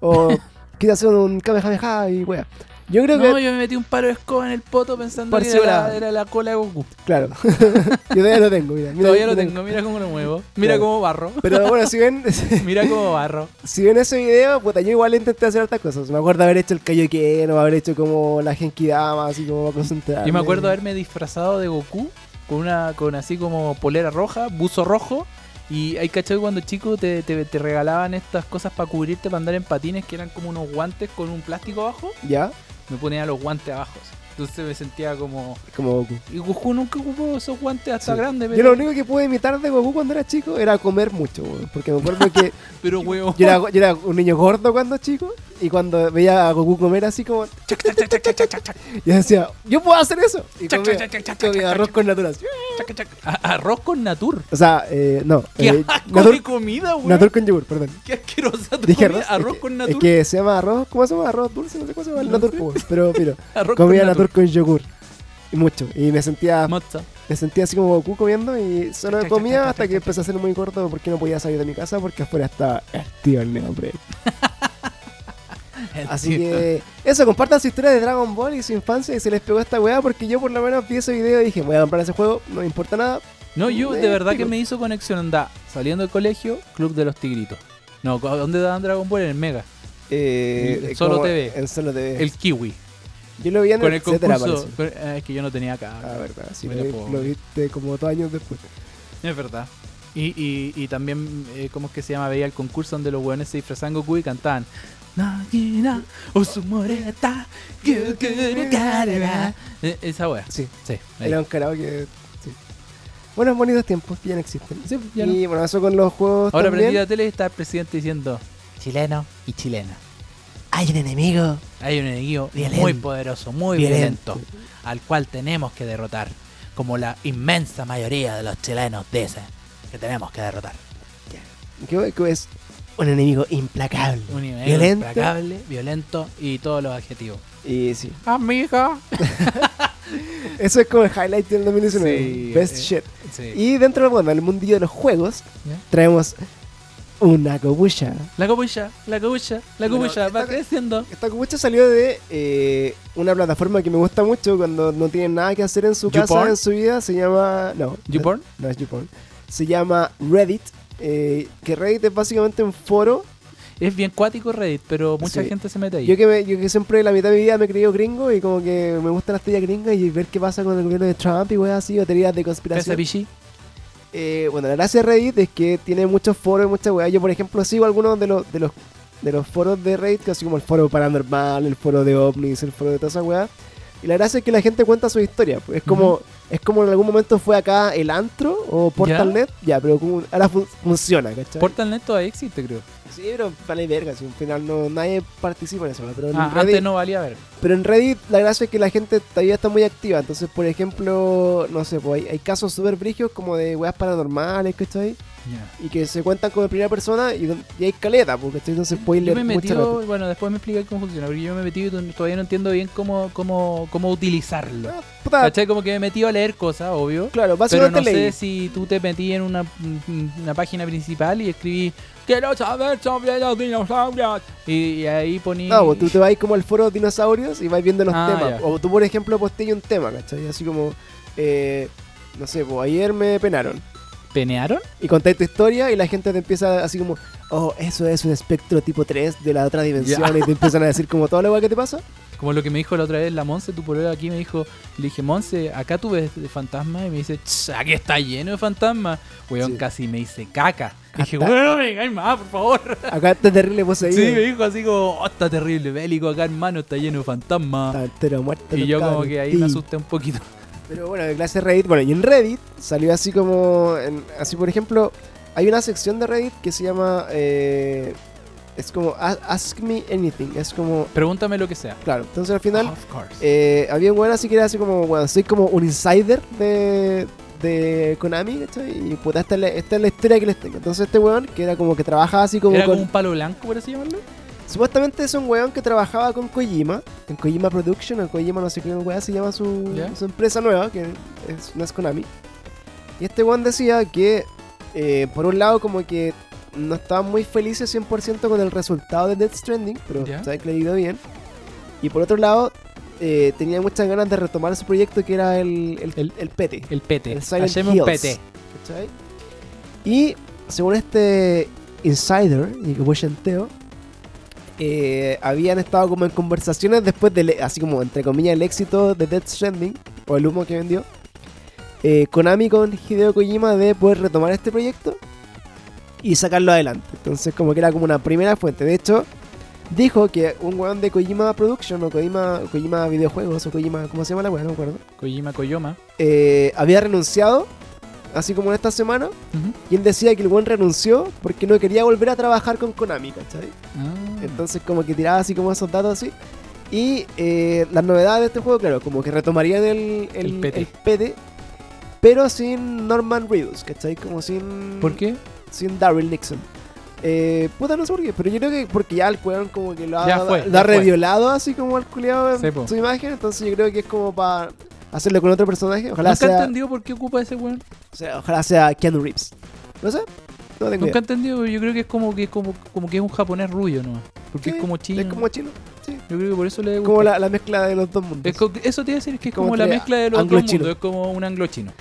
Speaker 1: [LAUGHS]
Speaker 2: O quise hacer un Kamehameha y wea. Yo creo
Speaker 1: No,
Speaker 2: que,
Speaker 1: yo me metí un paro de escoba en el poto pensando que
Speaker 2: Pareció
Speaker 1: era la,
Speaker 2: bravo.
Speaker 1: era la cola de Goku.
Speaker 2: claro, [LAUGHS] yo todavía lo tengo, mira. mira,
Speaker 1: Todavía lo tengo, mira cómo lo
Speaker 2: [LAUGHS]
Speaker 1: muevo, mira
Speaker 2: Claro.
Speaker 1: cómo barro,
Speaker 2: Pero bueno, si ven, [LAUGHS]
Speaker 1: mira cómo barro.
Speaker 2: si ven ese video, puta, yo igual intenté hacer hartas cosas. Me acuerdo haber hecho el Kaioken o haber hecho como la Genkidama, así como concentrar.
Speaker 1: Yo me acuerdo haberme disfrazado de Goku con una con así como polera roja, buzo rojo. Y hay cachado cuando chico te, te, te regalaban estas cosas para cubrirte, para andar en patines, que eran como unos guantes con un plástico abajo.
Speaker 2: ¿Ya?
Speaker 1: Me ponía los guantes abajo. así. Entonces me sentía como...
Speaker 2: Como Goku.
Speaker 1: Y Goku nunca ocupó esos guantes hasta
Speaker 2: Sí.
Speaker 1: grande,
Speaker 2: Yo lo
Speaker 1: pero,
Speaker 2: único que pude imitar de Goku cuando era chico era comer mucho, weón, porque me acuerdo que
Speaker 1: pero huevón. [LAUGHS]
Speaker 2: yo, era, yo era un niño gordo cuando chico y cuando veía a Goku comer así como
Speaker 1: Chac, chac, chac, chac, chac, chac, chac, chac,
Speaker 2: yo decía, yo puedo hacer eso. Y
Speaker 1: chac,
Speaker 2: comía,
Speaker 1: chac, chac, chac,
Speaker 2: comía
Speaker 1: chac,
Speaker 2: arroz con natural.
Speaker 1: chac, chac, chac. A- Arroz con natur.
Speaker 2: O sea, eh,
Speaker 1: [LAUGHS]
Speaker 2: no,
Speaker 1: ¡Qué
Speaker 2: eh,
Speaker 1: asco
Speaker 2: natur,
Speaker 1: de comida, weón!
Speaker 2: natur con yogur, perdón.
Speaker 1: ¡Qué asquerosa tu
Speaker 2: Dije
Speaker 1: comida!
Speaker 2: arroz,
Speaker 1: Arroz
Speaker 2: es que-
Speaker 1: con
Speaker 2: Es
Speaker 1: natur.
Speaker 2: que se llama arroz, ¿cómo se llama arroz dulce? No sé cómo se llama el
Speaker 1: No
Speaker 2: natur,
Speaker 1: sé.
Speaker 2: weón, pero mira,
Speaker 1: [LAUGHS] Arroz con
Speaker 2: comía
Speaker 1: natur.
Speaker 2: natur con yogur. Y mucho, y me sentía,
Speaker 1: Matza.
Speaker 2: me sentía así como Goku comiendo y solo
Speaker 1: Chac, chac, chac,
Speaker 2: comía
Speaker 1: chac,
Speaker 2: hasta que
Speaker 1: chac,
Speaker 2: empecé a ser muy corto porque no podía salir de mi casa porque afuera estaba el tío el neopreno. Así que eso, compartan su historia de Dragon Ball y su infancia y se les pegó esta weá porque yo por lo menos vi ese video y dije, voy a comprar ese juego, no me importa nada.
Speaker 1: No, yo de
Speaker 2: Eh,
Speaker 1: verdad que
Speaker 2: tipo-
Speaker 1: me hizo conexión. Anda, saliendo del colegio, Club de los Tigritos. No, ¿cu- ¿dónde daban Dragon Ball? En el Mega.
Speaker 2: Eh,
Speaker 1: En
Speaker 2: eh,
Speaker 1: Solo
Speaker 2: como
Speaker 1: TV.
Speaker 2: En solo TV.
Speaker 1: El Kiwi.
Speaker 2: yo lo vi Eh, en
Speaker 1: Con
Speaker 2: el
Speaker 1: el
Speaker 2: etcétera,
Speaker 1: concurso.
Speaker 2: parece.
Speaker 1: con- eh, es que yo no tenía
Speaker 2: Ah,
Speaker 1: acá.
Speaker 2: verdad, sí,
Speaker 1: Mira,
Speaker 2: lo, vi-
Speaker 1: po.
Speaker 2: lo viste como dos años después.
Speaker 1: Es verdad. Y, y, y también, eh, ¿cómo es que se llama? Veía el concurso donde los hueones se disfrazaban Goku y cantaban. Nagina, Osumoreta, Kyukurukareba. Eh, Esa wea.
Speaker 2: Sí,
Speaker 1: Sí. ahí.
Speaker 2: era un karaoke. Sí. Buenos bonitos tiempos que ya no existen.
Speaker 1: Sí, ya no.
Speaker 2: y bueno, eso con los juegos
Speaker 1: Ahora prendí
Speaker 2: también.
Speaker 1: la tele y está el presidente diciendo chileno y chilena.
Speaker 2: Hay un enemigo.
Speaker 1: Hay un enemigo
Speaker 2: Violento.
Speaker 1: muy poderoso, muy
Speaker 2: Violento.
Speaker 1: violento, al cual tenemos que derrotar, como la inmensa mayoría de los chilenos dicen que tenemos que derrotar.
Speaker 2: Que, que es un enemigo implacable.
Speaker 1: Un enemigo
Speaker 2: violento.
Speaker 1: implacable, violento y todos los adjetivos.
Speaker 2: Y sí.
Speaker 1: Amiga.
Speaker 2: Eso es como el highlight del 2019.
Speaker 1: Sí,
Speaker 2: Best
Speaker 1: eh.
Speaker 2: shit.
Speaker 1: Sí.
Speaker 2: Y dentro bueno, del mundillo de los juegos,
Speaker 1: ¿Ya?
Speaker 2: traemos una cobucha.
Speaker 1: La copucha, la copucha, la
Speaker 2: Bueno,
Speaker 1: copucha va
Speaker 2: esta-
Speaker 1: creciendo.
Speaker 2: Esta cobucha salió de eh, una plataforma que me gusta mucho cuando no tienen nada que hacer en su casa,
Speaker 1: ¿YouPorn?
Speaker 2: en su vida. Se llama. No.
Speaker 1: ¿YouPorn?
Speaker 2: No, es YouPorn. Se llama Reddit. eh, que Reddit es básicamente un foro.
Speaker 1: Es bien cuático Reddit, pero mucha
Speaker 2: Sí.
Speaker 1: gente se mete ahí.
Speaker 2: Yo que, me- yo que siempre la mitad de mi vida me he creído gringo y como que me gustan las teorías gringas y ver qué pasa con el gobierno de Trump y weas así, o teorías
Speaker 1: Pese
Speaker 2: de
Speaker 1: a
Speaker 2: conspiración.
Speaker 1: Pichí.
Speaker 2: Eh, bueno, la gracia de Reddit es que tiene muchos foros y muchas weas. Yo, por ejemplo, sigo algunos de los, de los de los foros de Reddit, así como el foro paranormal, el foro de ovnis, el foro de todas esas weas. Y la gracia es que la gente cuenta su historia. pues, Es como, es como en algún momento fue acá el antro o Portal.net, ya, pero como- ahora fun- funciona, ¿cachai?
Speaker 1: Portal Net todavía existe, creo.
Speaker 2: Sí, pero vale verga, si al final no, nadie participa en eso. ¿no? Pero en,
Speaker 1: Ah,
Speaker 2: Reddit,
Speaker 1: antes no valía ver.
Speaker 2: pero en Reddit la gracia es que la gente todavía está muy activa. Entonces, por ejemplo, no sé, pues hay, hay casos súper brigios como de weas paranormales, ¿cachai? Y que se cuentan como en primera persona y, don- y hay caleta, porque entonces puedes
Speaker 1: Yo
Speaker 2: leer
Speaker 1: me he
Speaker 2: mucha
Speaker 1: metido,
Speaker 2: lata.
Speaker 1: bueno, después me explica cómo funciona, porque yo me he metido y todavía no entiendo bien cómo, cómo, cómo utilizarlo.
Speaker 2: Ah, puta,
Speaker 1: ¿Cachai? Como que me he metido a leer cosas, obvio. Pero no
Speaker 2: Claro, básicamente leí.
Speaker 1: sé si tú te metí en una, mm, una página principal y escribí Quiero saber sobre los dinosaurios. Y, y ahí poní.
Speaker 2: No, pues tú te vas como al foro de dinosaurios y vas viendo los
Speaker 1: Ah,
Speaker 2: temas.
Speaker 1: ya.
Speaker 2: O tú, por ejemplo, posteas un tema, ¿cachai? Así como, eh, no sé, pues ayer me penaron.
Speaker 1: ¿Penearon?
Speaker 2: Y contáis tu historia y la gente te empieza así como, oh, eso es un espectro tipo 3 de la otra dimensión. Y te empiezan a decir como todo lo weá que te pasa.
Speaker 1: Como lo que me dijo la otra vez la Monse, tu polera aquí me dijo, le dije, Monse, acá tú ves de fantasmas y me dice, "Ch, aquí está lleno de fantasmas. Weón,
Speaker 2: Sí.
Speaker 1: casi me hice caca.
Speaker 2: Hasta-
Speaker 1: Dije, weón, no me digáis más, por favor.
Speaker 2: Acá está terrible vos ahí.
Speaker 1: Sí, me dijo así como, "Oh, está terrible, bélico acá, hermano, está lleno de fantasmas.
Speaker 2: Está entero muerto.
Speaker 1: Y
Speaker 2: los
Speaker 1: yo como
Speaker 2: cabros,
Speaker 1: que ahí
Speaker 2: sí.
Speaker 1: me asusté un poquito.
Speaker 2: Pero bueno, de clase Reddit. Bueno, y en Reddit salió así como. en- así, por ejemplo, hay una sección de Reddit que se llama. eh, es como "A- Ask Me Anything. Es como.
Speaker 1: Pregúntame lo que sea.
Speaker 2: Claro, entonces al final.
Speaker 1: Of course.
Speaker 2: eh, había un weón así que era así como. Bueno, soy como un insider de. De Konami, ¿cachai? Y puta, esta es, la, esta es la historia que les tengo. Entonces, este weón, que era como que trabajaba así como
Speaker 1: Era
Speaker 2: con.
Speaker 1: como un palo blanco, por así llamarlo.
Speaker 2: Supuestamente es un weón que trabajaba con Kojima, en Kojima Production, o Kojima no sé qué weón se llama su,
Speaker 1: ¿Ya?
Speaker 2: su empresa nueva, que es, no es Konami. Y este weón decía que, eh, por un lado, como que no estaban muy felices 100% con el resultado de Death Stranding, pero
Speaker 1: ¿Ya?
Speaker 2: sabe que le ha ido bien. Y por otro lado, eh, tenía muchas ganas de retomar su proyecto que era el, el,
Speaker 1: El-
Speaker 2: el E PT.
Speaker 1: El pete.
Speaker 2: El Silent
Speaker 1: Haceme un
Speaker 2: Hills.
Speaker 1: pete.
Speaker 2: ¿cachai? Y según este insider y que fue chanteo, eh, habían estado como en conversaciones después del, así como entre comillas, el éxito de Death Stranding, o el humo que vendió, eh, Konami con Hideo Kojima de poder retomar este proyecto y sacarlo adelante. Entonces como que era como una primera fuente. De hecho, dijo que un weón de Kojima Production o Kojima, Kojima Videojuegos o Kojima, ¿cómo se llama la weón? No me acuerdo.
Speaker 1: Kojima Koyoma.
Speaker 2: Eh, había renunciado, así como en esta semana,
Speaker 1: Ujú.
Speaker 2: y él decía que el buen renunció porque no quería volver a trabajar con Konami, ¿cachai?
Speaker 1: Ah.
Speaker 2: Entonces como que tiraba así como esos datos así. Y eh, las novedades de este juego, claro, como que retomarían el, el,
Speaker 1: El PT.
Speaker 2: el PT, pero sin Norman Reedus, ¿cachai? Como sin...
Speaker 1: Ah. ¿Por qué?
Speaker 2: Sin Daryl Nixon. Eh, puta, no sé por qué, pero yo creo que porque ya el weón como que lo ha,
Speaker 1: Ya fue,
Speaker 2: lo
Speaker 1: ya
Speaker 2: ha
Speaker 1: fue.
Speaker 2: reviolado así como al culiado en
Speaker 1: Sí, po.
Speaker 2: su imagen, entonces yo creo que es como para hacerlo con otro personaje. Ojalá
Speaker 1: Nunca he
Speaker 2: sea,
Speaker 1: entendido por qué ocupa ese weón.
Speaker 2: o sea, ojalá sea Keanu Reeves. No sé, no tengo idea.
Speaker 1: Nunca he entendido, pero yo creo que es como que como, como que es un japonés rubio nomás. Porque
Speaker 2: Sí,
Speaker 1: es como chino.
Speaker 2: Es como chino. Sí.
Speaker 1: Yo creo que por eso le
Speaker 2: Es
Speaker 1: gusta.
Speaker 2: como la, la mezcla de los dos mundos.
Speaker 1: Es co- eso te iba a decir que es
Speaker 2: Como
Speaker 1: como, la
Speaker 2: entre
Speaker 1: mezcla de los dos
Speaker 2: anglo-chino.
Speaker 1: mundos, es como un anglo-chino.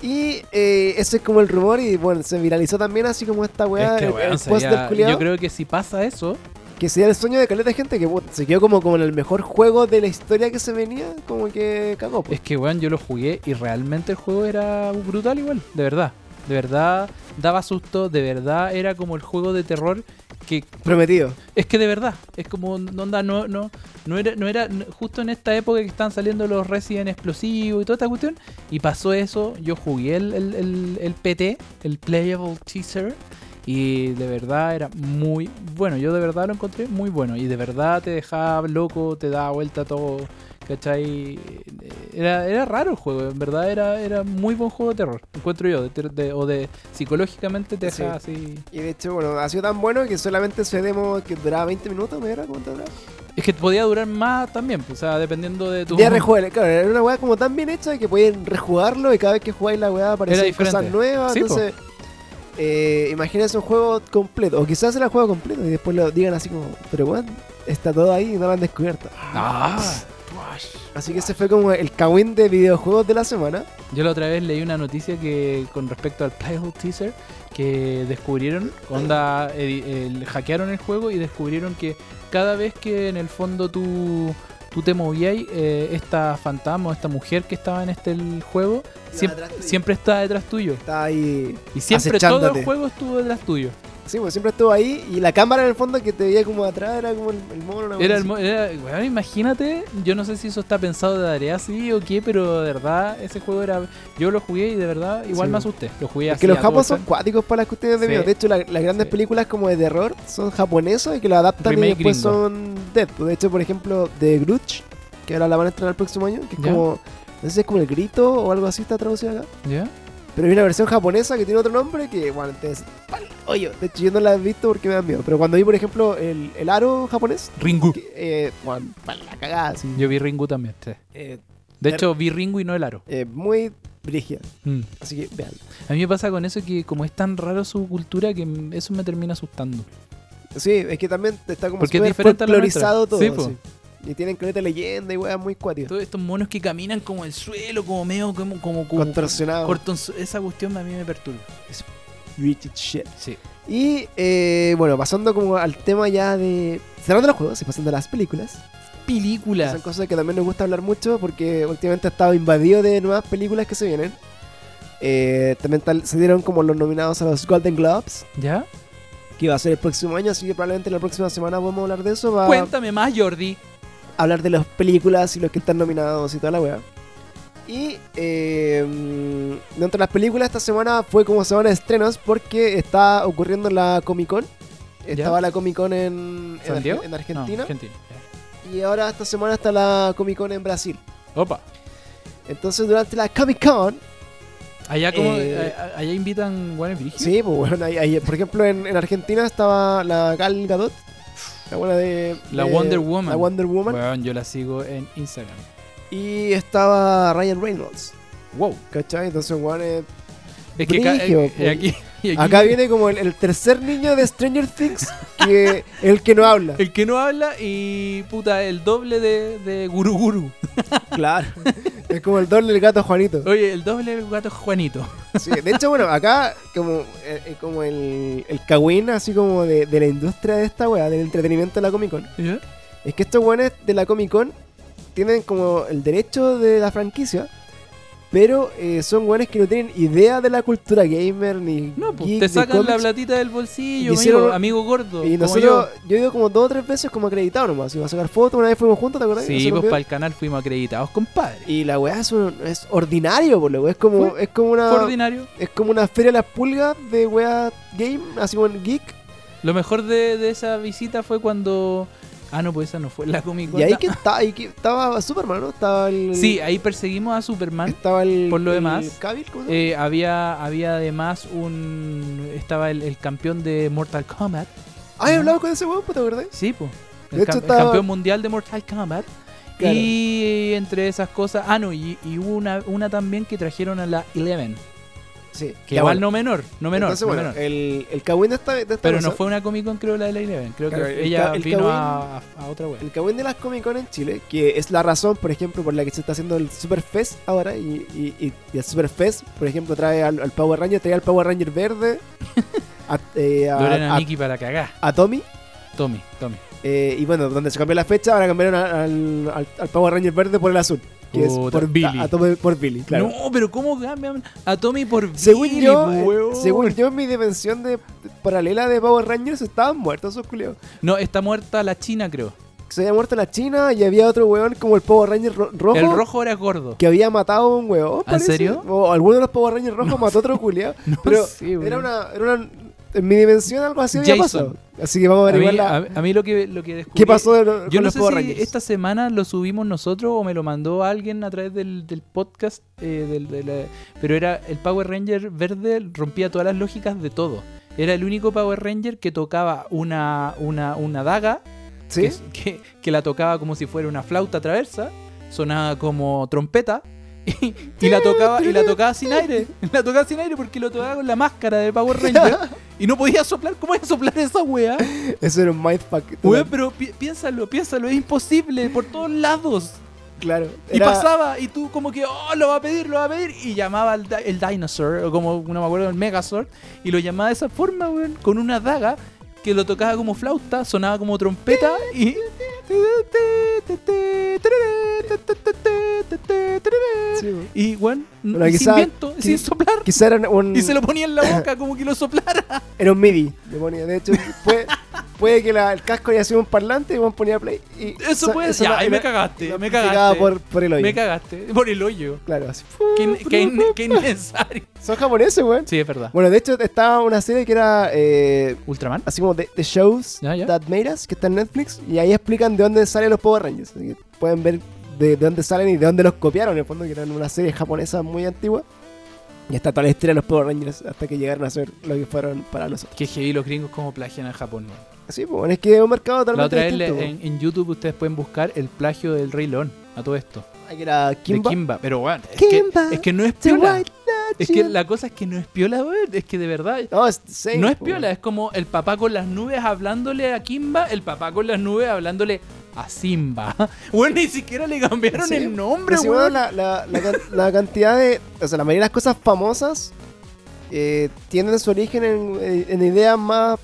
Speaker 2: Y eh, ese es como el rumor y bueno, se viralizó también así como esta weá.
Speaker 1: es que
Speaker 2: el-
Speaker 1: weón,
Speaker 2: el post
Speaker 1: sería-
Speaker 2: del culiao,
Speaker 1: yo creo que si pasa eso,
Speaker 2: que sería el sueño de caleta de gente que puta, se quedó como con el mejor juego de la historia que se venía, como que cagó. pues.
Speaker 1: es que weón, yo lo jugué y realmente el juego era brutal igual, de verdad. De verdad daba susto, de verdad era como el juego de terror que
Speaker 2: Prometido.
Speaker 1: Es que de verdad, es como no onda, no, no, no era, no era, no- justo en esta época que están saliendo los Resident explosivos y toda esta cuestión, y pasó eso, yo jugué el, el- el- el PT, el Playable Teaser, y de verdad era muy bueno, yo de verdad lo encontré muy bueno, y de verdad te dejaba loco, te daba vuelta todo, ¿cachai? Era, era raro el juego, en verdad era, era muy buen juego de terror, encuentro yo, de ter- de- o de psicológicamente te
Speaker 2: Sí.
Speaker 1: deja así...
Speaker 2: Y de hecho, bueno, ha sido tan bueno que solamente se demo que duraba 20 minutos, ¿me era? ¿Cuánto duraba?
Speaker 1: Es que podía durar más también, pues, o sea, dependiendo de tu.
Speaker 2: Ya rejugar, claro, era una weá como tan bien hecha que podían rejugarlo y cada vez que jugáis la weá aparecen
Speaker 1: diferente.
Speaker 2: cosas nuevas.
Speaker 1: Sí, po.
Speaker 2: entonces, eh, imagínense un juego completo, o quizás era juego completo y después lo digan así como, pero weón, está todo ahí y no lo han descubierto.
Speaker 1: Ah.
Speaker 2: Así que ese fue como el cagüín de videojuegos de la semana.
Speaker 1: Yo la otra vez leí una noticia que con respecto al Playable Teaser que descubrieron, onda, edi- el- hackearon el juego y descubrieron que cada vez que en el fondo tú, tú te movías, eh, esta fantasma o esta mujer que estaba en este el juego siem-
Speaker 2: detrás tuyo.
Speaker 1: siempre está detrás tuyo.
Speaker 2: Está ahí.
Speaker 1: Y siempre todo
Speaker 2: Acechándote.
Speaker 1: el juego estuvo detrás tuyo.
Speaker 2: Sí, pues siempre estuvo ahí y la cámara en el fondo que te veía como atrás era como el, el mono. una
Speaker 1: Era el
Speaker 2: cosa
Speaker 1: mo- era- weón, imagínate, yo no sé si eso está pensado de tarea así o qué, pero de verdad ese juego era. Yo lo jugué y de verdad igual
Speaker 2: Sí.
Speaker 1: me asusté. Lo jugué así.
Speaker 2: así. Es que los
Speaker 1: a todo
Speaker 2: japos son
Speaker 1: cal-
Speaker 2: cuáticos para las cuestiones de
Speaker 1: Sí.
Speaker 2: miedo. De hecho, la- las grandes
Speaker 1: Sí.
Speaker 2: películas como de terror son japonesas y que lo adaptan y
Speaker 1: Remake
Speaker 2: después
Speaker 1: gringo.
Speaker 2: son Deadpool. De hecho, por ejemplo, The Grudge, que ahora la van a estrenar el próximo año, que es
Speaker 1: Ya.
Speaker 2: como. No sé si es como el grito o algo así está traducido acá.
Speaker 1: ¿Ya?
Speaker 2: Pero hay una versión japonesa que tiene otro nombre que, bueno, te es pal hoyo. De hecho, yo no la he visto porque me da miedo. Pero cuando vi, por ejemplo, el, el aro japonés,
Speaker 1: Ringu.
Speaker 2: que, eh, bueno, pal la cagada, así.
Speaker 1: Yo vi Ringu también. sí. De
Speaker 2: Eh, Pero-
Speaker 1: hecho, vi Ringu y no el aro.
Speaker 2: eh, muy brígida.
Speaker 1: Mm.
Speaker 2: Así que, vean.
Speaker 1: A mí me pasa con eso que, como es tan raro su cultura, que m- eso me termina asustando.
Speaker 2: Sí, es que también está como
Speaker 1: Porque es
Speaker 2: súper
Speaker 1: diferente a la
Speaker 2: folclorizado todo.
Speaker 1: nuestra. Sí,
Speaker 2: así. Y tienen caleta de leyenda y weas muy cuáticas.
Speaker 1: Todos estos monos que caminan como el suelo, como medio, como. como, como
Speaker 2: Contorsionado.
Speaker 1: corton- Esa cuestión a mí me perturba. Es-
Speaker 2: Richard shit.
Speaker 1: Sí.
Speaker 2: Y eh, bueno, pasando como al tema ya de. Cerrando los juegos y pasando a las películas. que
Speaker 1: Películas.
Speaker 2: Son cosas que también nos gusta hablar mucho porque últimamente ha estado invadido de nuevas películas que se vienen. Eh, también tal- se dieron como los nominados a los Golden Globes,
Speaker 1: ¿Ya?
Speaker 2: que va a ser el próximo año, así que probablemente la próxima semana vamos a hablar de eso. Va
Speaker 1: Cuéntame más, Jordi.
Speaker 2: hablar de las películas y los que están nominados y toda la weá. Y eh, mm, dentro de las películas, esta semana fue como semana de estrenos porque está ocurriendo la Comic Con. Estaba la Comic Con en, en,
Speaker 1: ¿San
Speaker 2: Arge-
Speaker 1: Diego?
Speaker 2: en
Speaker 1: No,
Speaker 2: Argentina.
Speaker 1: Argentina.
Speaker 2: y ahora esta semana está la Comic Con en Brasil.
Speaker 1: Opa.
Speaker 2: Entonces durante la Comic Con,
Speaker 1: Allá como
Speaker 2: Eh,
Speaker 1: a- a- allá invitan Juanes Virgil.
Speaker 2: sí, pues bueno, ahí- ahí- por ejemplo en, en Argentina estaba la Gal Gadot, la buena de...
Speaker 1: La
Speaker 2: de-
Speaker 1: Wonder Woman.
Speaker 2: La Wonder Woman.
Speaker 1: Weón, yo la sigo en Instagram.
Speaker 2: Y estaba Ryan Reynolds,
Speaker 1: Wow.
Speaker 2: ¿cachai? Entonces, eh, bueno,
Speaker 1: Es que ca-
Speaker 2: Brígido,
Speaker 1: eh, eh, aquí, y aquí-
Speaker 2: pues. Acá viene como el, el tercer niño de Stranger Things, que el que no
Speaker 1: [LAUGHS]
Speaker 2: habla.
Speaker 1: el que no habla y puta el doble de, de Guru Guru.
Speaker 2: Claro. Es como el doble del gato Juanito.
Speaker 1: [LAUGHS] Oye, el doble del gato Juanito.
Speaker 2: Sí, de hecho, bueno, acá como, eh, eh, como el, el cagüín así como de, de la industria de esta wea, del entretenimiento de la Comic Con.
Speaker 1: ¿Ya?
Speaker 2: Es que estos weones de la Comic Con tienen como el derecho de la franquicia, pero eh, son weones que no tienen idea de la cultura gamer ni
Speaker 1: No, pues
Speaker 2: geek,
Speaker 1: te
Speaker 2: ni
Speaker 1: sacan la
Speaker 2: cómics.
Speaker 1: platita del bolsillo,
Speaker 2: Y hicieron-
Speaker 1: amigo, amigo gordo. como
Speaker 2: Y nosotros, yo. he ido como dos o tres veces como acreditado nomás. Iba a sacar fotos, una vez fuimos juntos, ¿te
Speaker 1: yo.
Speaker 2: acordás?
Speaker 1: Sí,
Speaker 2: Hacer un
Speaker 1: pues
Speaker 2: video.
Speaker 1: para el canal fuimos acreditados, compadre.
Speaker 2: Y la weá es, un- es ordinario, por lo que es como,
Speaker 1: Full
Speaker 2: es como
Speaker 1: Fue
Speaker 2: una.
Speaker 1: ordinario.
Speaker 2: Es como una feria de las pulgas de weá game, así como en geek.
Speaker 1: Lo mejor de, de esa visita fue cuando. Ah, no, pues esa no fue la Comic Con.
Speaker 2: Y ahí que estaba, ahí que estaba Superman, ¿no? Estaba el.
Speaker 1: Sí, ahí perseguimos a Superman.
Speaker 2: estaba el.
Speaker 1: por lo
Speaker 2: el
Speaker 1: demás,
Speaker 2: Cavill, ¿cómo se llama?
Speaker 1: Eh, había, había además un. Estaba el, el campeón de Mortal Kombat.
Speaker 2: Ah, he
Speaker 1: ¿no?
Speaker 2: hablado con ese weón, pues, ¿te acordás?
Speaker 1: Sí, pues.
Speaker 2: De
Speaker 1: El,
Speaker 2: hecho,
Speaker 1: cam- el
Speaker 2: estaba-
Speaker 1: campeón mundial de Mortal Kombat.
Speaker 2: Claro.
Speaker 1: Y entre esas cosas. Ah, no, y, y hubo una, una también que trajeron a la Eleven.
Speaker 2: Sí.
Speaker 1: Que
Speaker 2: Ya,
Speaker 1: igual
Speaker 2: bueno.
Speaker 1: no menor, no menor.
Speaker 2: Entonces,
Speaker 1: no
Speaker 2: bueno,
Speaker 1: menor.
Speaker 2: el, el cagüín de esta. de esta
Speaker 1: Pero
Speaker 2: cosa,
Speaker 1: no fue una Comic Con, creo, la de la Eleven. Creo
Speaker 2: Claro, el
Speaker 1: que ella
Speaker 2: ca- el
Speaker 1: vino
Speaker 2: Kawin-
Speaker 1: a, a otra web.
Speaker 2: El cagüín de las Comic Con en Chile, que es la razón, por ejemplo, por la que se está haciendo el Super Fest ahora. Y, y- y- y el Super Fest, por ejemplo, trae al, al Power Ranger, trae al Power Ranger verde, [LAUGHS] a, eh, a-
Speaker 1: Lorena
Speaker 2: a-
Speaker 1: Nikki para cagar.
Speaker 2: a Tommy.
Speaker 1: Tommy, Tommy.
Speaker 2: eh, y bueno, donde se cambió la fecha, ahora cambiaron a- al, al- al Power Ranger verde por el azul. Que es
Speaker 1: Puta,
Speaker 2: por
Speaker 1: Billy.
Speaker 2: a- a Tommy por Billy, claro.
Speaker 1: No, pero ¿cómo cambian a Tommy por
Speaker 2: Según
Speaker 1: Billy,
Speaker 2: yo, eh,
Speaker 1: weón?
Speaker 2: según yo, en mi dimensión de paralela de Power Rangers estaban muertos esos culiados.
Speaker 1: No, está muerta la China, creo.
Speaker 2: Se había muerto la China y había otro weón como el Power Ranger ro- rojo.
Speaker 1: El rojo era gordo.
Speaker 2: que había matado a un huevón,
Speaker 1: ¿En
Speaker 2: parece.
Speaker 1: serio?
Speaker 2: O alguno de los Power Rangers rojos mató a
Speaker 1: [LAUGHS]
Speaker 2: otro culiado. pero
Speaker 1: sé,
Speaker 2: era
Speaker 1: weón.
Speaker 2: una, era una- En mi dimensión algo así había
Speaker 1: Jason.
Speaker 2: pasado. Así que vamos a
Speaker 1: A mí,
Speaker 2: averiguar la-
Speaker 1: a- a mí lo que lo que descubrí.
Speaker 2: qué pasó de lo-
Speaker 1: Yo
Speaker 2: con
Speaker 1: no
Speaker 2: los
Speaker 1: sé
Speaker 2: Power
Speaker 1: si
Speaker 2: Rangers.
Speaker 1: esta semana lo subimos nosotros o me lo mandó alguien a través del, del podcast. eh, del- de la- pero era el Power Ranger verde, rompía todas las lógicas de todo. Era el único Power Ranger que tocaba una, una, una daga,
Speaker 2: ¿Sí?
Speaker 1: que es- que, que la tocaba como si fuera una flauta traversa, sonaba como trompeta. [LAUGHS] Y, y la tocaba y la tocaba sin aire [LAUGHS] la tocaba sin aire porque lo tocaba con la máscara de Power
Speaker 2: [LAUGHS]
Speaker 1: Ranger y no podía soplar cómo iba a soplar esa wea
Speaker 2: Eso era un mindfuck.
Speaker 1: Weón, pero pi- piénsalo, piénsalo, es imposible por todos lados.
Speaker 2: Claro.
Speaker 1: Y
Speaker 2: era-
Speaker 1: pasaba, y tú como que, oh, lo va a pedir, lo va a pedir, y llamaba al di- el Dinosaur, o como no me acuerdo, el Megazord, y lo llamaba de esa forma, weón, con una daga que lo tocaba como flauta, sonaba como trompeta, y.
Speaker 2: Sí, po.
Speaker 1: Y, weón,
Speaker 2: Bueno,
Speaker 1: sin
Speaker 2: quizá-
Speaker 1: viento,
Speaker 2: qui-
Speaker 1: sin soplar.
Speaker 2: Quizá era un,
Speaker 1: Y se lo ponía en la boca como que lo soplara.
Speaker 2: era un MIDI. le ponía. De hecho, puede, puede que la- el casco haya sido un parlante y vos ponía play. Y
Speaker 1: Eso puede
Speaker 2: eso
Speaker 1: ser.
Speaker 2: la-
Speaker 1: Ahí me
Speaker 2: la-
Speaker 1: cagaste,
Speaker 2: la
Speaker 1: me
Speaker 2: amplificaba
Speaker 1: cagaste.
Speaker 2: Por, por el oído.
Speaker 1: Me cagaste. Por el hoyo.
Speaker 2: Claro, así.
Speaker 1: Qué, in- qué in- qué innecesario.
Speaker 2: Son japoneses, weón.
Speaker 1: Sí, es verdad.
Speaker 2: Bueno, de hecho, estaba una serie que era eh,
Speaker 1: ¿Ultraman?
Speaker 2: así como The, The Shows
Speaker 1: Ya, ya.
Speaker 2: That Made Us, que está en Netflix, y ahí explican de dónde salen los Power Rangers. Así que pueden ver de, de dónde salen y de dónde los copiaron, en el fondo, que eran una serie japonesa muy antigua. Y está toda la historia de los Power Rangers hasta que llegaron a ser lo que fueron para nosotros.
Speaker 1: Que heavy los gringos como plagian a Japón. weón.
Speaker 2: Sí, pues, bueno, es que es un mercado
Speaker 1: La
Speaker 2: totalmente
Speaker 1: otra vez
Speaker 2: distinto.
Speaker 1: le-
Speaker 2: pues.
Speaker 1: en, en YouTube ustedes pueden buscar el plagio del Rey León a todo esto.
Speaker 2: Ah, que era Kimba.
Speaker 1: De Kimba. Pero bueno, es, que,
Speaker 2: Kimba.
Speaker 1: es que no es
Speaker 2: The
Speaker 1: piola.
Speaker 2: White Lion.
Speaker 1: Es que la cosa es que no es piola, weón. Es que de verdad.
Speaker 2: No, es, sí,
Speaker 1: No es
Speaker 2: pues,
Speaker 1: piola, es como el papá con las nubes hablándole a Kimba, el papá con las nubes hablándole a Simba. [LAUGHS] Bueno, ni siquiera le cambiaron
Speaker 2: Sí,
Speaker 1: el nombre,
Speaker 2: Pero si,
Speaker 1: weón.
Speaker 2: weón, la, la- la can- la cantidad de. O sea, la mayoría de las cosas famosas eh, tienen su origen en, eh, en ideas más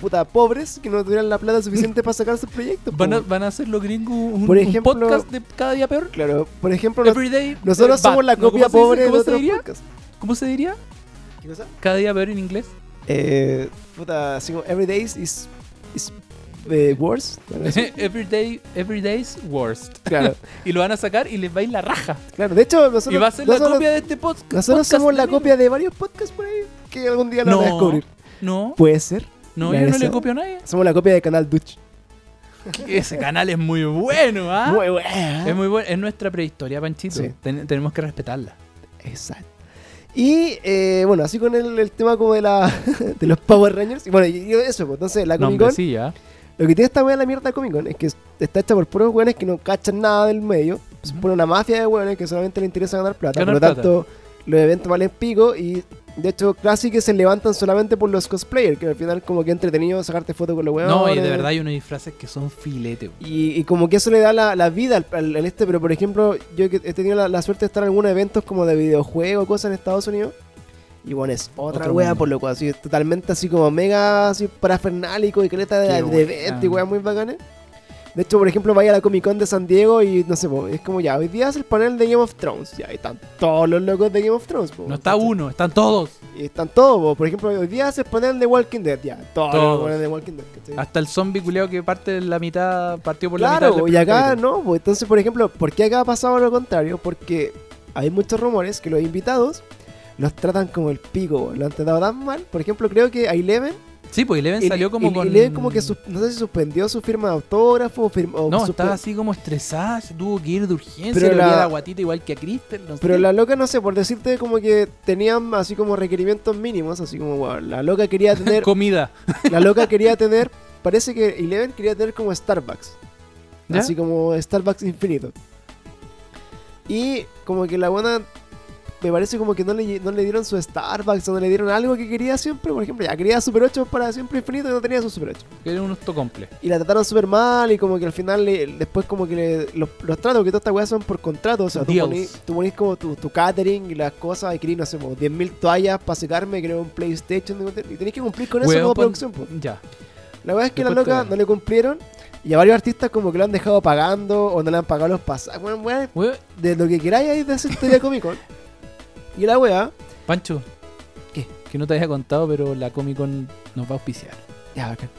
Speaker 2: puta pobres que no tuvieran la plata suficiente para sacar sus proyectos. po,
Speaker 1: ¿Van a,
Speaker 2: weón.
Speaker 1: van a hacer los gringos un,
Speaker 2: Por
Speaker 1: un
Speaker 2: ejemplo-
Speaker 1: podcast de cada día peor?
Speaker 2: Claro, por ejemplo, nos-
Speaker 1: Everyday, eh,
Speaker 2: nosotros
Speaker 1: bad,
Speaker 2: somos la
Speaker 1: ¿no? ¿Cómo
Speaker 2: copia
Speaker 1: se dice?
Speaker 2: pobre de
Speaker 1: ¿Cómo se
Speaker 2: otros
Speaker 1: diría?
Speaker 2: podcasts.
Speaker 1: ¿Cómo se diría?
Speaker 2: ¿Qué cosa?
Speaker 1: Cada día peor en
Speaker 2: [LAUGHS]
Speaker 1: inglés.
Speaker 2: Eh, puta, así como Everyday is, is eh, worse. algo
Speaker 1: [LAUGHS]
Speaker 2: así.
Speaker 1: Everyday, everyday's worst.
Speaker 2: claro,
Speaker 1: Y lo van a sacar y les va a ir la raja.
Speaker 2: claro. De hecho, nosotros,
Speaker 1: y va a ser la
Speaker 2: nosotros,
Speaker 1: copia de este podcast.
Speaker 2: nosotros
Speaker 1: podcast
Speaker 2: somos la
Speaker 1: de mí.
Speaker 2: copia de varios podcasts por ahí que algún día lo van a
Speaker 1: No.
Speaker 2: descubrir.
Speaker 1: No,
Speaker 2: Puede ser.
Speaker 1: no,
Speaker 2: Pues,
Speaker 1: yo
Speaker 2: la
Speaker 1: no
Speaker 2: versión.
Speaker 1: le copio a nadie.
Speaker 2: Somos la copia de Canal Dutch.
Speaker 1: Ese canal es muy bueno, ¿ah?
Speaker 2: Muy buena.
Speaker 1: Es muy bueno, es nuestra prehistoria, Panchito.
Speaker 2: Sí.
Speaker 1: Ten- tenemos que respetarla.
Speaker 2: Exacto. Y eh, bueno, así con el, el tema como de la [LAUGHS] de los Power Rangers. Y bueno, y, y eso, pues entonces la Comic Con.
Speaker 1: Nombrecilla.
Speaker 2: Lo que tiene esta wea la mierda Comic Con es que está hecha por puros weones que no cachan nada del medio. Se
Speaker 1: Ujú.
Speaker 2: pone una mafia de weones que solamente le interesa ganar plata.
Speaker 1: Ganar
Speaker 2: por lo tanto, los eventos valen pico y. De hecho, casi que se levantan solamente por los cosplayers, que al final como que es entretenido sacarte fotos con los weones.
Speaker 1: No, y de verdad hay unos disfraces que son filete. güey.
Speaker 2: Y, y como que eso le da la, la vida al, al- al este, pero por ejemplo, yo que he tenido la, la suerte de estar en algunos eventos como de videojuegos, cosas en Estados Unidos. Y bueno, es otra
Speaker 1: Otro
Speaker 2: wea,
Speaker 1: mundo.
Speaker 2: por lo cual, así, totalmente así como mega así parafernálico y caleta
Speaker 1: Qué
Speaker 2: de, de
Speaker 1: buena.
Speaker 2: eventos y weas muy bacanes. De hecho, por ejemplo, vaya a la Comic Con de San Diego y no sé, po, es como ya, hoy día es el panel de Game of Thrones. Ya, ahí están todos los locos de Game of Thrones. po.
Speaker 1: No está uno, están todos.
Speaker 2: Y están todos, po. por ejemplo, hoy día es el panel de Walking Dead. Ya, todos,
Speaker 1: Todos.
Speaker 2: los paneles de Walking Dead. ¿cachai?
Speaker 1: Hasta el zombie culeado que parte de la mitad, partió por la
Speaker 2: claro,
Speaker 1: mitad. del
Speaker 2: y
Speaker 1: primer
Speaker 2: acá
Speaker 1: capítulo.
Speaker 2: no. pues, entonces, por ejemplo, ¿por qué acá ha pasado lo contrario? Porque hay muchos rumores que los invitados los tratan como el pico, bo, lo han tratado tan mal. Por ejemplo, creo que a Eleven,
Speaker 1: Sí, pues Eleven
Speaker 2: y-
Speaker 1: salió como
Speaker 2: y-
Speaker 1: con.
Speaker 2: Eleven como que sus- no sé si suspendió su firma de autógrafo o firma- o
Speaker 1: No,
Speaker 2: suspe-
Speaker 1: estaba así como estresada, se tuvo que ir de urgencia,
Speaker 2: Oh, Pero
Speaker 1: le olía
Speaker 2: la-
Speaker 1: la... guatita igual que a Kristen. no sé. [LAUGHS]
Speaker 2: Pero la loca, no sé, por decirte como que tenían así como requerimientos mínimos, así como wow, la loca
Speaker 1: [LAUGHS]
Speaker 2: quería tener,
Speaker 1: Comida.
Speaker 2: la loca quería tener, parece que Eleven quería tener como Starbucks.
Speaker 1: ¿Ya?
Speaker 2: Así como Starbucks infinito. Y como que la buena. Me parece como que no le, no le dieron su Starbucks o no le dieron algo que quería siempre. Por ejemplo, ya quería Super 8 para siempre infinito y no tenía su Super 8.
Speaker 1: Que era un octocomple.
Speaker 2: Y la trataron súper mal y como que al final, le- después como que le- los, los tratos que todas estas weas son por contrato. O sea, tú
Speaker 1: Deals.
Speaker 2: ponís, tú ponís como tu, tu catering y las cosas y querís, no sé, como 10.000 toallas para secarme, creo, un PlayStation. Y tenés que cumplir con eso
Speaker 1: Weón,
Speaker 2: como
Speaker 1: pon-
Speaker 2: producción. pues. po.
Speaker 1: Ya.
Speaker 2: La verdad es que la
Speaker 1: Después te
Speaker 2: loca
Speaker 1: dan.
Speaker 2: no le cumplieron y a varios artistas como que lo han dejado pagando o no le han pagado los pasajes. Bueno, weá,
Speaker 1: Weón,
Speaker 2: de lo que queráis ahí de esa historia Comic Con. Y la weá,
Speaker 1: Pancho.
Speaker 2: ¿Qué?
Speaker 1: Que no te había contado, pero la Comic Con nos va a auspiciar.
Speaker 2: ya bacán.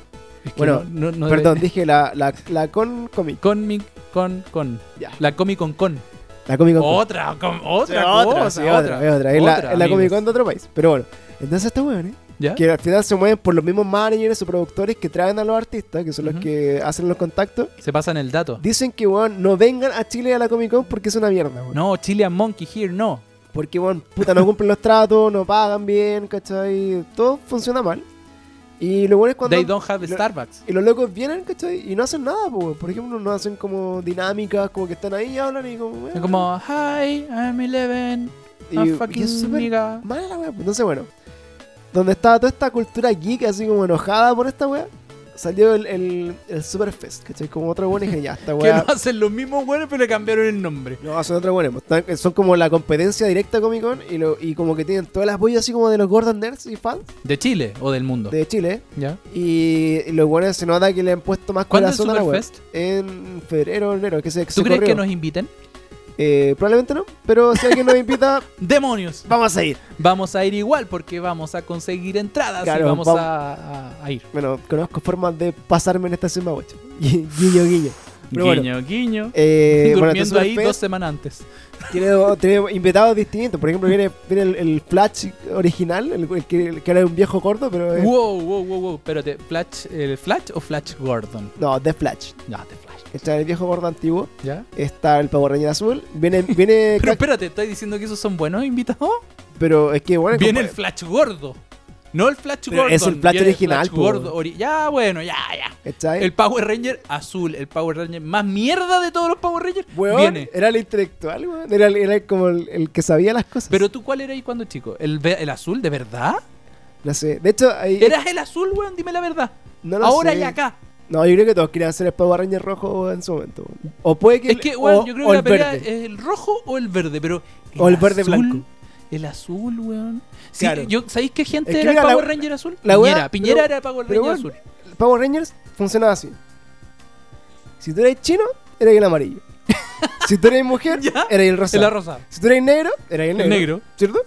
Speaker 1: Es que
Speaker 2: Bueno,
Speaker 1: no- no- no debe-
Speaker 2: Perdón, dije la, la, la Con Comic.
Speaker 1: Comic Con Con.
Speaker 2: Ya.
Speaker 1: La Comic Con Con.
Speaker 2: La Comic Con.
Speaker 1: Otra, com- otra,
Speaker 2: Sí,
Speaker 1: cosa,
Speaker 2: sí,
Speaker 1: otra,
Speaker 2: es otra. Es la-
Speaker 1: Otra,
Speaker 2: es
Speaker 1: amigos.
Speaker 2: la,
Speaker 1: Ah.
Speaker 2: Comic Con de otro país. Pero bueno, entonces estos weones,
Speaker 1: ¿Ya?
Speaker 2: que al final se mueven por los mismos managers o productores que traen a los artistas, que son los
Speaker 1: Ujú.
Speaker 2: que hacen los contactos,
Speaker 1: Se pasan el dato.
Speaker 2: dicen que weón, no vengan a Chile a la Comic Con porque es una mierda, weón.
Speaker 1: No, Chilean Monkey here, no.
Speaker 2: Porque, bueno, puta, no cumplen los tratos, no pagan bien, ¿cachai? Todo funciona mal. Y lo bueno es cuando...
Speaker 1: They don't have
Speaker 2: lo-
Speaker 1: Starbucks.
Speaker 2: Y los locos vienen, ¿cachai? Y no hacen nada, po, weón. por ejemplo, no hacen como dinámicas, como que están ahí y hablan y como...
Speaker 1: Es como, hi, I'm 11.
Speaker 2: y,
Speaker 1: I'm
Speaker 2: y
Speaker 1: fucking
Speaker 2: es súper
Speaker 1: nigga.
Speaker 2: mala la wea, po. Entonces, bueno, donde estaba toda esta cultura geek así como enojada por esta wea, salió el, el, el Superfest, ¿cachai? Como otro bueno y dije, ya, esta
Speaker 1: [LAUGHS] Que
Speaker 2: wea...
Speaker 1: no hacen los mismos buenos, pero le cambiaron el nombre.
Speaker 2: No, son otros buenos. pues, están- Son como la competencia directa Comic Con y, lo, y como que tienen todo el apoyo así como de los Gordon Nerds y fans
Speaker 1: ¿De Chile o del mundo?
Speaker 2: de Chile.
Speaker 1: ¿Ya?
Speaker 2: Y, y los buenos se nota que le han puesto más
Speaker 1: ¿Cuándo es
Speaker 2: corazón a la web.
Speaker 1: Superfest?
Speaker 2: En febrero, enero, que se,
Speaker 1: ¿Tú
Speaker 2: se
Speaker 1: crees que
Speaker 2: corrió.
Speaker 1: nos inviten?
Speaker 2: Eh, probablemente no, pero si alguien nos invita, [LAUGHS]
Speaker 1: ¡Demonios!
Speaker 2: vamos a ir.
Speaker 1: Vamos a ir igual porque vamos a conseguir entradas y
Speaker 2: Claro,
Speaker 1: vamos,
Speaker 2: vamos-
Speaker 1: A, a- a ir.
Speaker 2: Bueno, conozco formas de pasarme en esta Sima Watch. Gui- guiño, guiño. Pero bueno,
Speaker 1: guiño, guiño. [LAUGHS]
Speaker 2: eh, bueno,
Speaker 1: Durmiendo
Speaker 2: entonces
Speaker 1: ahí
Speaker 2: Fest
Speaker 1: dos semanas antes.
Speaker 2: tiene, do- tiene invitados distintos. Por ejemplo, viene, viene el, el Flash original, el, el que, el que era un viejo gordo, pero. es-
Speaker 1: Wow, wow, wow, wow. Espérate, Flash, ¿el Flash o Flash Gordon?
Speaker 2: No, The Flash.
Speaker 1: No, de Flash.
Speaker 2: Está el viejo gordo antiguo.
Speaker 1: ¿Ya?
Speaker 2: Está el Power Ranger azul. Viene. viene
Speaker 1: [LAUGHS] Pero espérate, ¿estás diciendo que esos son buenos invitados?
Speaker 2: pero es que bueno.
Speaker 1: Viene
Speaker 2: compa-
Speaker 1: el Flash Gordo. No el Flash
Speaker 2: Pero
Speaker 1: Gordon.
Speaker 2: es el Flash
Speaker 1: viene
Speaker 2: original,
Speaker 1: Flash
Speaker 2: po.
Speaker 1: Gordo ori- ya, bueno, ya, ya.
Speaker 2: ¿cachai?
Speaker 1: El Power Ranger azul, el Power Ranger más mierda de todos los Power Rangers.
Speaker 2: Weón,
Speaker 1: viene.
Speaker 2: Era el intelectual, weón. Era, el- era el como el, el que sabía las cosas.
Speaker 1: Pero tú, ¿cuál eras cuando chico? ¿El, ve- el azul, de verdad?
Speaker 2: No sé. De hecho, ahí.
Speaker 1: ¿Eras el azul, weón? Dime la verdad.
Speaker 2: no lo
Speaker 1: Ahora
Speaker 2: sé.
Speaker 1: y acá.
Speaker 2: No, yo creo que todos querían ser el Power Ranger rojo en su momento. weón. O puede que.
Speaker 1: Es
Speaker 2: el-
Speaker 1: que, weón,
Speaker 2: o-
Speaker 1: yo creo
Speaker 2: o
Speaker 1: que la
Speaker 2: el
Speaker 1: pelea
Speaker 2: verde.
Speaker 1: es el rojo o el verde, pero.
Speaker 2: O el verde
Speaker 1: azul-
Speaker 2: blanco.
Speaker 1: El azul, weón. Sí,
Speaker 2: Claro.
Speaker 1: yo, ¿Sabéis qué gente
Speaker 2: Es que
Speaker 1: era el
Speaker 2: mira, la
Speaker 1: Power
Speaker 2: we-
Speaker 1: Ranger azul?
Speaker 2: la
Speaker 1: Piñera.
Speaker 2: wea-
Speaker 1: Piñera
Speaker 2: pero-
Speaker 1: era el Power Ranger
Speaker 2: pero
Speaker 1: azul.
Speaker 2: El Power Rangers funcionaba así. Si tú eres chino, eres
Speaker 1: [LAUGHS]
Speaker 2: el amarillo. si tú eres mujer,
Speaker 1: Ya.
Speaker 2: eres el
Speaker 1: El
Speaker 2: rosado.
Speaker 1: arrozado.
Speaker 2: Si tú eres negro, eres el
Speaker 1: El
Speaker 2: negro.
Speaker 1: negro.
Speaker 2: ¿Cierto?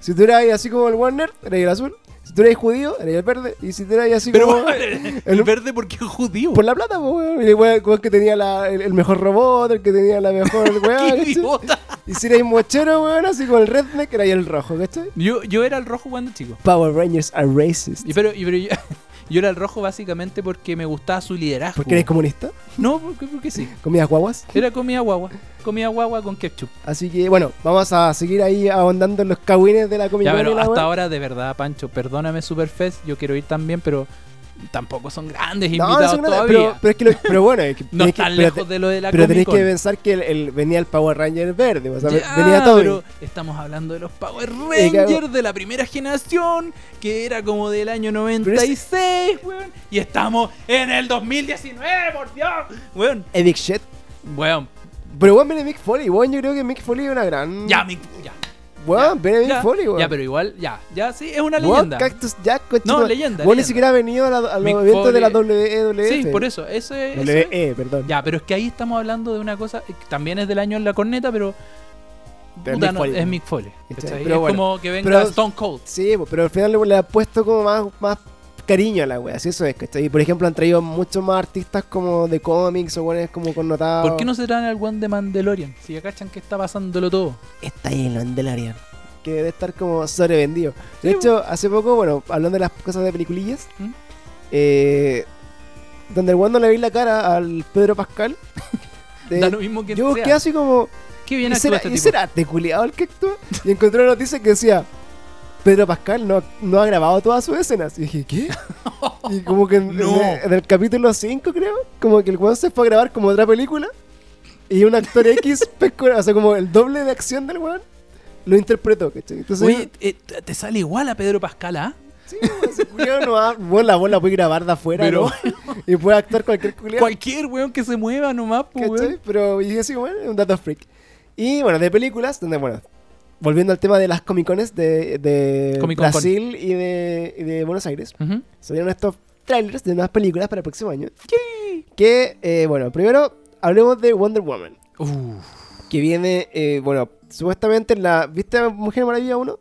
Speaker 2: Si tú eres así como el Warner, eres el azul. Si tú eres judío, eres el verde. Y si tú eres así
Speaker 1: Pero
Speaker 2: como.
Speaker 1: weón, el, verde porque es judío.
Speaker 2: Por la plata, pues, weón. Y el weón weón que tenía la- el, el mejor robot, el que tenía
Speaker 1: [LAUGHS]
Speaker 2: la mejor weá,
Speaker 1: ¡Qué
Speaker 2: ¿cachai?
Speaker 1: idiota!
Speaker 2: Y si erais mochero, weón, así con el redneck, era ahí el rojo, ¿cachai?
Speaker 1: Yo, yo era el rojo cuando chico.
Speaker 2: Power Rangers are racist.
Speaker 1: Y pero, y pero yo, [LAUGHS] yo era el rojo básicamente porque me gustaba su liderazgo.
Speaker 2: ¿Por qué eres comunista?
Speaker 1: No, porque, porque sí.
Speaker 2: Comías guaguas.
Speaker 1: Era comida guagua. Comida guagua con ketchup.
Speaker 2: Así que, bueno, vamos a seguir ahí ahondando en los cagüines de la comida.
Speaker 1: Ya, pero hasta ahora, de verdad, Pancho, perdóname Superfest, yo quiero ir también, pero tampoco son grandes
Speaker 2: No, no
Speaker 1: invitados
Speaker 2: sé nada,
Speaker 1: todavía.
Speaker 2: pero, pero es que lo- pero bueno, es que,
Speaker 1: [LAUGHS] no
Speaker 2: tenés que-
Speaker 1: están
Speaker 2: pero,
Speaker 1: lejos de lo de la
Speaker 2: pero tenés
Speaker 1: Comic
Speaker 2: que
Speaker 1: Con.
Speaker 2: pensar que el, el- venía el Power Ranger verde, o sea,
Speaker 1: Ya,
Speaker 2: venía todo.
Speaker 1: pero estamos hablando de los Power
Speaker 2: Eh, claro.
Speaker 1: Rangers de la primera generación, que era como del año
Speaker 2: es-
Speaker 1: 96, weón, y estamos en el 2019, por Dios, weón.
Speaker 2: Eh, Big Shit.
Speaker 1: Weón,
Speaker 2: Pero bueno, viene Mick Foley, bueno, yo creo que Mick Foley es una gran.
Speaker 1: ya, mi- ya,
Speaker 2: Bueno, viene Mick
Speaker 1: ya,
Speaker 2: Foley, weón.
Speaker 1: ya, pero igual, ya, ya, sí, es una
Speaker 2: Weón,
Speaker 1: leyenda.
Speaker 2: Cactus Jack, coche,
Speaker 1: No,
Speaker 2: weón.
Speaker 1: leyenda,
Speaker 2: Weón, ni
Speaker 1: leyenda.
Speaker 2: siquiera ha venido a, la- a los
Speaker 1: Mick
Speaker 2: eventos de la E
Speaker 1: Foley.
Speaker 2: WWF.
Speaker 1: Sí, por eso, eso es... eso es-
Speaker 2: WWE, E perdón.
Speaker 1: Ya, pero es que ahí estamos hablando de una cosa, eh, que también es del año en la corneta, pero...
Speaker 2: Pero
Speaker 1: puta,
Speaker 2: Mick
Speaker 1: no,
Speaker 2: Foley.
Speaker 1: es Mick Foley.
Speaker 2: ¿Cachai?
Speaker 1: ¿cachai?
Speaker 2: Este, Pero
Speaker 1: es
Speaker 2: bueno,
Speaker 1: como que venga
Speaker 2: pero-
Speaker 1: Stone Cold.
Speaker 2: Sí, po, pero al final le, le ha puesto como más, más cariño a la wea, si eso es, ¿cachai? Y por ejemplo han traído muchos más artistas como de cómics o weones como connotados.
Speaker 1: ¿Por qué no se traen al One de Mandalorian? Si ya cachan que está pasándolo todo.
Speaker 2: Está ahí en Mandalorian. Que debe estar como sobrevendido. De
Speaker 1: Sí,
Speaker 2: hecho, hace poco, bueno, hablando de las cosas de peliculillas,
Speaker 1: ¿Mm?
Speaker 2: eh, donde el weón no le vi la cara al Pedro
Speaker 1: [LAUGHS]
Speaker 2: Pascal, de-
Speaker 1: da lo mismo que
Speaker 2: yo busqué
Speaker 1: sea.
Speaker 2: así como,
Speaker 1: Qué bien
Speaker 2: ¿y
Speaker 1: actúa
Speaker 2: será,
Speaker 1: este
Speaker 2: y
Speaker 1: tipo.
Speaker 2: será desculiado el que actúa? Y encontré una noticia que decía, Pedro Pascal no, no ha grabado todas sus escenas. Y dije, ¿qué? Y como que
Speaker 1: [LAUGHS]
Speaker 2: en,
Speaker 1: No.
Speaker 2: en el- en el capítulo 5, creo, como que el weón se fue a grabar como otra película. Y un
Speaker 1: [LAUGHS]
Speaker 2: actor X, pescó- o sea, como el doble de acción del weón, lo interpretó, ¿cachai? Entonces,
Speaker 1: Oye, eh, te te sale igual a Pedro Pascal, ¿ah?
Speaker 2: sí, weón, ese culiao no ha- weón, la bola puede grabar de afuera,
Speaker 1: Pero-
Speaker 2: ¿no? [LAUGHS] Y puede actuar cualquier culiao,
Speaker 1: Cualquier weón que se mueva nomás, pues,
Speaker 2: ¿cachai?
Speaker 1: weón.
Speaker 2: Pero yo dije así, bueno, es un dato freak. Y bueno, de películas, donde, bueno, volviendo al tema de las comicones de, de
Speaker 1: Comic Con.
Speaker 2: Brasil y de, y de Buenos Aires.
Speaker 1: Ujú.
Speaker 2: salieron estos trailers de nuevas películas para el próximo año. Que, eh, bueno, primero hablemos de Wonder Woman,
Speaker 1: Uf,
Speaker 2: que viene, eh, bueno, supuestamente en la... ¿Viste Mujer Maravilla 1?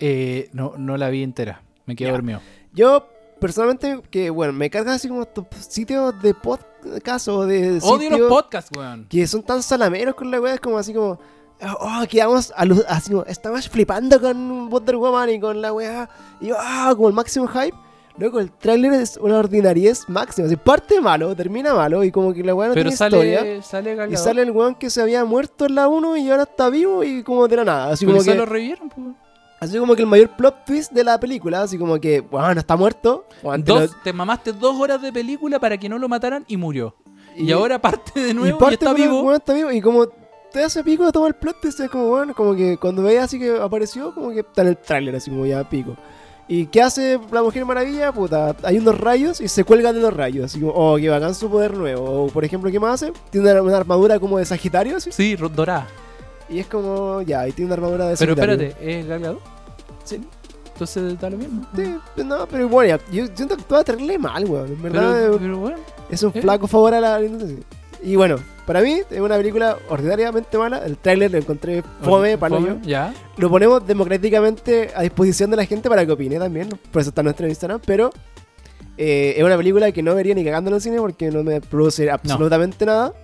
Speaker 1: eh, no, no la vi entera. Me quedé
Speaker 2: Ya.
Speaker 1: dormido.
Speaker 2: Yo, personalmente, que, bueno, me cargas así como estos sitios de podcast o
Speaker 1: Odio
Speaker 2: de...
Speaker 1: los
Speaker 2: sitios
Speaker 1: podcasts, weón.
Speaker 2: Que son tan salameros con la wea, es como así como... Oh, quedamos alu- así como, estamos flipando con Wonder Woman y con la wea. Y ah, como el máximo hype. Luego el tráiler es una ordinariez máxima. Así, parte malo, termina malo y como que la wea no
Speaker 1: Pero
Speaker 2: tiene
Speaker 1: sale,
Speaker 2: historia.
Speaker 1: sale Gal
Speaker 2: Y
Speaker 1: Gadot.
Speaker 2: sale el weón que se había muerto en la 1 y ahora está vivo y como de la nada. Así
Speaker 1: Por
Speaker 2: como,
Speaker 1: eso
Speaker 2: que,
Speaker 1: lo revivieron, pues.
Speaker 2: así como que el mayor plot twist de la película. Así como que, bueno, está muerto. weón, te
Speaker 1: Dos,
Speaker 2: lo-
Speaker 1: te mamaste dos horas de película para que no lo mataran y murió. Y,
Speaker 2: y-
Speaker 1: ahora parte de nuevo y,
Speaker 2: parte
Speaker 1: está
Speaker 2: con el
Speaker 1: vivo.
Speaker 2: weón está vivo. Y como te hace pico de todo el plot twist, es como, bueno, como que cuando veis así que apareció, como que está en el tráiler, así como ya pico. ¿Y qué hace la Mujer Maravilla? Puta, hay unos rayos y se cuelga de los rayos. Así como, oh, que bacán su poder nuevo. O, por ejemplo, ¿qué más hace? Tiene una, una armadura como de Sagitario, así.
Speaker 1: Sí, ro- dorada.
Speaker 2: Y es como, ya, y tiene una armadura de
Speaker 1: Pero
Speaker 2: Sagitario.
Speaker 1: espérate, ¿es Gal Gadot?
Speaker 2: Sí.
Speaker 1: Entonces da lo mismo.
Speaker 2: Sí, no, pero bueno, ya, yo siento que todo terrible mal, weón. En verdad,
Speaker 1: Pero,
Speaker 2: eh,
Speaker 1: pero bueno,
Speaker 2: es un
Speaker 1: eh.
Speaker 2: flaco favor a la industria. Y bueno, para mí es una película ordinariamente mala. El tráiler lo encontré fome, para yo.
Speaker 1: Ya.
Speaker 2: Lo ponemos democráticamente a disposición de la gente para que opine también. ¿no? Por eso está nuestro Instagram. Pero eh, es una película que no vería ni cagando en el cine porque no me produce absolutamente nada.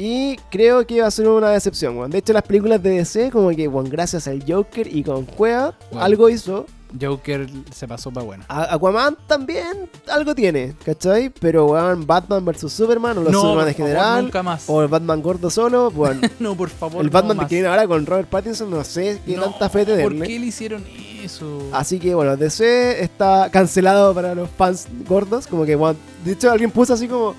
Speaker 2: Y creo que va a ser una decepción, weón. De hecho, las películas de DC, como que, weón, gracias al Joker y con Cueva,
Speaker 1: Bueno.
Speaker 2: algo hizo.
Speaker 1: Joker se pasó para buena.
Speaker 2: A- Aquaman también algo tiene, ¿cachai? Pero, weón, Batman vs Superman o los Superman
Speaker 1: por favor,
Speaker 2: en general.
Speaker 1: nunca más.
Speaker 2: O el Batman gordo solo,
Speaker 1: [LAUGHS]
Speaker 2: weón.
Speaker 1: No, por favor.
Speaker 2: el
Speaker 1: no
Speaker 2: Batman
Speaker 1: más.
Speaker 2: que viene ahora con Robert Pattinson, no sé qué
Speaker 1: No,
Speaker 2: tanta fe te
Speaker 1: ¿Por
Speaker 2: denle.
Speaker 1: qué le hicieron eso?
Speaker 2: Así que bueno, DC está cancelado para los fans gordos. Como que, weón, de hecho alguien puso así como,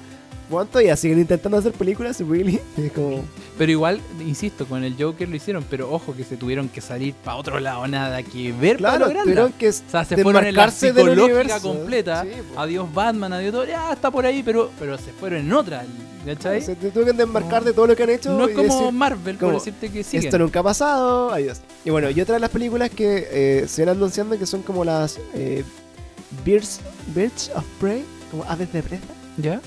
Speaker 2: ¿cuánto? Y siguen intentando hacer películas, [LAUGHS] really. Es como,
Speaker 1: Pero igual, insisto, con el Joker lo hicieron, pero ojo que se tuvieron que salir para otro lado, nada que ver para
Speaker 2: claro,
Speaker 1: lograrla.
Speaker 2: tuvieron que
Speaker 1: O sea, se fueron en la
Speaker 2: desmarcarse del
Speaker 1: psicológica
Speaker 2: universo.
Speaker 1: completa.
Speaker 2: Sí, po.
Speaker 1: adiós Batman, adiós todo. Ya está por ahí, pero, pero se fueron en otra. ¿Cachai?
Speaker 2: se tuvieron que desmarcar de todo lo que han hecho.
Speaker 1: no es
Speaker 2: y
Speaker 1: como
Speaker 2: decir,
Speaker 1: Marvel, por
Speaker 2: como,
Speaker 1: decirte que siguen.
Speaker 2: Esto nunca ha pasado, adiós. Y bueno, y otra de las películas que eh, se van anunciando que son como las eh, Birds, Birds of Prey, como aves de presa,
Speaker 1: ¿Ya?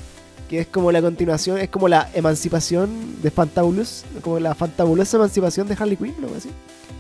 Speaker 2: que es como la continuación, es como la emancipación de Fantabulous, como la fantabulosa emancipación de Harley Quinn, ¿no? Así.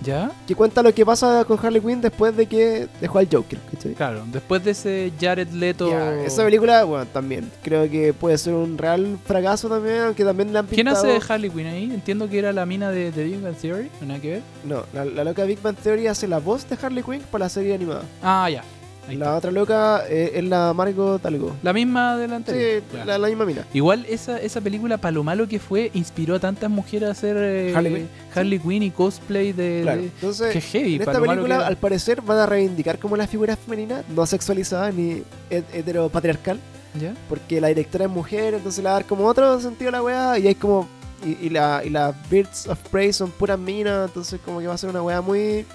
Speaker 1: ¿Ya?
Speaker 2: Que cuenta lo que pasa con Harley Quinn después de que dejó al Joker, ¿cachai?
Speaker 1: Claro, después de ese Jared Leto.
Speaker 2: Ya, esa película, bueno, también creo que puede ser un real fracaso también, aunque también la han
Speaker 1: ¿Quién
Speaker 2: pintado...
Speaker 1: hace de Harley Quinn ahí? Entiendo que era la mina de The Big Bang Theory, ¿no nada que ver?
Speaker 2: No, la, la loca Big Bang Theory hace la voz de Harley Quinn para la serie animada.
Speaker 1: Ah, ya. Ahí
Speaker 2: la
Speaker 1: está.
Speaker 2: otra loca eh, es la Margot algo.
Speaker 1: La misma de la
Speaker 2: Sí,
Speaker 1: anterior. Ya.
Speaker 2: la, la misma mina.
Speaker 1: Igual esa, esa película, para lo malo que fue, inspiró a tantas mujeres a hacer eh,
Speaker 2: Harley Quinn.
Speaker 1: Harley Quinn y cosplay de...
Speaker 2: Claro.
Speaker 1: de-
Speaker 2: Entonces,
Speaker 1: Qué heavy,
Speaker 2: en
Speaker 1: pa'
Speaker 2: esta
Speaker 1: lo malo que
Speaker 2: película,
Speaker 1: era.
Speaker 2: al parecer, van a reivindicar como la figura femenina, no sexualizada ni het- heteropatriarcal,
Speaker 1: ¿Ya?
Speaker 2: porque la directora es mujer, entonces le va a dar como otro sentido a la weá, y hay como. Y, y la, y las Birds of Prey son puras minas, entonces, como que va a ser una weá muy.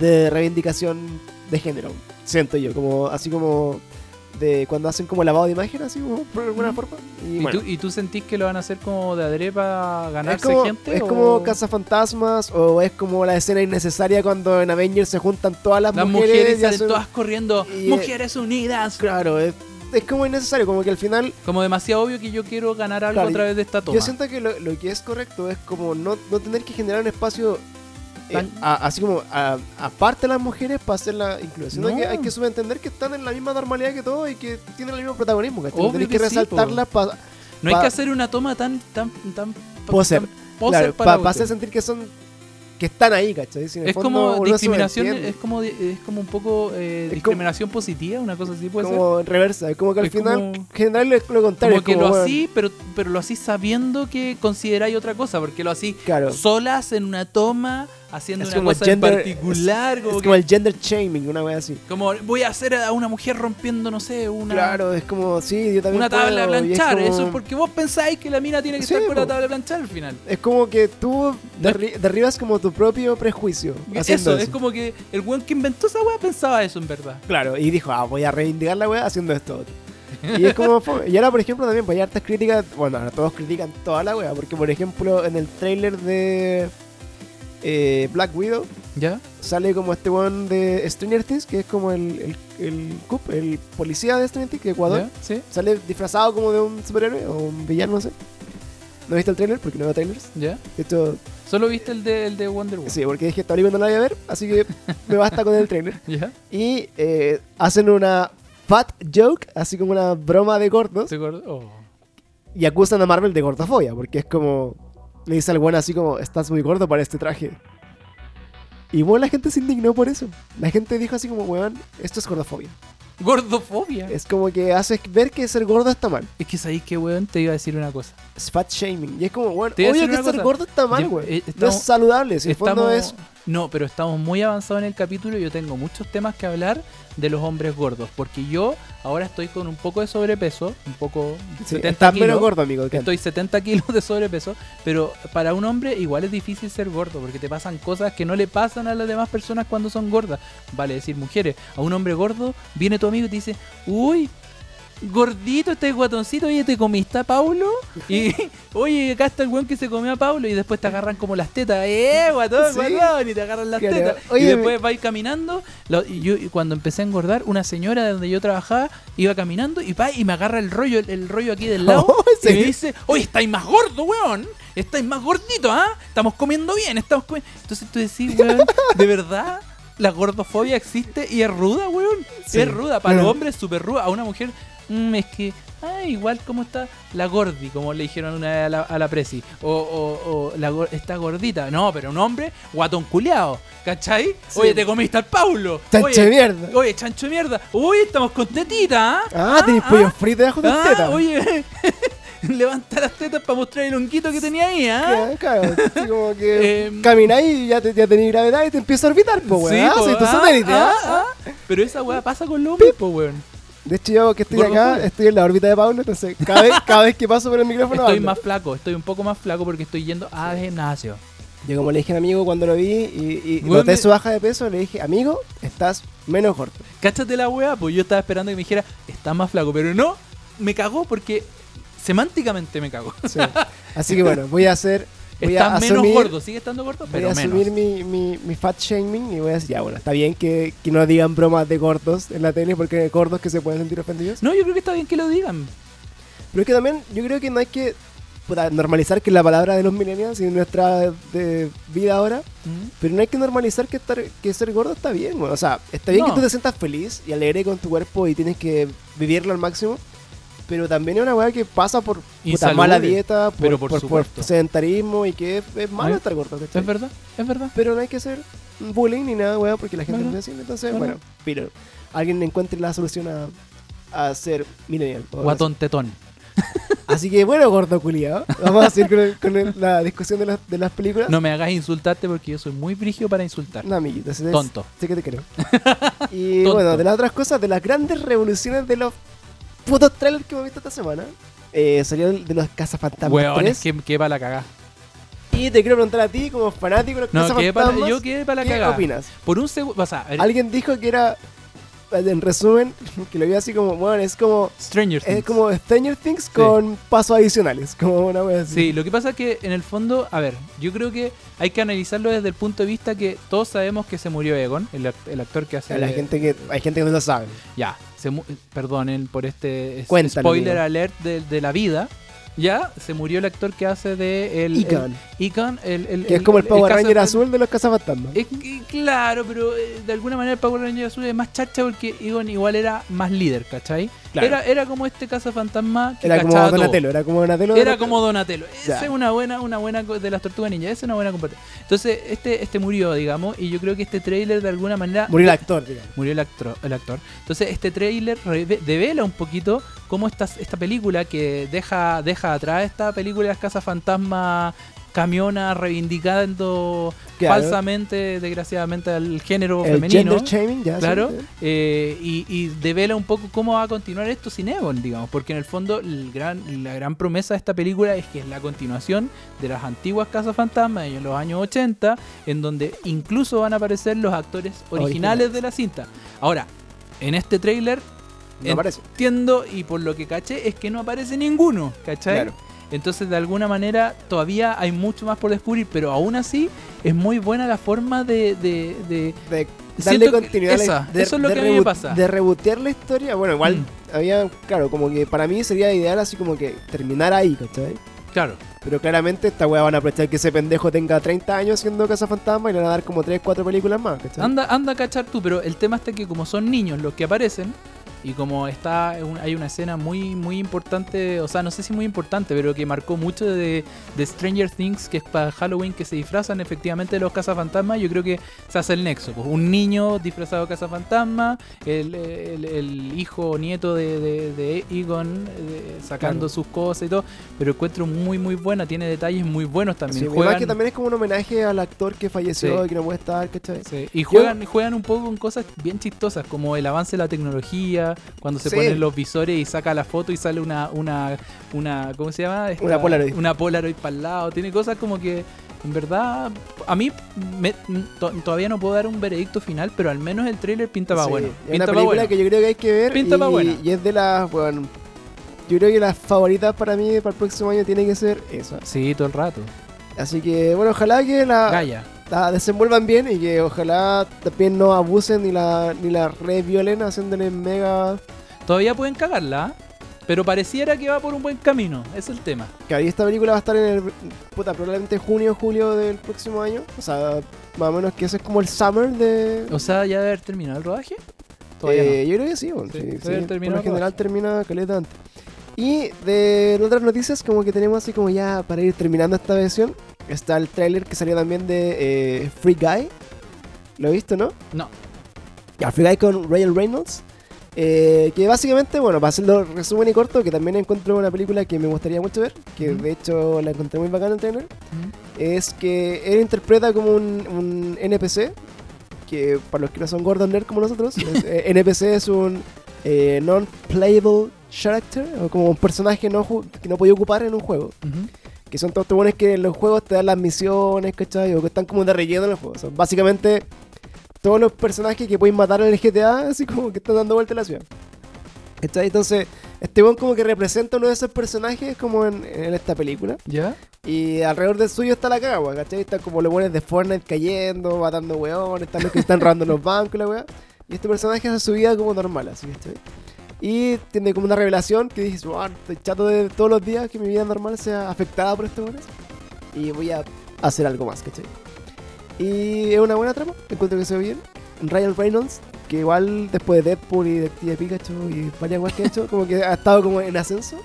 Speaker 2: de reivindicación de género, siento yo, como así como. de cuando hacen como lavado de imagen, así como por alguna
Speaker 1: Ujú.
Speaker 2: forma.
Speaker 1: ¿Y,
Speaker 2: Y, bueno.
Speaker 1: tú, ¿Y tú sentís que lo van a hacer como de adrepa
Speaker 2: Es
Speaker 1: ganarse
Speaker 2: como,
Speaker 1: gente?
Speaker 2: es
Speaker 1: o-
Speaker 2: como Cazafantasmas o es como la escena innecesaria cuando en Avengers se juntan todas las,
Speaker 1: Las mujeres,
Speaker 2: mujeres. y
Speaker 1: salen
Speaker 2: hacen-
Speaker 1: todas corriendo,
Speaker 2: y, eh,
Speaker 1: mujeres unidas.
Speaker 2: Claro, es, es como innecesario, como que al final
Speaker 1: Como demasiado obvio que yo quiero ganar algo
Speaker 2: Claro,
Speaker 1: a través de esta toma.
Speaker 2: yo siento que lo, lo que es correcto es como no, no tener que generar un espacio eh,
Speaker 1: Tan-
Speaker 2: a- así como a- aparte de las mujeres para hacer la inclusión.
Speaker 1: No.
Speaker 2: Que hay que subentender que están en la misma normalidad que todos y que tienen el mismo protagonismo. ¿cachai? No
Speaker 1: Obvio
Speaker 2: tenés
Speaker 1: que
Speaker 2: que,
Speaker 1: sí, po.
Speaker 2: resaltarlas para
Speaker 1: no hay
Speaker 2: pa-
Speaker 1: que hacer una toma tan... tan, tan
Speaker 2: Poser.
Speaker 1: tan poser para
Speaker 2: para
Speaker 1: otro.
Speaker 2: hacer sentir que son que están ahí, ¿cachai? Si en el
Speaker 1: es
Speaker 2: fondo
Speaker 1: como
Speaker 2: uno
Speaker 1: discriminación,
Speaker 2: subentiende.
Speaker 1: es como, di- es como un poco eh,
Speaker 2: Es como-
Speaker 1: discriminación positiva, una cosa así puede ser.
Speaker 2: como en reversa, es como que al
Speaker 1: Es
Speaker 2: final
Speaker 1: como-
Speaker 2: general es lo contrario.
Speaker 1: Como que
Speaker 2: es como,
Speaker 1: lo
Speaker 2: bueno,
Speaker 1: así, pero, pero lo así sabiendo que consideráis otra cosa, porque lo así
Speaker 2: Claro.
Speaker 1: solas en una toma, haciendo
Speaker 2: Es
Speaker 1: una
Speaker 2: como
Speaker 1: cosa
Speaker 2: gender-
Speaker 1: en particular,
Speaker 2: Es
Speaker 1: como,
Speaker 2: como
Speaker 1: que-
Speaker 2: el gender shaming, una wea así.
Speaker 1: como voy a hacer a una mujer rompiendo, no sé, una,
Speaker 2: Claro, es como, sí, yo también.
Speaker 1: una tabla de
Speaker 2: puedo, y
Speaker 1: planchar.
Speaker 2: Es como,
Speaker 1: Eso es porque vos pensáis que la mina tiene que
Speaker 2: Sí,
Speaker 1: estar con la
Speaker 2: po.
Speaker 1: tabla de planchar al final.
Speaker 2: es como que tú derri- derribas como tu propio prejuicio.
Speaker 1: Eso,
Speaker 2: haciendo
Speaker 1: es como que el weón que inventó esa weá pensaba eso en verdad.
Speaker 2: Claro, y dijo, ah, voy a reivindicar la wea
Speaker 1: [LAUGHS]
Speaker 2: haciendo esto. Y es como. fome. Y ahora, por ejemplo, también, pues hay hartas críticas. Bueno, ahora todos critican toda la wea, porque, por ejemplo, en el trailer de eh, Black Widow.
Speaker 1: ¿Ya?
Speaker 2: sale como este weón de Stranger Things, que es como el, el, el, cup- el policía de Stranger Things, de Ecuador.
Speaker 1: ¿Ya? ¿Sí?
Speaker 2: Sale disfrazado como de un superhéroe o un villano, no sé. No he visto el trailer porque no veo trailers.
Speaker 1: ¿Ya?
Speaker 2: De hecho,
Speaker 1: Solo viste el de, el de Wonder Woman.
Speaker 2: sí, porque dije esta película no la voy a ver, así que me basta con el
Speaker 1: [LAUGHS]
Speaker 2: trailer.
Speaker 1: ¿Ya?
Speaker 2: Y eh, hacen una fat joke, así como una broma de gordos,
Speaker 1: ¿Te acuerdas? Oh.
Speaker 2: y acusan a Marvel de gordofobia, porque es como. Le dice al weón así como, estás muy gordo para este traje. Y bueno, la gente se indignó por eso. La gente dijo así como, weón, esto es gordofobia.
Speaker 1: Gordofobia.
Speaker 2: Es como que haces ver que ser gordo está mal.
Speaker 1: Es que sabéis que, weón, te iba a decir una cosa.
Speaker 2: Es fat shaming. Y es como, bueno,
Speaker 1: Te voy a
Speaker 2: obvio
Speaker 1: decir
Speaker 2: que
Speaker 1: una
Speaker 2: ser
Speaker 1: cosa.
Speaker 2: gordo está mal,
Speaker 1: Yo-
Speaker 2: güey.
Speaker 1: eh,
Speaker 2: no
Speaker 1: estamos-
Speaker 2: es saludable. Si el fondo
Speaker 1: Estamos,
Speaker 2: es.
Speaker 1: No, pero estamos muy avanzados en el capítulo y yo tengo muchos temas que hablar de los hombres gordos. Porque yo ahora estoy con un poco de sobrepeso, un poco... de
Speaker 2: Sí,
Speaker 1: 70
Speaker 2: estás
Speaker 1: kilos.
Speaker 2: menos gordo, amigo. que antes.
Speaker 1: Estoy 70 kilos de sobrepeso, pero para un hombre igual es difícil ser gordo, porque te pasan cosas que no le pasan a las demás personas cuando son gordas. Vale decir, mujeres, a un hombre gordo viene tu amigo y te dice, uy, gordito, este guatoncito, oye, te comiste a Paulo, y [LAUGHS] oye, acá está el weón que se comió a Paulo, y después te agarran como las tetas, eh, guatón,
Speaker 2: Sí.
Speaker 1: guatón, y te agarran las
Speaker 2: Claro.
Speaker 1: tetas.
Speaker 2: Oye,
Speaker 1: y
Speaker 2: me-
Speaker 1: después vais caminando, lo- y yo y cuando empecé a
Speaker 2: [LAUGHS]
Speaker 1: engordar, una señora de donde yo trabajaba iba caminando y, pa, y me agarra el rollo, el, el rollo aquí del lado.
Speaker 2: Oh,
Speaker 1: y Y me
Speaker 2: serio?
Speaker 1: dice, oye, estáis más gordo, weón. Estáis más gordito, ¿ah? Estamos comiendo bien, estamos comiendo. Entonces tú decís, weón, ¿de verdad la gordofobia existe y es ruda, weón?
Speaker 2: Sí.
Speaker 1: Es ruda. Para
Speaker 2: No.
Speaker 1: los hombres es súper ruda. A una mujer, mm, es que, ah, igual como está la gordi, como le dijeron una vez a la, a la presi. O, o- o la, gor- está gordita. No, pero un hombre, guatón culeado. ¿Cachai?
Speaker 2: Sí.
Speaker 1: Oye, te comiste al Paulo.
Speaker 2: Chancho de
Speaker 1: oye,
Speaker 2: mierda.
Speaker 1: oye, chancho de mierda. Uy, estamos con tetita, ¿ah?
Speaker 2: Ah, tenéis
Speaker 1: ah,
Speaker 2: pollo frito debajo de
Speaker 1: Ah,
Speaker 2: las tetas.
Speaker 1: Oye, [LAUGHS] levanta las tetas para mostrar el honguito que tenía ahí, ¿ah?
Speaker 2: Ya, Claro, así
Speaker 1: [LAUGHS]
Speaker 2: como que
Speaker 1: Em,
Speaker 2: camináis y ya, te, ya tenéis gravedad y te empieza a orbitar, po, weón. ah,
Speaker 1: po,
Speaker 2: soy tu
Speaker 1: ah,
Speaker 2: satélite,
Speaker 1: ah,
Speaker 2: ah.
Speaker 1: ah. Pero esa weá pasa con los hombres, po,
Speaker 2: [LAUGHS]
Speaker 1: weón.
Speaker 2: De hecho, yo que estoy
Speaker 1: Gordo
Speaker 2: acá,
Speaker 1: joven.
Speaker 2: estoy en la órbita de Pablo, entonces cada vez, cada vez que paso por el micrófono
Speaker 1: Estoy
Speaker 2: hablo.
Speaker 1: más flaco, estoy un poco más flaco porque estoy yendo al gimnasio.
Speaker 2: Yo como le dije a mi amigo cuando lo vi y, y
Speaker 1: Weón,
Speaker 2: noté
Speaker 1: me-
Speaker 2: su baja de peso, le dije, amigo, estás menos corto.
Speaker 1: Cáchate la weá, pues yo estaba esperando que me dijera, está más flaco, pero no, me cagó porque semánticamente me cagó.
Speaker 2: Sí. Así que bueno, voy a hacer... [LAUGHS] Voy a
Speaker 1: Está menos
Speaker 2: asumir,
Speaker 1: gordo, sigue estando gordo,
Speaker 2: Voy a
Speaker 1: pero
Speaker 2: asumir
Speaker 1: menos.
Speaker 2: mi, mi, mi fat shaming y voy a decir, ya bueno, está bien que, que no digan bromas de gordos en la tele porque hay gordos que se pueden sentir ofendidos.
Speaker 1: No, yo creo que está bien que lo digan.
Speaker 2: Pero es que también yo creo que no hay que puta, normalizar que es la palabra de los millennials y de nuestra de, vida ahora,
Speaker 1: ¿Mm?
Speaker 2: pero no hay que normalizar que estar que ser gordo está bien, weón. o sea, está bien
Speaker 1: No.
Speaker 2: que tú te sientas feliz y alegre con tu cuerpo y tienes que vivirlo al máximo, pero también es una weá que pasa por puta,
Speaker 1: Insalubre,
Speaker 2: mala dieta, por,
Speaker 1: pero por
Speaker 2: por- por
Speaker 1: supuesto.
Speaker 2: sedentarismo y que es, es malo
Speaker 1: Ay,
Speaker 2: estar gordo, ¿cachai?
Speaker 1: Es verdad, es verdad.
Speaker 2: Pero no hay que hacer bullying ni nada, weón, porque la gente
Speaker 1: Bueno,
Speaker 2: no es así, entonces,
Speaker 1: bueno.
Speaker 2: bueno, pero alguien encuentre la solución a, a ser millennial. o algo así.
Speaker 1: Guatón tetón.
Speaker 2: [LAUGHS] Así que bueno, gordo culiao. Vamos a seguir con, el- con el- la discusión de, las- de las películas.
Speaker 1: No me hagas insultarte porque yo soy muy brígido para insultar.
Speaker 2: No, amiguito, sí,
Speaker 1: Tonto.
Speaker 2: Sí que
Speaker 1: [LAUGHS]
Speaker 2: te creo. Y
Speaker 1: Tonto.
Speaker 2: bueno, de las otras cosas, de las grandes revoluciones de los putos trailers que hemos visto esta semana, eh, salió el de los Cazafantasmas
Speaker 1: Weón,
Speaker 2: 3.
Speaker 1: es que, que para la cagá.
Speaker 2: Y te quiero preguntar a ti, como fanático de los
Speaker 1: No, quedé para,
Speaker 2: Cazafantasmas,
Speaker 1: yo quedé para la
Speaker 2: ¿qué
Speaker 1: cagá.
Speaker 2: opinas?
Speaker 1: Por un segundo, o sea, a ver,
Speaker 2: Alguien dijo que era, en resumen, [LAUGHS] que lo vio así como, bueno, es como...
Speaker 1: Stranger Things.
Speaker 2: Es como Stranger Things con pasos adicionales, como una wea así.
Speaker 1: Sí, lo que pasa es que en el fondo, a ver, yo creo que hay que analizarlo desde el punto de vista que todos sabemos que se murió Egon, el, act- el actor que hace.
Speaker 2: A la gente que, hay gente que no lo sabe.
Speaker 1: Ya, se mu- perdonen por este es-
Speaker 2: Cuéntalo,
Speaker 1: spoiler
Speaker 2: amigo.
Speaker 1: alert de, de la vida. Ya, se murió el actor que hace de. El,
Speaker 2: Egon.
Speaker 1: el- Egon, el, el-
Speaker 2: Que es como el Power
Speaker 1: caza-
Speaker 2: Ranger azul de los cazafantasmas.
Speaker 1: Es que, claro, pero eh, de alguna manera el Power Ranger Azul es más chacha porque Egon igual era más líder, ¿cachai?
Speaker 2: Claro.
Speaker 1: Era, era como este cazafantasma que
Speaker 2: Era como
Speaker 1: cachaba todo.
Speaker 2: Donatello, era como Donatello.
Speaker 1: Era como Donatello. Esa
Speaker 2: Ya.
Speaker 1: es una buena, una buena co- de las tortugas ninja, esa es una buena competencia. Entonces, este, este murió, digamos, y yo creo que este trailer de alguna manera
Speaker 2: Murió el actor, digamos.
Speaker 1: murió el, actor, el actor. Entonces este tráiler reve- devela un poquito cómo esta, esta película que deja, deja atrás esta película de las casas fantasma camiona reivindicando
Speaker 2: Claro.
Speaker 1: falsamente, desgraciadamente, al género
Speaker 2: El
Speaker 1: femenino.
Speaker 2: gender shaming, ya. sí,
Speaker 1: Claro,
Speaker 2: sí.
Speaker 1: eh, y, y devela un poco cómo va a continuar esto sin Egon, digamos, porque en el fondo el gran, la gran promesa de esta película es que es la continuación de las antiguas Casas Fantasmas de los años 80, en donde incluso van a aparecer los actores originales,
Speaker 2: Originales.
Speaker 1: de la cinta. Ahora, en este tráiler
Speaker 2: No aparece.
Speaker 1: entiendo y por lo que caché es que no aparece ninguno, ¿cachai?
Speaker 2: Claro.
Speaker 1: Entonces, de alguna manera, todavía hay mucho más por descubrir, pero aún así es muy buena la forma de- de- de,
Speaker 2: De
Speaker 1: Siento
Speaker 2: darle
Speaker 1: que
Speaker 2: continuidad a la-
Speaker 1: esa,
Speaker 2: de-
Speaker 1: eso es lo
Speaker 2: de
Speaker 1: que a mí me
Speaker 2: reboot-
Speaker 1: pasa.
Speaker 2: De rebotear la historia. Bueno, igual
Speaker 1: Mm.
Speaker 2: había, claro, como que para mí sería ideal así como que terminar ahí, ¿cachai?
Speaker 1: Claro.
Speaker 2: Pero claramente esta weá van a aprovechar que ese pendejo tenga 30 años siendo cazafantasma y le van a dar como 3, 4 películas más, ¿cachai?
Speaker 1: Anda, anda a cachar tú, pero el tema está que como son niños los que aparecen, y como está un- hay una escena muy, muy importante, o sea, no sé si muy importante, pero que marcó mucho de, de Stranger Things, que es para Halloween, que se disfrazan efectivamente de los cazafantasmas, yo creo que se hace el nexo. Pues un niño disfrazado de cazafantasma, el, el, el hijo o nieto de, de, de Egon eh, sacando
Speaker 2: Claro.
Speaker 1: sus cosas y todo, pero encuentro muy, muy buena, tiene detalles muy buenos también.
Speaker 2: Sí, además
Speaker 1: Juegan-
Speaker 2: que también es como un homenaje al actor que falleció
Speaker 1: Sí.
Speaker 2: y que no puede estar, ¿cachai?
Speaker 1: Sí, Y juegan, juegan un poco con cosas bien chistosas, como el avance de la tecnología, cuando se
Speaker 2: Sí.
Speaker 1: ponen los visores y saca la foto y sale una, una, una ¿cómo se llama?
Speaker 2: Una Polaroid.
Speaker 1: Una Polaroid para el lado. Tiene cosas como que, en verdad, a mí me- to- todavía no puedo dar un veredicto final, pero al menos el trailer pinta para
Speaker 2: Sí,
Speaker 1: bueno.
Speaker 2: es
Speaker 1: Pinta
Speaker 2: una
Speaker 1: para
Speaker 2: película
Speaker 1: bueno.
Speaker 2: que yo creo que hay que ver.
Speaker 1: Pinta
Speaker 2: y,
Speaker 1: pa' buena.
Speaker 2: y es de las, bueno, yo creo que las favoritas para mí para el próximo año tiene que Ah. ser esa.
Speaker 1: Sí, todo el rato.
Speaker 2: Así que, bueno, ojalá que la,
Speaker 1: Gaya.
Speaker 2: la desenvuelvan bien y que ojalá también no abusen ni la, ni la reviolen haciéndole mega...
Speaker 1: Todavía pueden cagarla. ¿ah? Pero pareciera que va por un buen camino, es el tema.
Speaker 2: Claro, y esta película va a estar en el. Puta, probablemente junio, julio del próximo año. O sea, más o menos que eso es como el summer de.
Speaker 1: O sea, ya debe haber terminado el rodaje. Todavía
Speaker 2: Eh, Yo creo que sí, bueno,
Speaker 1: Sí,
Speaker 2: sí,
Speaker 1: todavía
Speaker 2: sí,
Speaker 1: no termina
Speaker 2: por lo
Speaker 1: el
Speaker 2: general termina caleta antes. Y de otras noticias, como que tenemos así como ya para ir terminando esta versión, está el tráiler que salió también de eh, Free Guy. ¿Lo he visto, no?
Speaker 1: No.
Speaker 2: Ya, Free Guy con Ryan Reynolds. eh, que básicamente, bueno, para hacerlo resumen y corto, que también encuentro una película que me gustaría mucho ver, que
Speaker 1: Ujú.
Speaker 2: de hecho la encontré muy bacana en el trailer es que él interpreta como un, un NPC, que para los que no son Gordon Nerd como nosotros, es- eh, NPC es un eh, non-playable character, o como un personaje no ju- que no podía ocupar en un juego.
Speaker 1: Ujú.
Speaker 2: Que son todos estos buenos que en los juegos te dan las misiones, ¿cachai? O que están como de relleno en los juegos. Son básicamente todos los personajes que puedes matar en el GTA, así como que están dando vuelta en la ciudad. ¿Cachai? Entonces, este buen como que representa uno de esos personajes como en- en esta película.
Speaker 1: ¿Ya?
Speaker 2: Y alrededor del suyo está la caga, weón, ¿cachai? Están como los buenos de Fortnite cayendo, matando weones, están los que están robando los bancos, y la weá. Y este personaje hace su vida como normal, así, ¿cachai? Y tiene como una revelación que dices, wow, estoy chato de todos los días que mi vida normal sea afectada por estos weones. Y voy a hacer algo más, ¿cachai? Y es una buena trama, encuentro que se ve bien. Ryan Reynolds, que igual después de Deadpool y de Pikachu y varias weas que ha hecho, como que ha estado como en ascenso.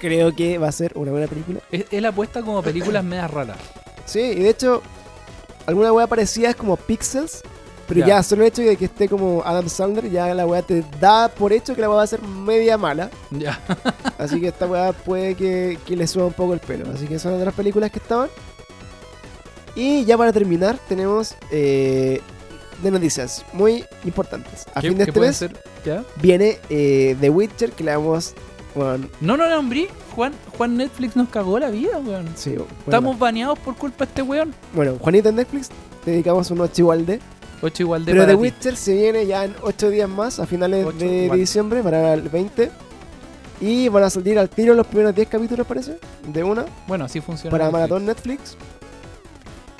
Speaker 2: Creo que va a ser una buena película.
Speaker 1: Es- Él apuesta como películas medias raras.
Speaker 2: [CLEARS THROAT] Sí, y de hecho, alguna wea parecida es como Pixels, pero
Speaker 1: Ya.
Speaker 2: ya solo el hecho de que esté como Adam Sandler, ya la wea te da por hecho que la wea va a ser
Speaker 1: [LAUGHS]
Speaker 2: media mala.
Speaker 1: Ya.
Speaker 2: Así que esta wea puede que, que le suba un poco el pelo. Así que son de las películas que estaban. Y ya para terminar, tenemos eh, de noticias muy importantes. A
Speaker 1: ¿Qué-
Speaker 2: fin de
Speaker 1: qué
Speaker 2: este
Speaker 1: puede
Speaker 2: mes
Speaker 1: ser? ¿Ya?
Speaker 2: viene eh, The Witcher, que la vamos. Bueno,
Speaker 1: No, no nombré. Juan, Juan Netflix nos cagó la vida, weón.
Speaker 2: sí, bueno.
Speaker 1: Estamos baneados por culpa de este weón.
Speaker 2: Bueno, Juanita en Netflix, te dedicamos unos chihualde.
Speaker 1: 8 igual de
Speaker 2: Pero The
Speaker 1: para ti.
Speaker 2: Witcher se viene ya en 8 días más, a finales
Speaker 1: Ocho,
Speaker 2: de
Speaker 1: igual.
Speaker 2: diciembre, para el 20. Y van a salir al tiro los primeros 10 capítulos, parece, de una,
Speaker 1: Bueno, así funciona.
Speaker 2: para
Speaker 1: Netflix.
Speaker 2: Maratón Netflix.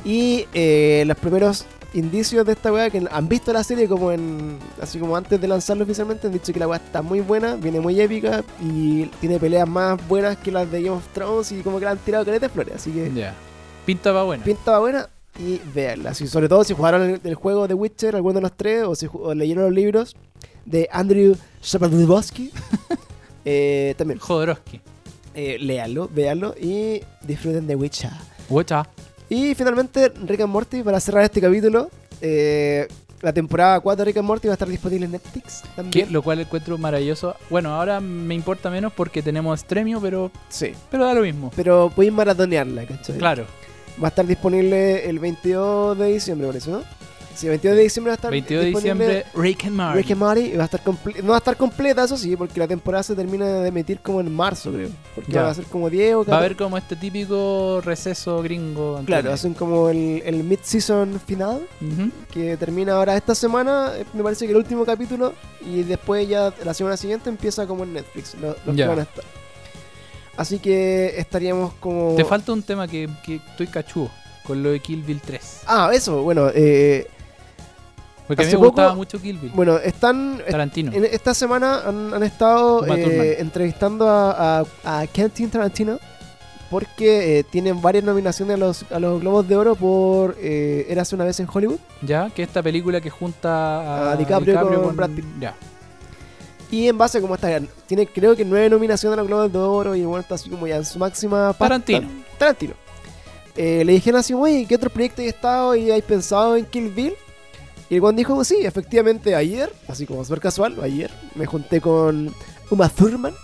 Speaker 2: Y eh, los primeros indicios de esta weá que han visto la serie como en así como antes de lanzarlo oficialmente han dicho que la weá está muy buena, viene muy épica y tiene peleas más buenas que las de Game of Thrones y como que la han tirado caleta de flores, así que
Speaker 1: Ya. Pinta va buena.
Speaker 2: pintaba buena y veanla. Si, sobre todo si jugaron el, el juego de Witcher, alguno de los tres, o si ju- o leyeron los libros de Andrew
Speaker 1: [LAUGHS]
Speaker 2: Shepardowski, eh, también
Speaker 1: Jodorowsky.
Speaker 2: eh, léanlo, véanlo y disfruten de Witcher.
Speaker 1: Guacha.
Speaker 2: Y finalmente, Rick and Morty, para cerrar este capítulo, eh, la temporada 4 de Rick and Morty va a estar disponible en Netflix
Speaker 1: Que-
Speaker 2: también.
Speaker 1: Lo cual encuentro maravilloso. Bueno, ahora me importa menos porque tenemos Stremio, pero,
Speaker 2: Sí.
Speaker 1: pero da lo mismo.
Speaker 2: Pero podéis maratonearla, ¿cachai?
Speaker 1: Claro.
Speaker 2: Va a estar disponible el 22 de diciembre, por eso, ¿no? Sí, el 22 de diciembre va a estar
Speaker 1: 22 de
Speaker 2: disponible
Speaker 1: diciembre, Rick and Morty.
Speaker 2: Rick and Morty va a estar comple- no va a estar completa, eso sí, porque la temporada se termina de emitir como en marzo, creo. Porque
Speaker 1: Ya.
Speaker 2: va a ser como 10 o
Speaker 1: Va a
Speaker 2: 14.
Speaker 1: haber como este típico receso gringo.
Speaker 2: Claro,
Speaker 1: ¿entiendes?
Speaker 2: hacen como el, el mid-season final,
Speaker 1: Ujú.
Speaker 2: que termina ahora esta semana, eh, me parece que el último capítulo, y después ya la semana siguiente empieza como en Netflix, lo- los que
Speaker 1: Ya.
Speaker 2: van a estar. Así que estaríamos como...
Speaker 1: Te falta un tema que, que estoy cachudo con lo de Kill Bill 3.
Speaker 2: Ah, eso, bueno, eh,
Speaker 1: Porque a mí
Speaker 2: hace
Speaker 1: me gustaba
Speaker 2: poco-
Speaker 1: mucho Kill Bill.
Speaker 2: bueno, están... est-
Speaker 1: Tarantino.
Speaker 2: en esta semana han, han estado
Speaker 1: Uma
Speaker 2: eh,
Speaker 1: Thurman.
Speaker 2: entrevistando a, a, a Quentin Tarantino porque eh, tienen varias nominaciones a los, a los Globos de Oro por eh, Érase una vez en Hollywood.
Speaker 1: Ya, que esta película que junta a,
Speaker 2: A DiCaprio con Brad Pitt.
Speaker 1: Ya.
Speaker 2: Y en base a cómo está, tiene creo que nueve nominaciones a los Globos de Oro y bueno, está así como ya en su máxima pasta.
Speaker 1: Tarantino.
Speaker 2: Tarantino. Eh, le dijeron así, oye, ¿qué otro proyecto has estado y hay pensado en Kill Bill? Y el Juan dijo, sí, efectivamente, ayer, así como súper casual, ayer, me junté con Uma Thurman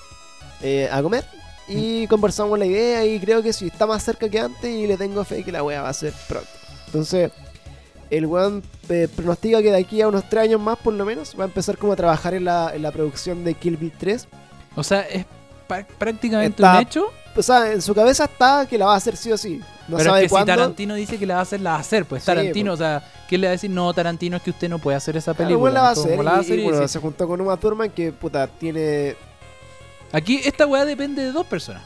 Speaker 2: eh, a comer y conversamos la idea y creo que sí, está más cerca que antes y le tengo fe que la wea va a ser pronto. Entonces, el Juan eh, pronostica que de aquí a unos 3 años más, por lo menos, va a empezar como a trabajar en la, en la producción de Kill Bill 3.
Speaker 1: O sea, es pa- prácticamente
Speaker 2: Está-
Speaker 1: un hecho.
Speaker 2: O sea, en su cabeza está que la va a hacer sí o sí. No
Speaker 1: pero
Speaker 2: sabe
Speaker 1: es que
Speaker 2: cuándo.
Speaker 1: si Tarantino dice que la va a hacer, la va a hacer. Pues
Speaker 2: Sí,
Speaker 1: Tarantino, o sea, ¿qué le va a decir? No, Tarantino, es que usted no puede hacer esa
Speaker 2: Claro,
Speaker 1: película.
Speaker 2: igual la va a
Speaker 1: Entonces,
Speaker 2: hacer.
Speaker 1: como
Speaker 2: Y,
Speaker 1: la va a
Speaker 2: y,
Speaker 1: hacer, y
Speaker 2: bueno,
Speaker 1: dice,
Speaker 2: se juntó con Uma Thurman que, puta, tiene
Speaker 1: Aquí esta weá depende de dos personas.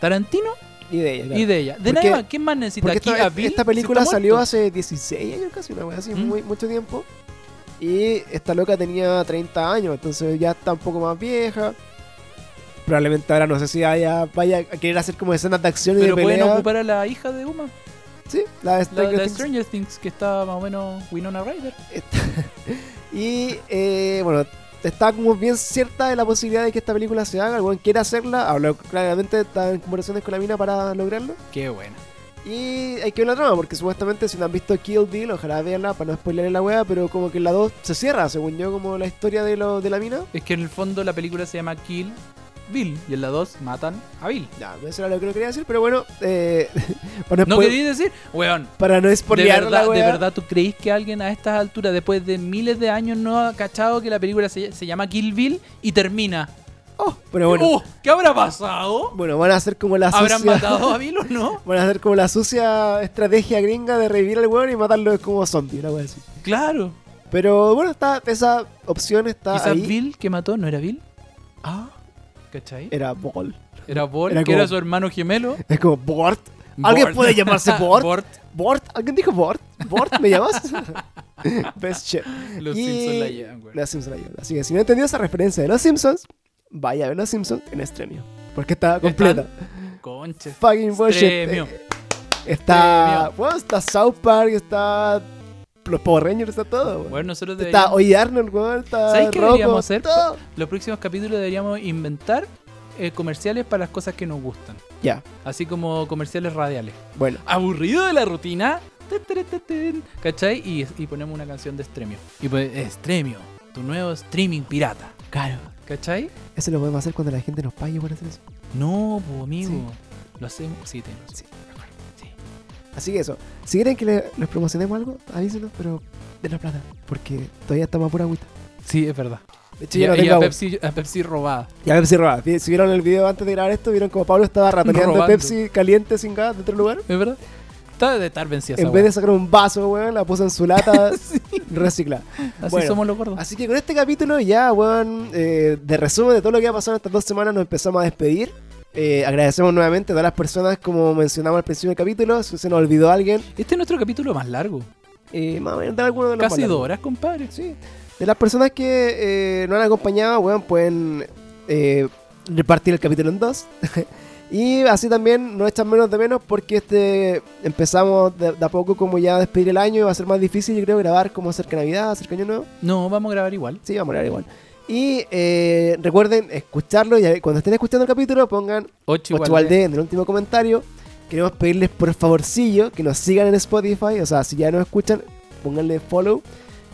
Speaker 1: Tarantino
Speaker 2: ideas.
Speaker 1: y de ella. De
Speaker 2: Porque-
Speaker 1: nadie más. ¿Quién más necesita?
Speaker 2: Porque
Speaker 1: Aquí
Speaker 2: esta,
Speaker 1: a Bill,
Speaker 2: esta
Speaker 1: si
Speaker 2: película
Speaker 1: está
Speaker 2: salió
Speaker 1: muerto.
Speaker 2: hace 16 años casi, una wea así,
Speaker 1: Mm.
Speaker 2: muy, mucho tiempo. Y esta loca tenía 30 años, entonces ya está un poco más vieja. Probablemente ahora no sé si haya, vaya a querer hacer como escenas de acción y de
Speaker 1: Pero
Speaker 2: pelea.
Speaker 1: pueden ocupar a la hija de Uma,
Speaker 2: Sí, la de
Speaker 1: la,
Speaker 2: Stranger
Speaker 1: la de
Speaker 2: Things.
Speaker 1: Stranger Things, que está más o menos Winona Ryder.
Speaker 2: Y eh, bueno, está como bien cierta de la posibilidad de que esta película se haga. El weón quiere hacerla, habló claramente, está en conversaciones con la mina para lograrlo.
Speaker 1: Qué buena.
Speaker 2: Y hay que ver la trama, porque supuestamente si no han visto Kill Deal, ojalá veanla para no spoiler la wea, pero como que la 2 se cierra, según yo, como la historia de, lo, de la mina.
Speaker 1: Es que en el fondo la película se llama Kill Bill y en la 2 matan a Bill.
Speaker 2: Ya, eso era lo que no quería decir, pero bueno, eh, [LAUGHS] para no,
Speaker 1: ¿No
Speaker 2: spo-
Speaker 1: queréis decir? Weón,
Speaker 2: para no
Speaker 1: de
Speaker 2: spoilear la
Speaker 1: verdad, de
Speaker 2: wea.
Speaker 1: verdad, ¿tú creís que alguien a estas alturas, después de miles de años, no ha cachado que la película se, se llama Kill Bill y termina?
Speaker 2: Oh, pero bueno,
Speaker 1: ¡Uh! ¿Qué habrá pasado?
Speaker 2: bueno, van a hacer como la sucia,
Speaker 1: ¿Habrán
Speaker 2: [LAUGHS]
Speaker 1: matado a Bill o no?
Speaker 2: van a hacer como la sucia estrategia gringa de revivir al weón y matarlo como zombie, una wea así.
Speaker 1: Claro.
Speaker 2: Pero bueno, está, esa opción está
Speaker 1: Quizás
Speaker 2: ahí.
Speaker 1: Bill que mató no era Bill.
Speaker 2: Ah,
Speaker 1: ¿Cachai?
Speaker 2: era Ball.
Speaker 1: Era Bort,
Speaker 2: era
Speaker 1: que
Speaker 2: como-
Speaker 1: era su hermano gemelo.
Speaker 2: Es como Bort. ¿Alguien
Speaker 1: Bort. [LAUGHS]
Speaker 2: puede llamarse Bort?
Speaker 1: Bort,
Speaker 2: ¿Bort? ¿Alguien dijo Bort? ¿Bort? ¿Me
Speaker 1: [LAUGHS]
Speaker 2: llamas? Best shit.
Speaker 1: los
Speaker 2: Y-
Speaker 1: Simpsons la llevan, weón.
Speaker 2: Los Simpsons la llevan. Así que si no entendió esa referencia de Los Simpsons, vaya a ver Los Simpsons en estremio. Porque está completa.
Speaker 1: Conches.
Speaker 2: Fucking bullshit.
Speaker 1: Estremio.
Speaker 2: Eh, Está. Bueno, está South Park, está. Los Power Rangers, está todo. weón.
Speaker 1: Bueno, nosotros
Speaker 2: está
Speaker 1: deberíamos,
Speaker 2: Oye Arnold, weón, está.
Speaker 1: ¿Sabes qué
Speaker 2: Rocco,
Speaker 1: deberíamos hacer?
Speaker 2: todo.
Speaker 1: los próximos capítulos deberíamos inventar eh, comerciales para las cosas que nos gustan.
Speaker 2: Ya,
Speaker 1: Así como comerciales radiales.
Speaker 2: bueno.
Speaker 1: Aburrido de la rutina. Te, te, te, te, te, ¿Cachai? Y, y ponemos una canción de Stremio. Y pues, Stremio, tu nuevo streaming pirata.
Speaker 2: Claro.
Speaker 1: ¿Cachai?
Speaker 2: Eso lo podemos hacer cuando la gente nos pague por hacer eso.
Speaker 1: No, pues, amigo. Lo hacemos. Sí, tenemos.
Speaker 2: Sí.
Speaker 1: de acuerdo. Sí.
Speaker 2: Así que eso. Si quieren que le- les promocionemos algo, avísenos, pero denos plata. Porque todavía estamos a pura agüita.
Speaker 1: Sí, es verdad.
Speaker 2: De hecho,
Speaker 1: y
Speaker 2: yo no
Speaker 1: a, y
Speaker 2: tengo
Speaker 1: a
Speaker 2: agua.
Speaker 1: Pepsi, a Pepsi robada.
Speaker 2: Ya Pepsi robada. Si vieron el video antes de grabar esto, vieron como Pablo estaba ratoneando
Speaker 1: [LAUGHS] Robando.
Speaker 2: Pepsi caliente sin gas de otro lugar.
Speaker 1: ¿Es verdad? Está de estar vencida esa
Speaker 2: En vez
Speaker 1: weá.
Speaker 2: de sacar un vaso, weón, la puso en
Speaker 1: [LAUGHS]
Speaker 2: su lata recicla.
Speaker 1: Así
Speaker 2: bueno,
Speaker 1: somos los gordos.
Speaker 2: Así que con este capítulo ya, weón, eh, de resumen de todo lo que ha pasado en estas dos semanas, nos empezamos a despedir. Eh, agradecemos nuevamente a todas las personas, como mencionamos al principio del capítulo. Si se nos olvidó alguien,
Speaker 1: Este es nuestro capítulo más largo.
Speaker 2: eh, más o menos dar alguno de los
Speaker 1: Casi
Speaker 2: malos.
Speaker 1: dos horas, compadre.
Speaker 2: Sí. De las personas que eh, no han acompañado, weón, pueden eh, repartir el capítulo en dos. [LAUGHS] y así también no echan menos de menos porque este empezamos de, de a poco como ya a despedir el año y va a ser más difícil, yo creo, grabar como cerca de Navidad, cerca de Año Nuevo.
Speaker 1: No, vamos a grabar igual.
Speaker 2: Sí, vamos a grabar igual. Y eh, recuerden escucharlo y cuando estén escuchando el capítulo pongan
Speaker 1: Ocho igual. eh.
Speaker 2: 8 al D en el último comentario. Queremos pedirles por favorcillo que nos sigan en Spotify. O sea, si ya nos escuchan, pónganle follow.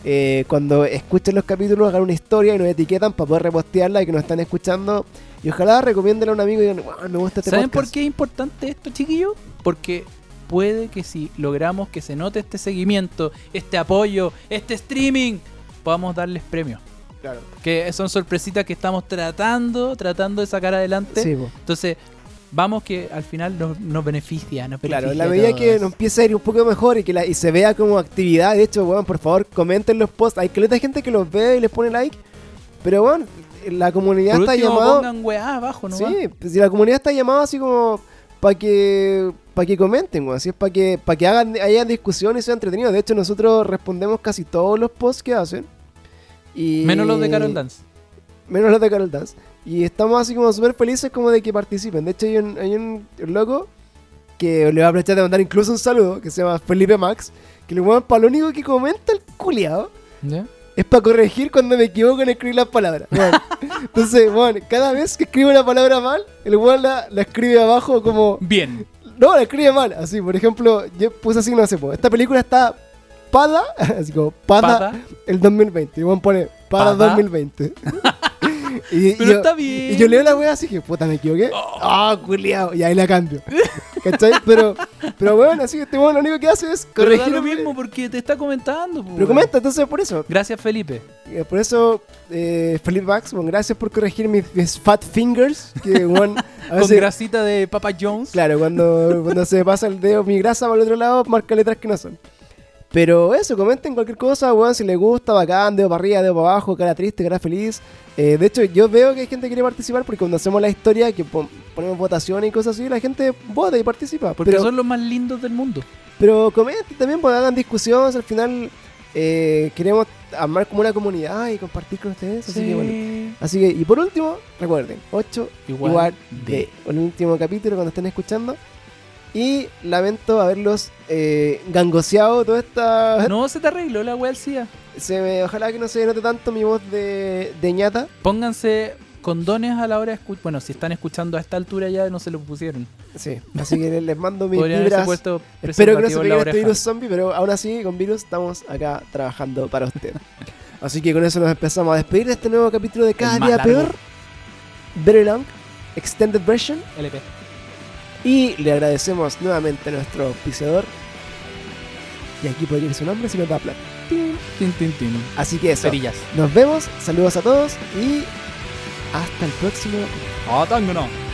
Speaker 2: Eh, cuando escuchen los capítulos, hagan una historia y nos etiquetan para poder repostearla y que nos están escuchando. Y ojalá recomiéndenla a un amigo y digan, "Guau, me gusta este
Speaker 1: ¿Saben
Speaker 2: podcast".
Speaker 1: por qué es importante esto, chiquillos? Porque puede que si logramos que se note este seguimiento, este apoyo, este streaming, podamos darles premios.
Speaker 2: Claro.
Speaker 1: Que son sorpresitas que estamos tratando, tratando de sacar adelante.
Speaker 2: Sí, po.
Speaker 1: Entonces, vamos que al final nos, nos beneficia, nos
Speaker 2: Claro,
Speaker 1: beneficia
Speaker 2: en la
Speaker 1: a
Speaker 2: medida que
Speaker 1: todos.
Speaker 2: nos empiece a ir un poco mejor y que la- y se vea como actividad, de hecho, weón, por favor, comenten los posts. Hay que gente que los ve y les pone like. Pero bueno, la comunidad
Speaker 1: Por
Speaker 2: está
Speaker 1: último,
Speaker 2: llamada.
Speaker 1: pongan weá abajo, ¿no?
Speaker 2: Sí, pues, si la comunidad está llamada así como para que para que comenten, weón, así es para que para que hagan hayan discusiones y sea entretenido. De hecho, nosotros respondemos casi todos los posts que hacen. Y
Speaker 1: Menos los de Carol Dance.
Speaker 2: Menos los de Carol Dance. Y estamos así como súper felices como de que participen. De hecho, hay un, hay un loco que le voy a aprovechar de mandar incluso un saludo, que se llama Felipe Max, que le weón para lo único que comenta el culiado
Speaker 1: ¿Ya?
Speaker 2: es para corregir cuando me equivoco en escribir las palabras.
Speaker 1: [LAUGHS]
Speaker 2: weón. Entonces, bueno, cada vez que escribo una palabra mal, el weón la, la escribe abajo como.
Speaker 1: Bien.
Speaker 2: No, la escribe mal. Así, por ejemplo, yo puse así, no sé, po, esta película está Pada, [LAUGHS] así como Pada,
Speaker 1: Pata.
Speaker 2: el 2020. Y el weón pone Pada,
Speaker 1: Pada. [LAUGHS]
Speaker 2: 2020. y, y
Speaker 1: Pero
Speaker 2: yo,
Speaker 1: está bien.
Speaker 2: y yo leo la wea así que, puta, me equivoqué.
Speaker 1: Oh.
Speaker 2: Ah, culiao. Y ahí la cambio. ¿Cachai? Pero, pero bueno, así que este weón lo único que hace es
Speaker 1: Pero
Speaker 2: corregir.
Speaker 1: da lo
Speaker 2: un-
Speaker 1: mismo porque te está comentando. po,
Speaker 2: Pero
Speaker 1: weón.
Speaker 2: comenta, entonces por eso.
Speaker 1: Gracias, Felipe.
Speaker 2: Eh, Por eso, eh, Felipe Max, bueno, gracias por corregir mis, mis fat fingers. Que, weón, a
Speaker 1: [LAUGHS] Con
Speaker 2: veces,
Speaker 1: grasita de Papa Jones.
Speaker 2: claro, cuando, cuando se pasa el dedo, mi grasa para el otro lado, marca letras que no son. Pero eso, comenten cualquier cosa, weón, si les gusta, bacán, dedo para arriba, dedo para abajo, cara triste, cara feliz. Eh, de hecho, yo veo que hay gente que quiere participar porque cuando hacemos la historia, que pon- ponemos votaciones y cosas así, la gente vota y participa.
Speaker 1: Porque
Speaker 2: pero,
Speaker 1: son los más lindos del mundo.
Speaker 2: pero comenten también, pues hagan discusiones, al final eh, queremos armar como una comunidad y compartir con ustedes. Así que bueno. Así que, y por último, recuerden, 8
Speaker 1: Igual
Speaker 2: igual,
Speaker 1: de.
Speaker 2: de. el último capítulo cuando estén escuchando. Y lamento haberlos eh, gangoseado toda esta...
Speaker 1: No se te arregló la wea al SIDA.
Speaker 2: Se me, ojalá que no se note tanto mi voz de, de ñata.
Speaker 1: Pónganse condones a la hora de escuchar. Bueno, si están escuchando a esta altura ya no se los pusieron.
Speaker 2: Sí, así que les mando mis
Speaker 1: Podrían haberse
Speaker 2: vibras.
Speaker 1: puesto
Speaker 2: Espero que
Speaker 1: preservativo en la
Speaker 2: no se peguen este
Speaker 1: oreja.
Speaker 2: virus zombie, pero aún así, con virus estamos acá trabajando para usted. así que con eso nos empezamos a despedir de este nuevo capítulo de Cada
Speaker 1: más
Speaker 2: Día
Speaker 1: largo.
Speaker 2: Peor. Very Long, Extended Version.
Speaker 1: LP.
Speaker 2: Y le agradecemos nuevamente a nuestro auspiciador. Y aquí podría ir su nombre si nos da plata. Tin.
Speaker 1: Tin, tin, tin.
Speaker 2: Así que eso.
Speaker 1: Perillas.
Speaker 2: Nos vemos, saludos a todos y hasta el próximo
Speaker 1: Ah, tango no.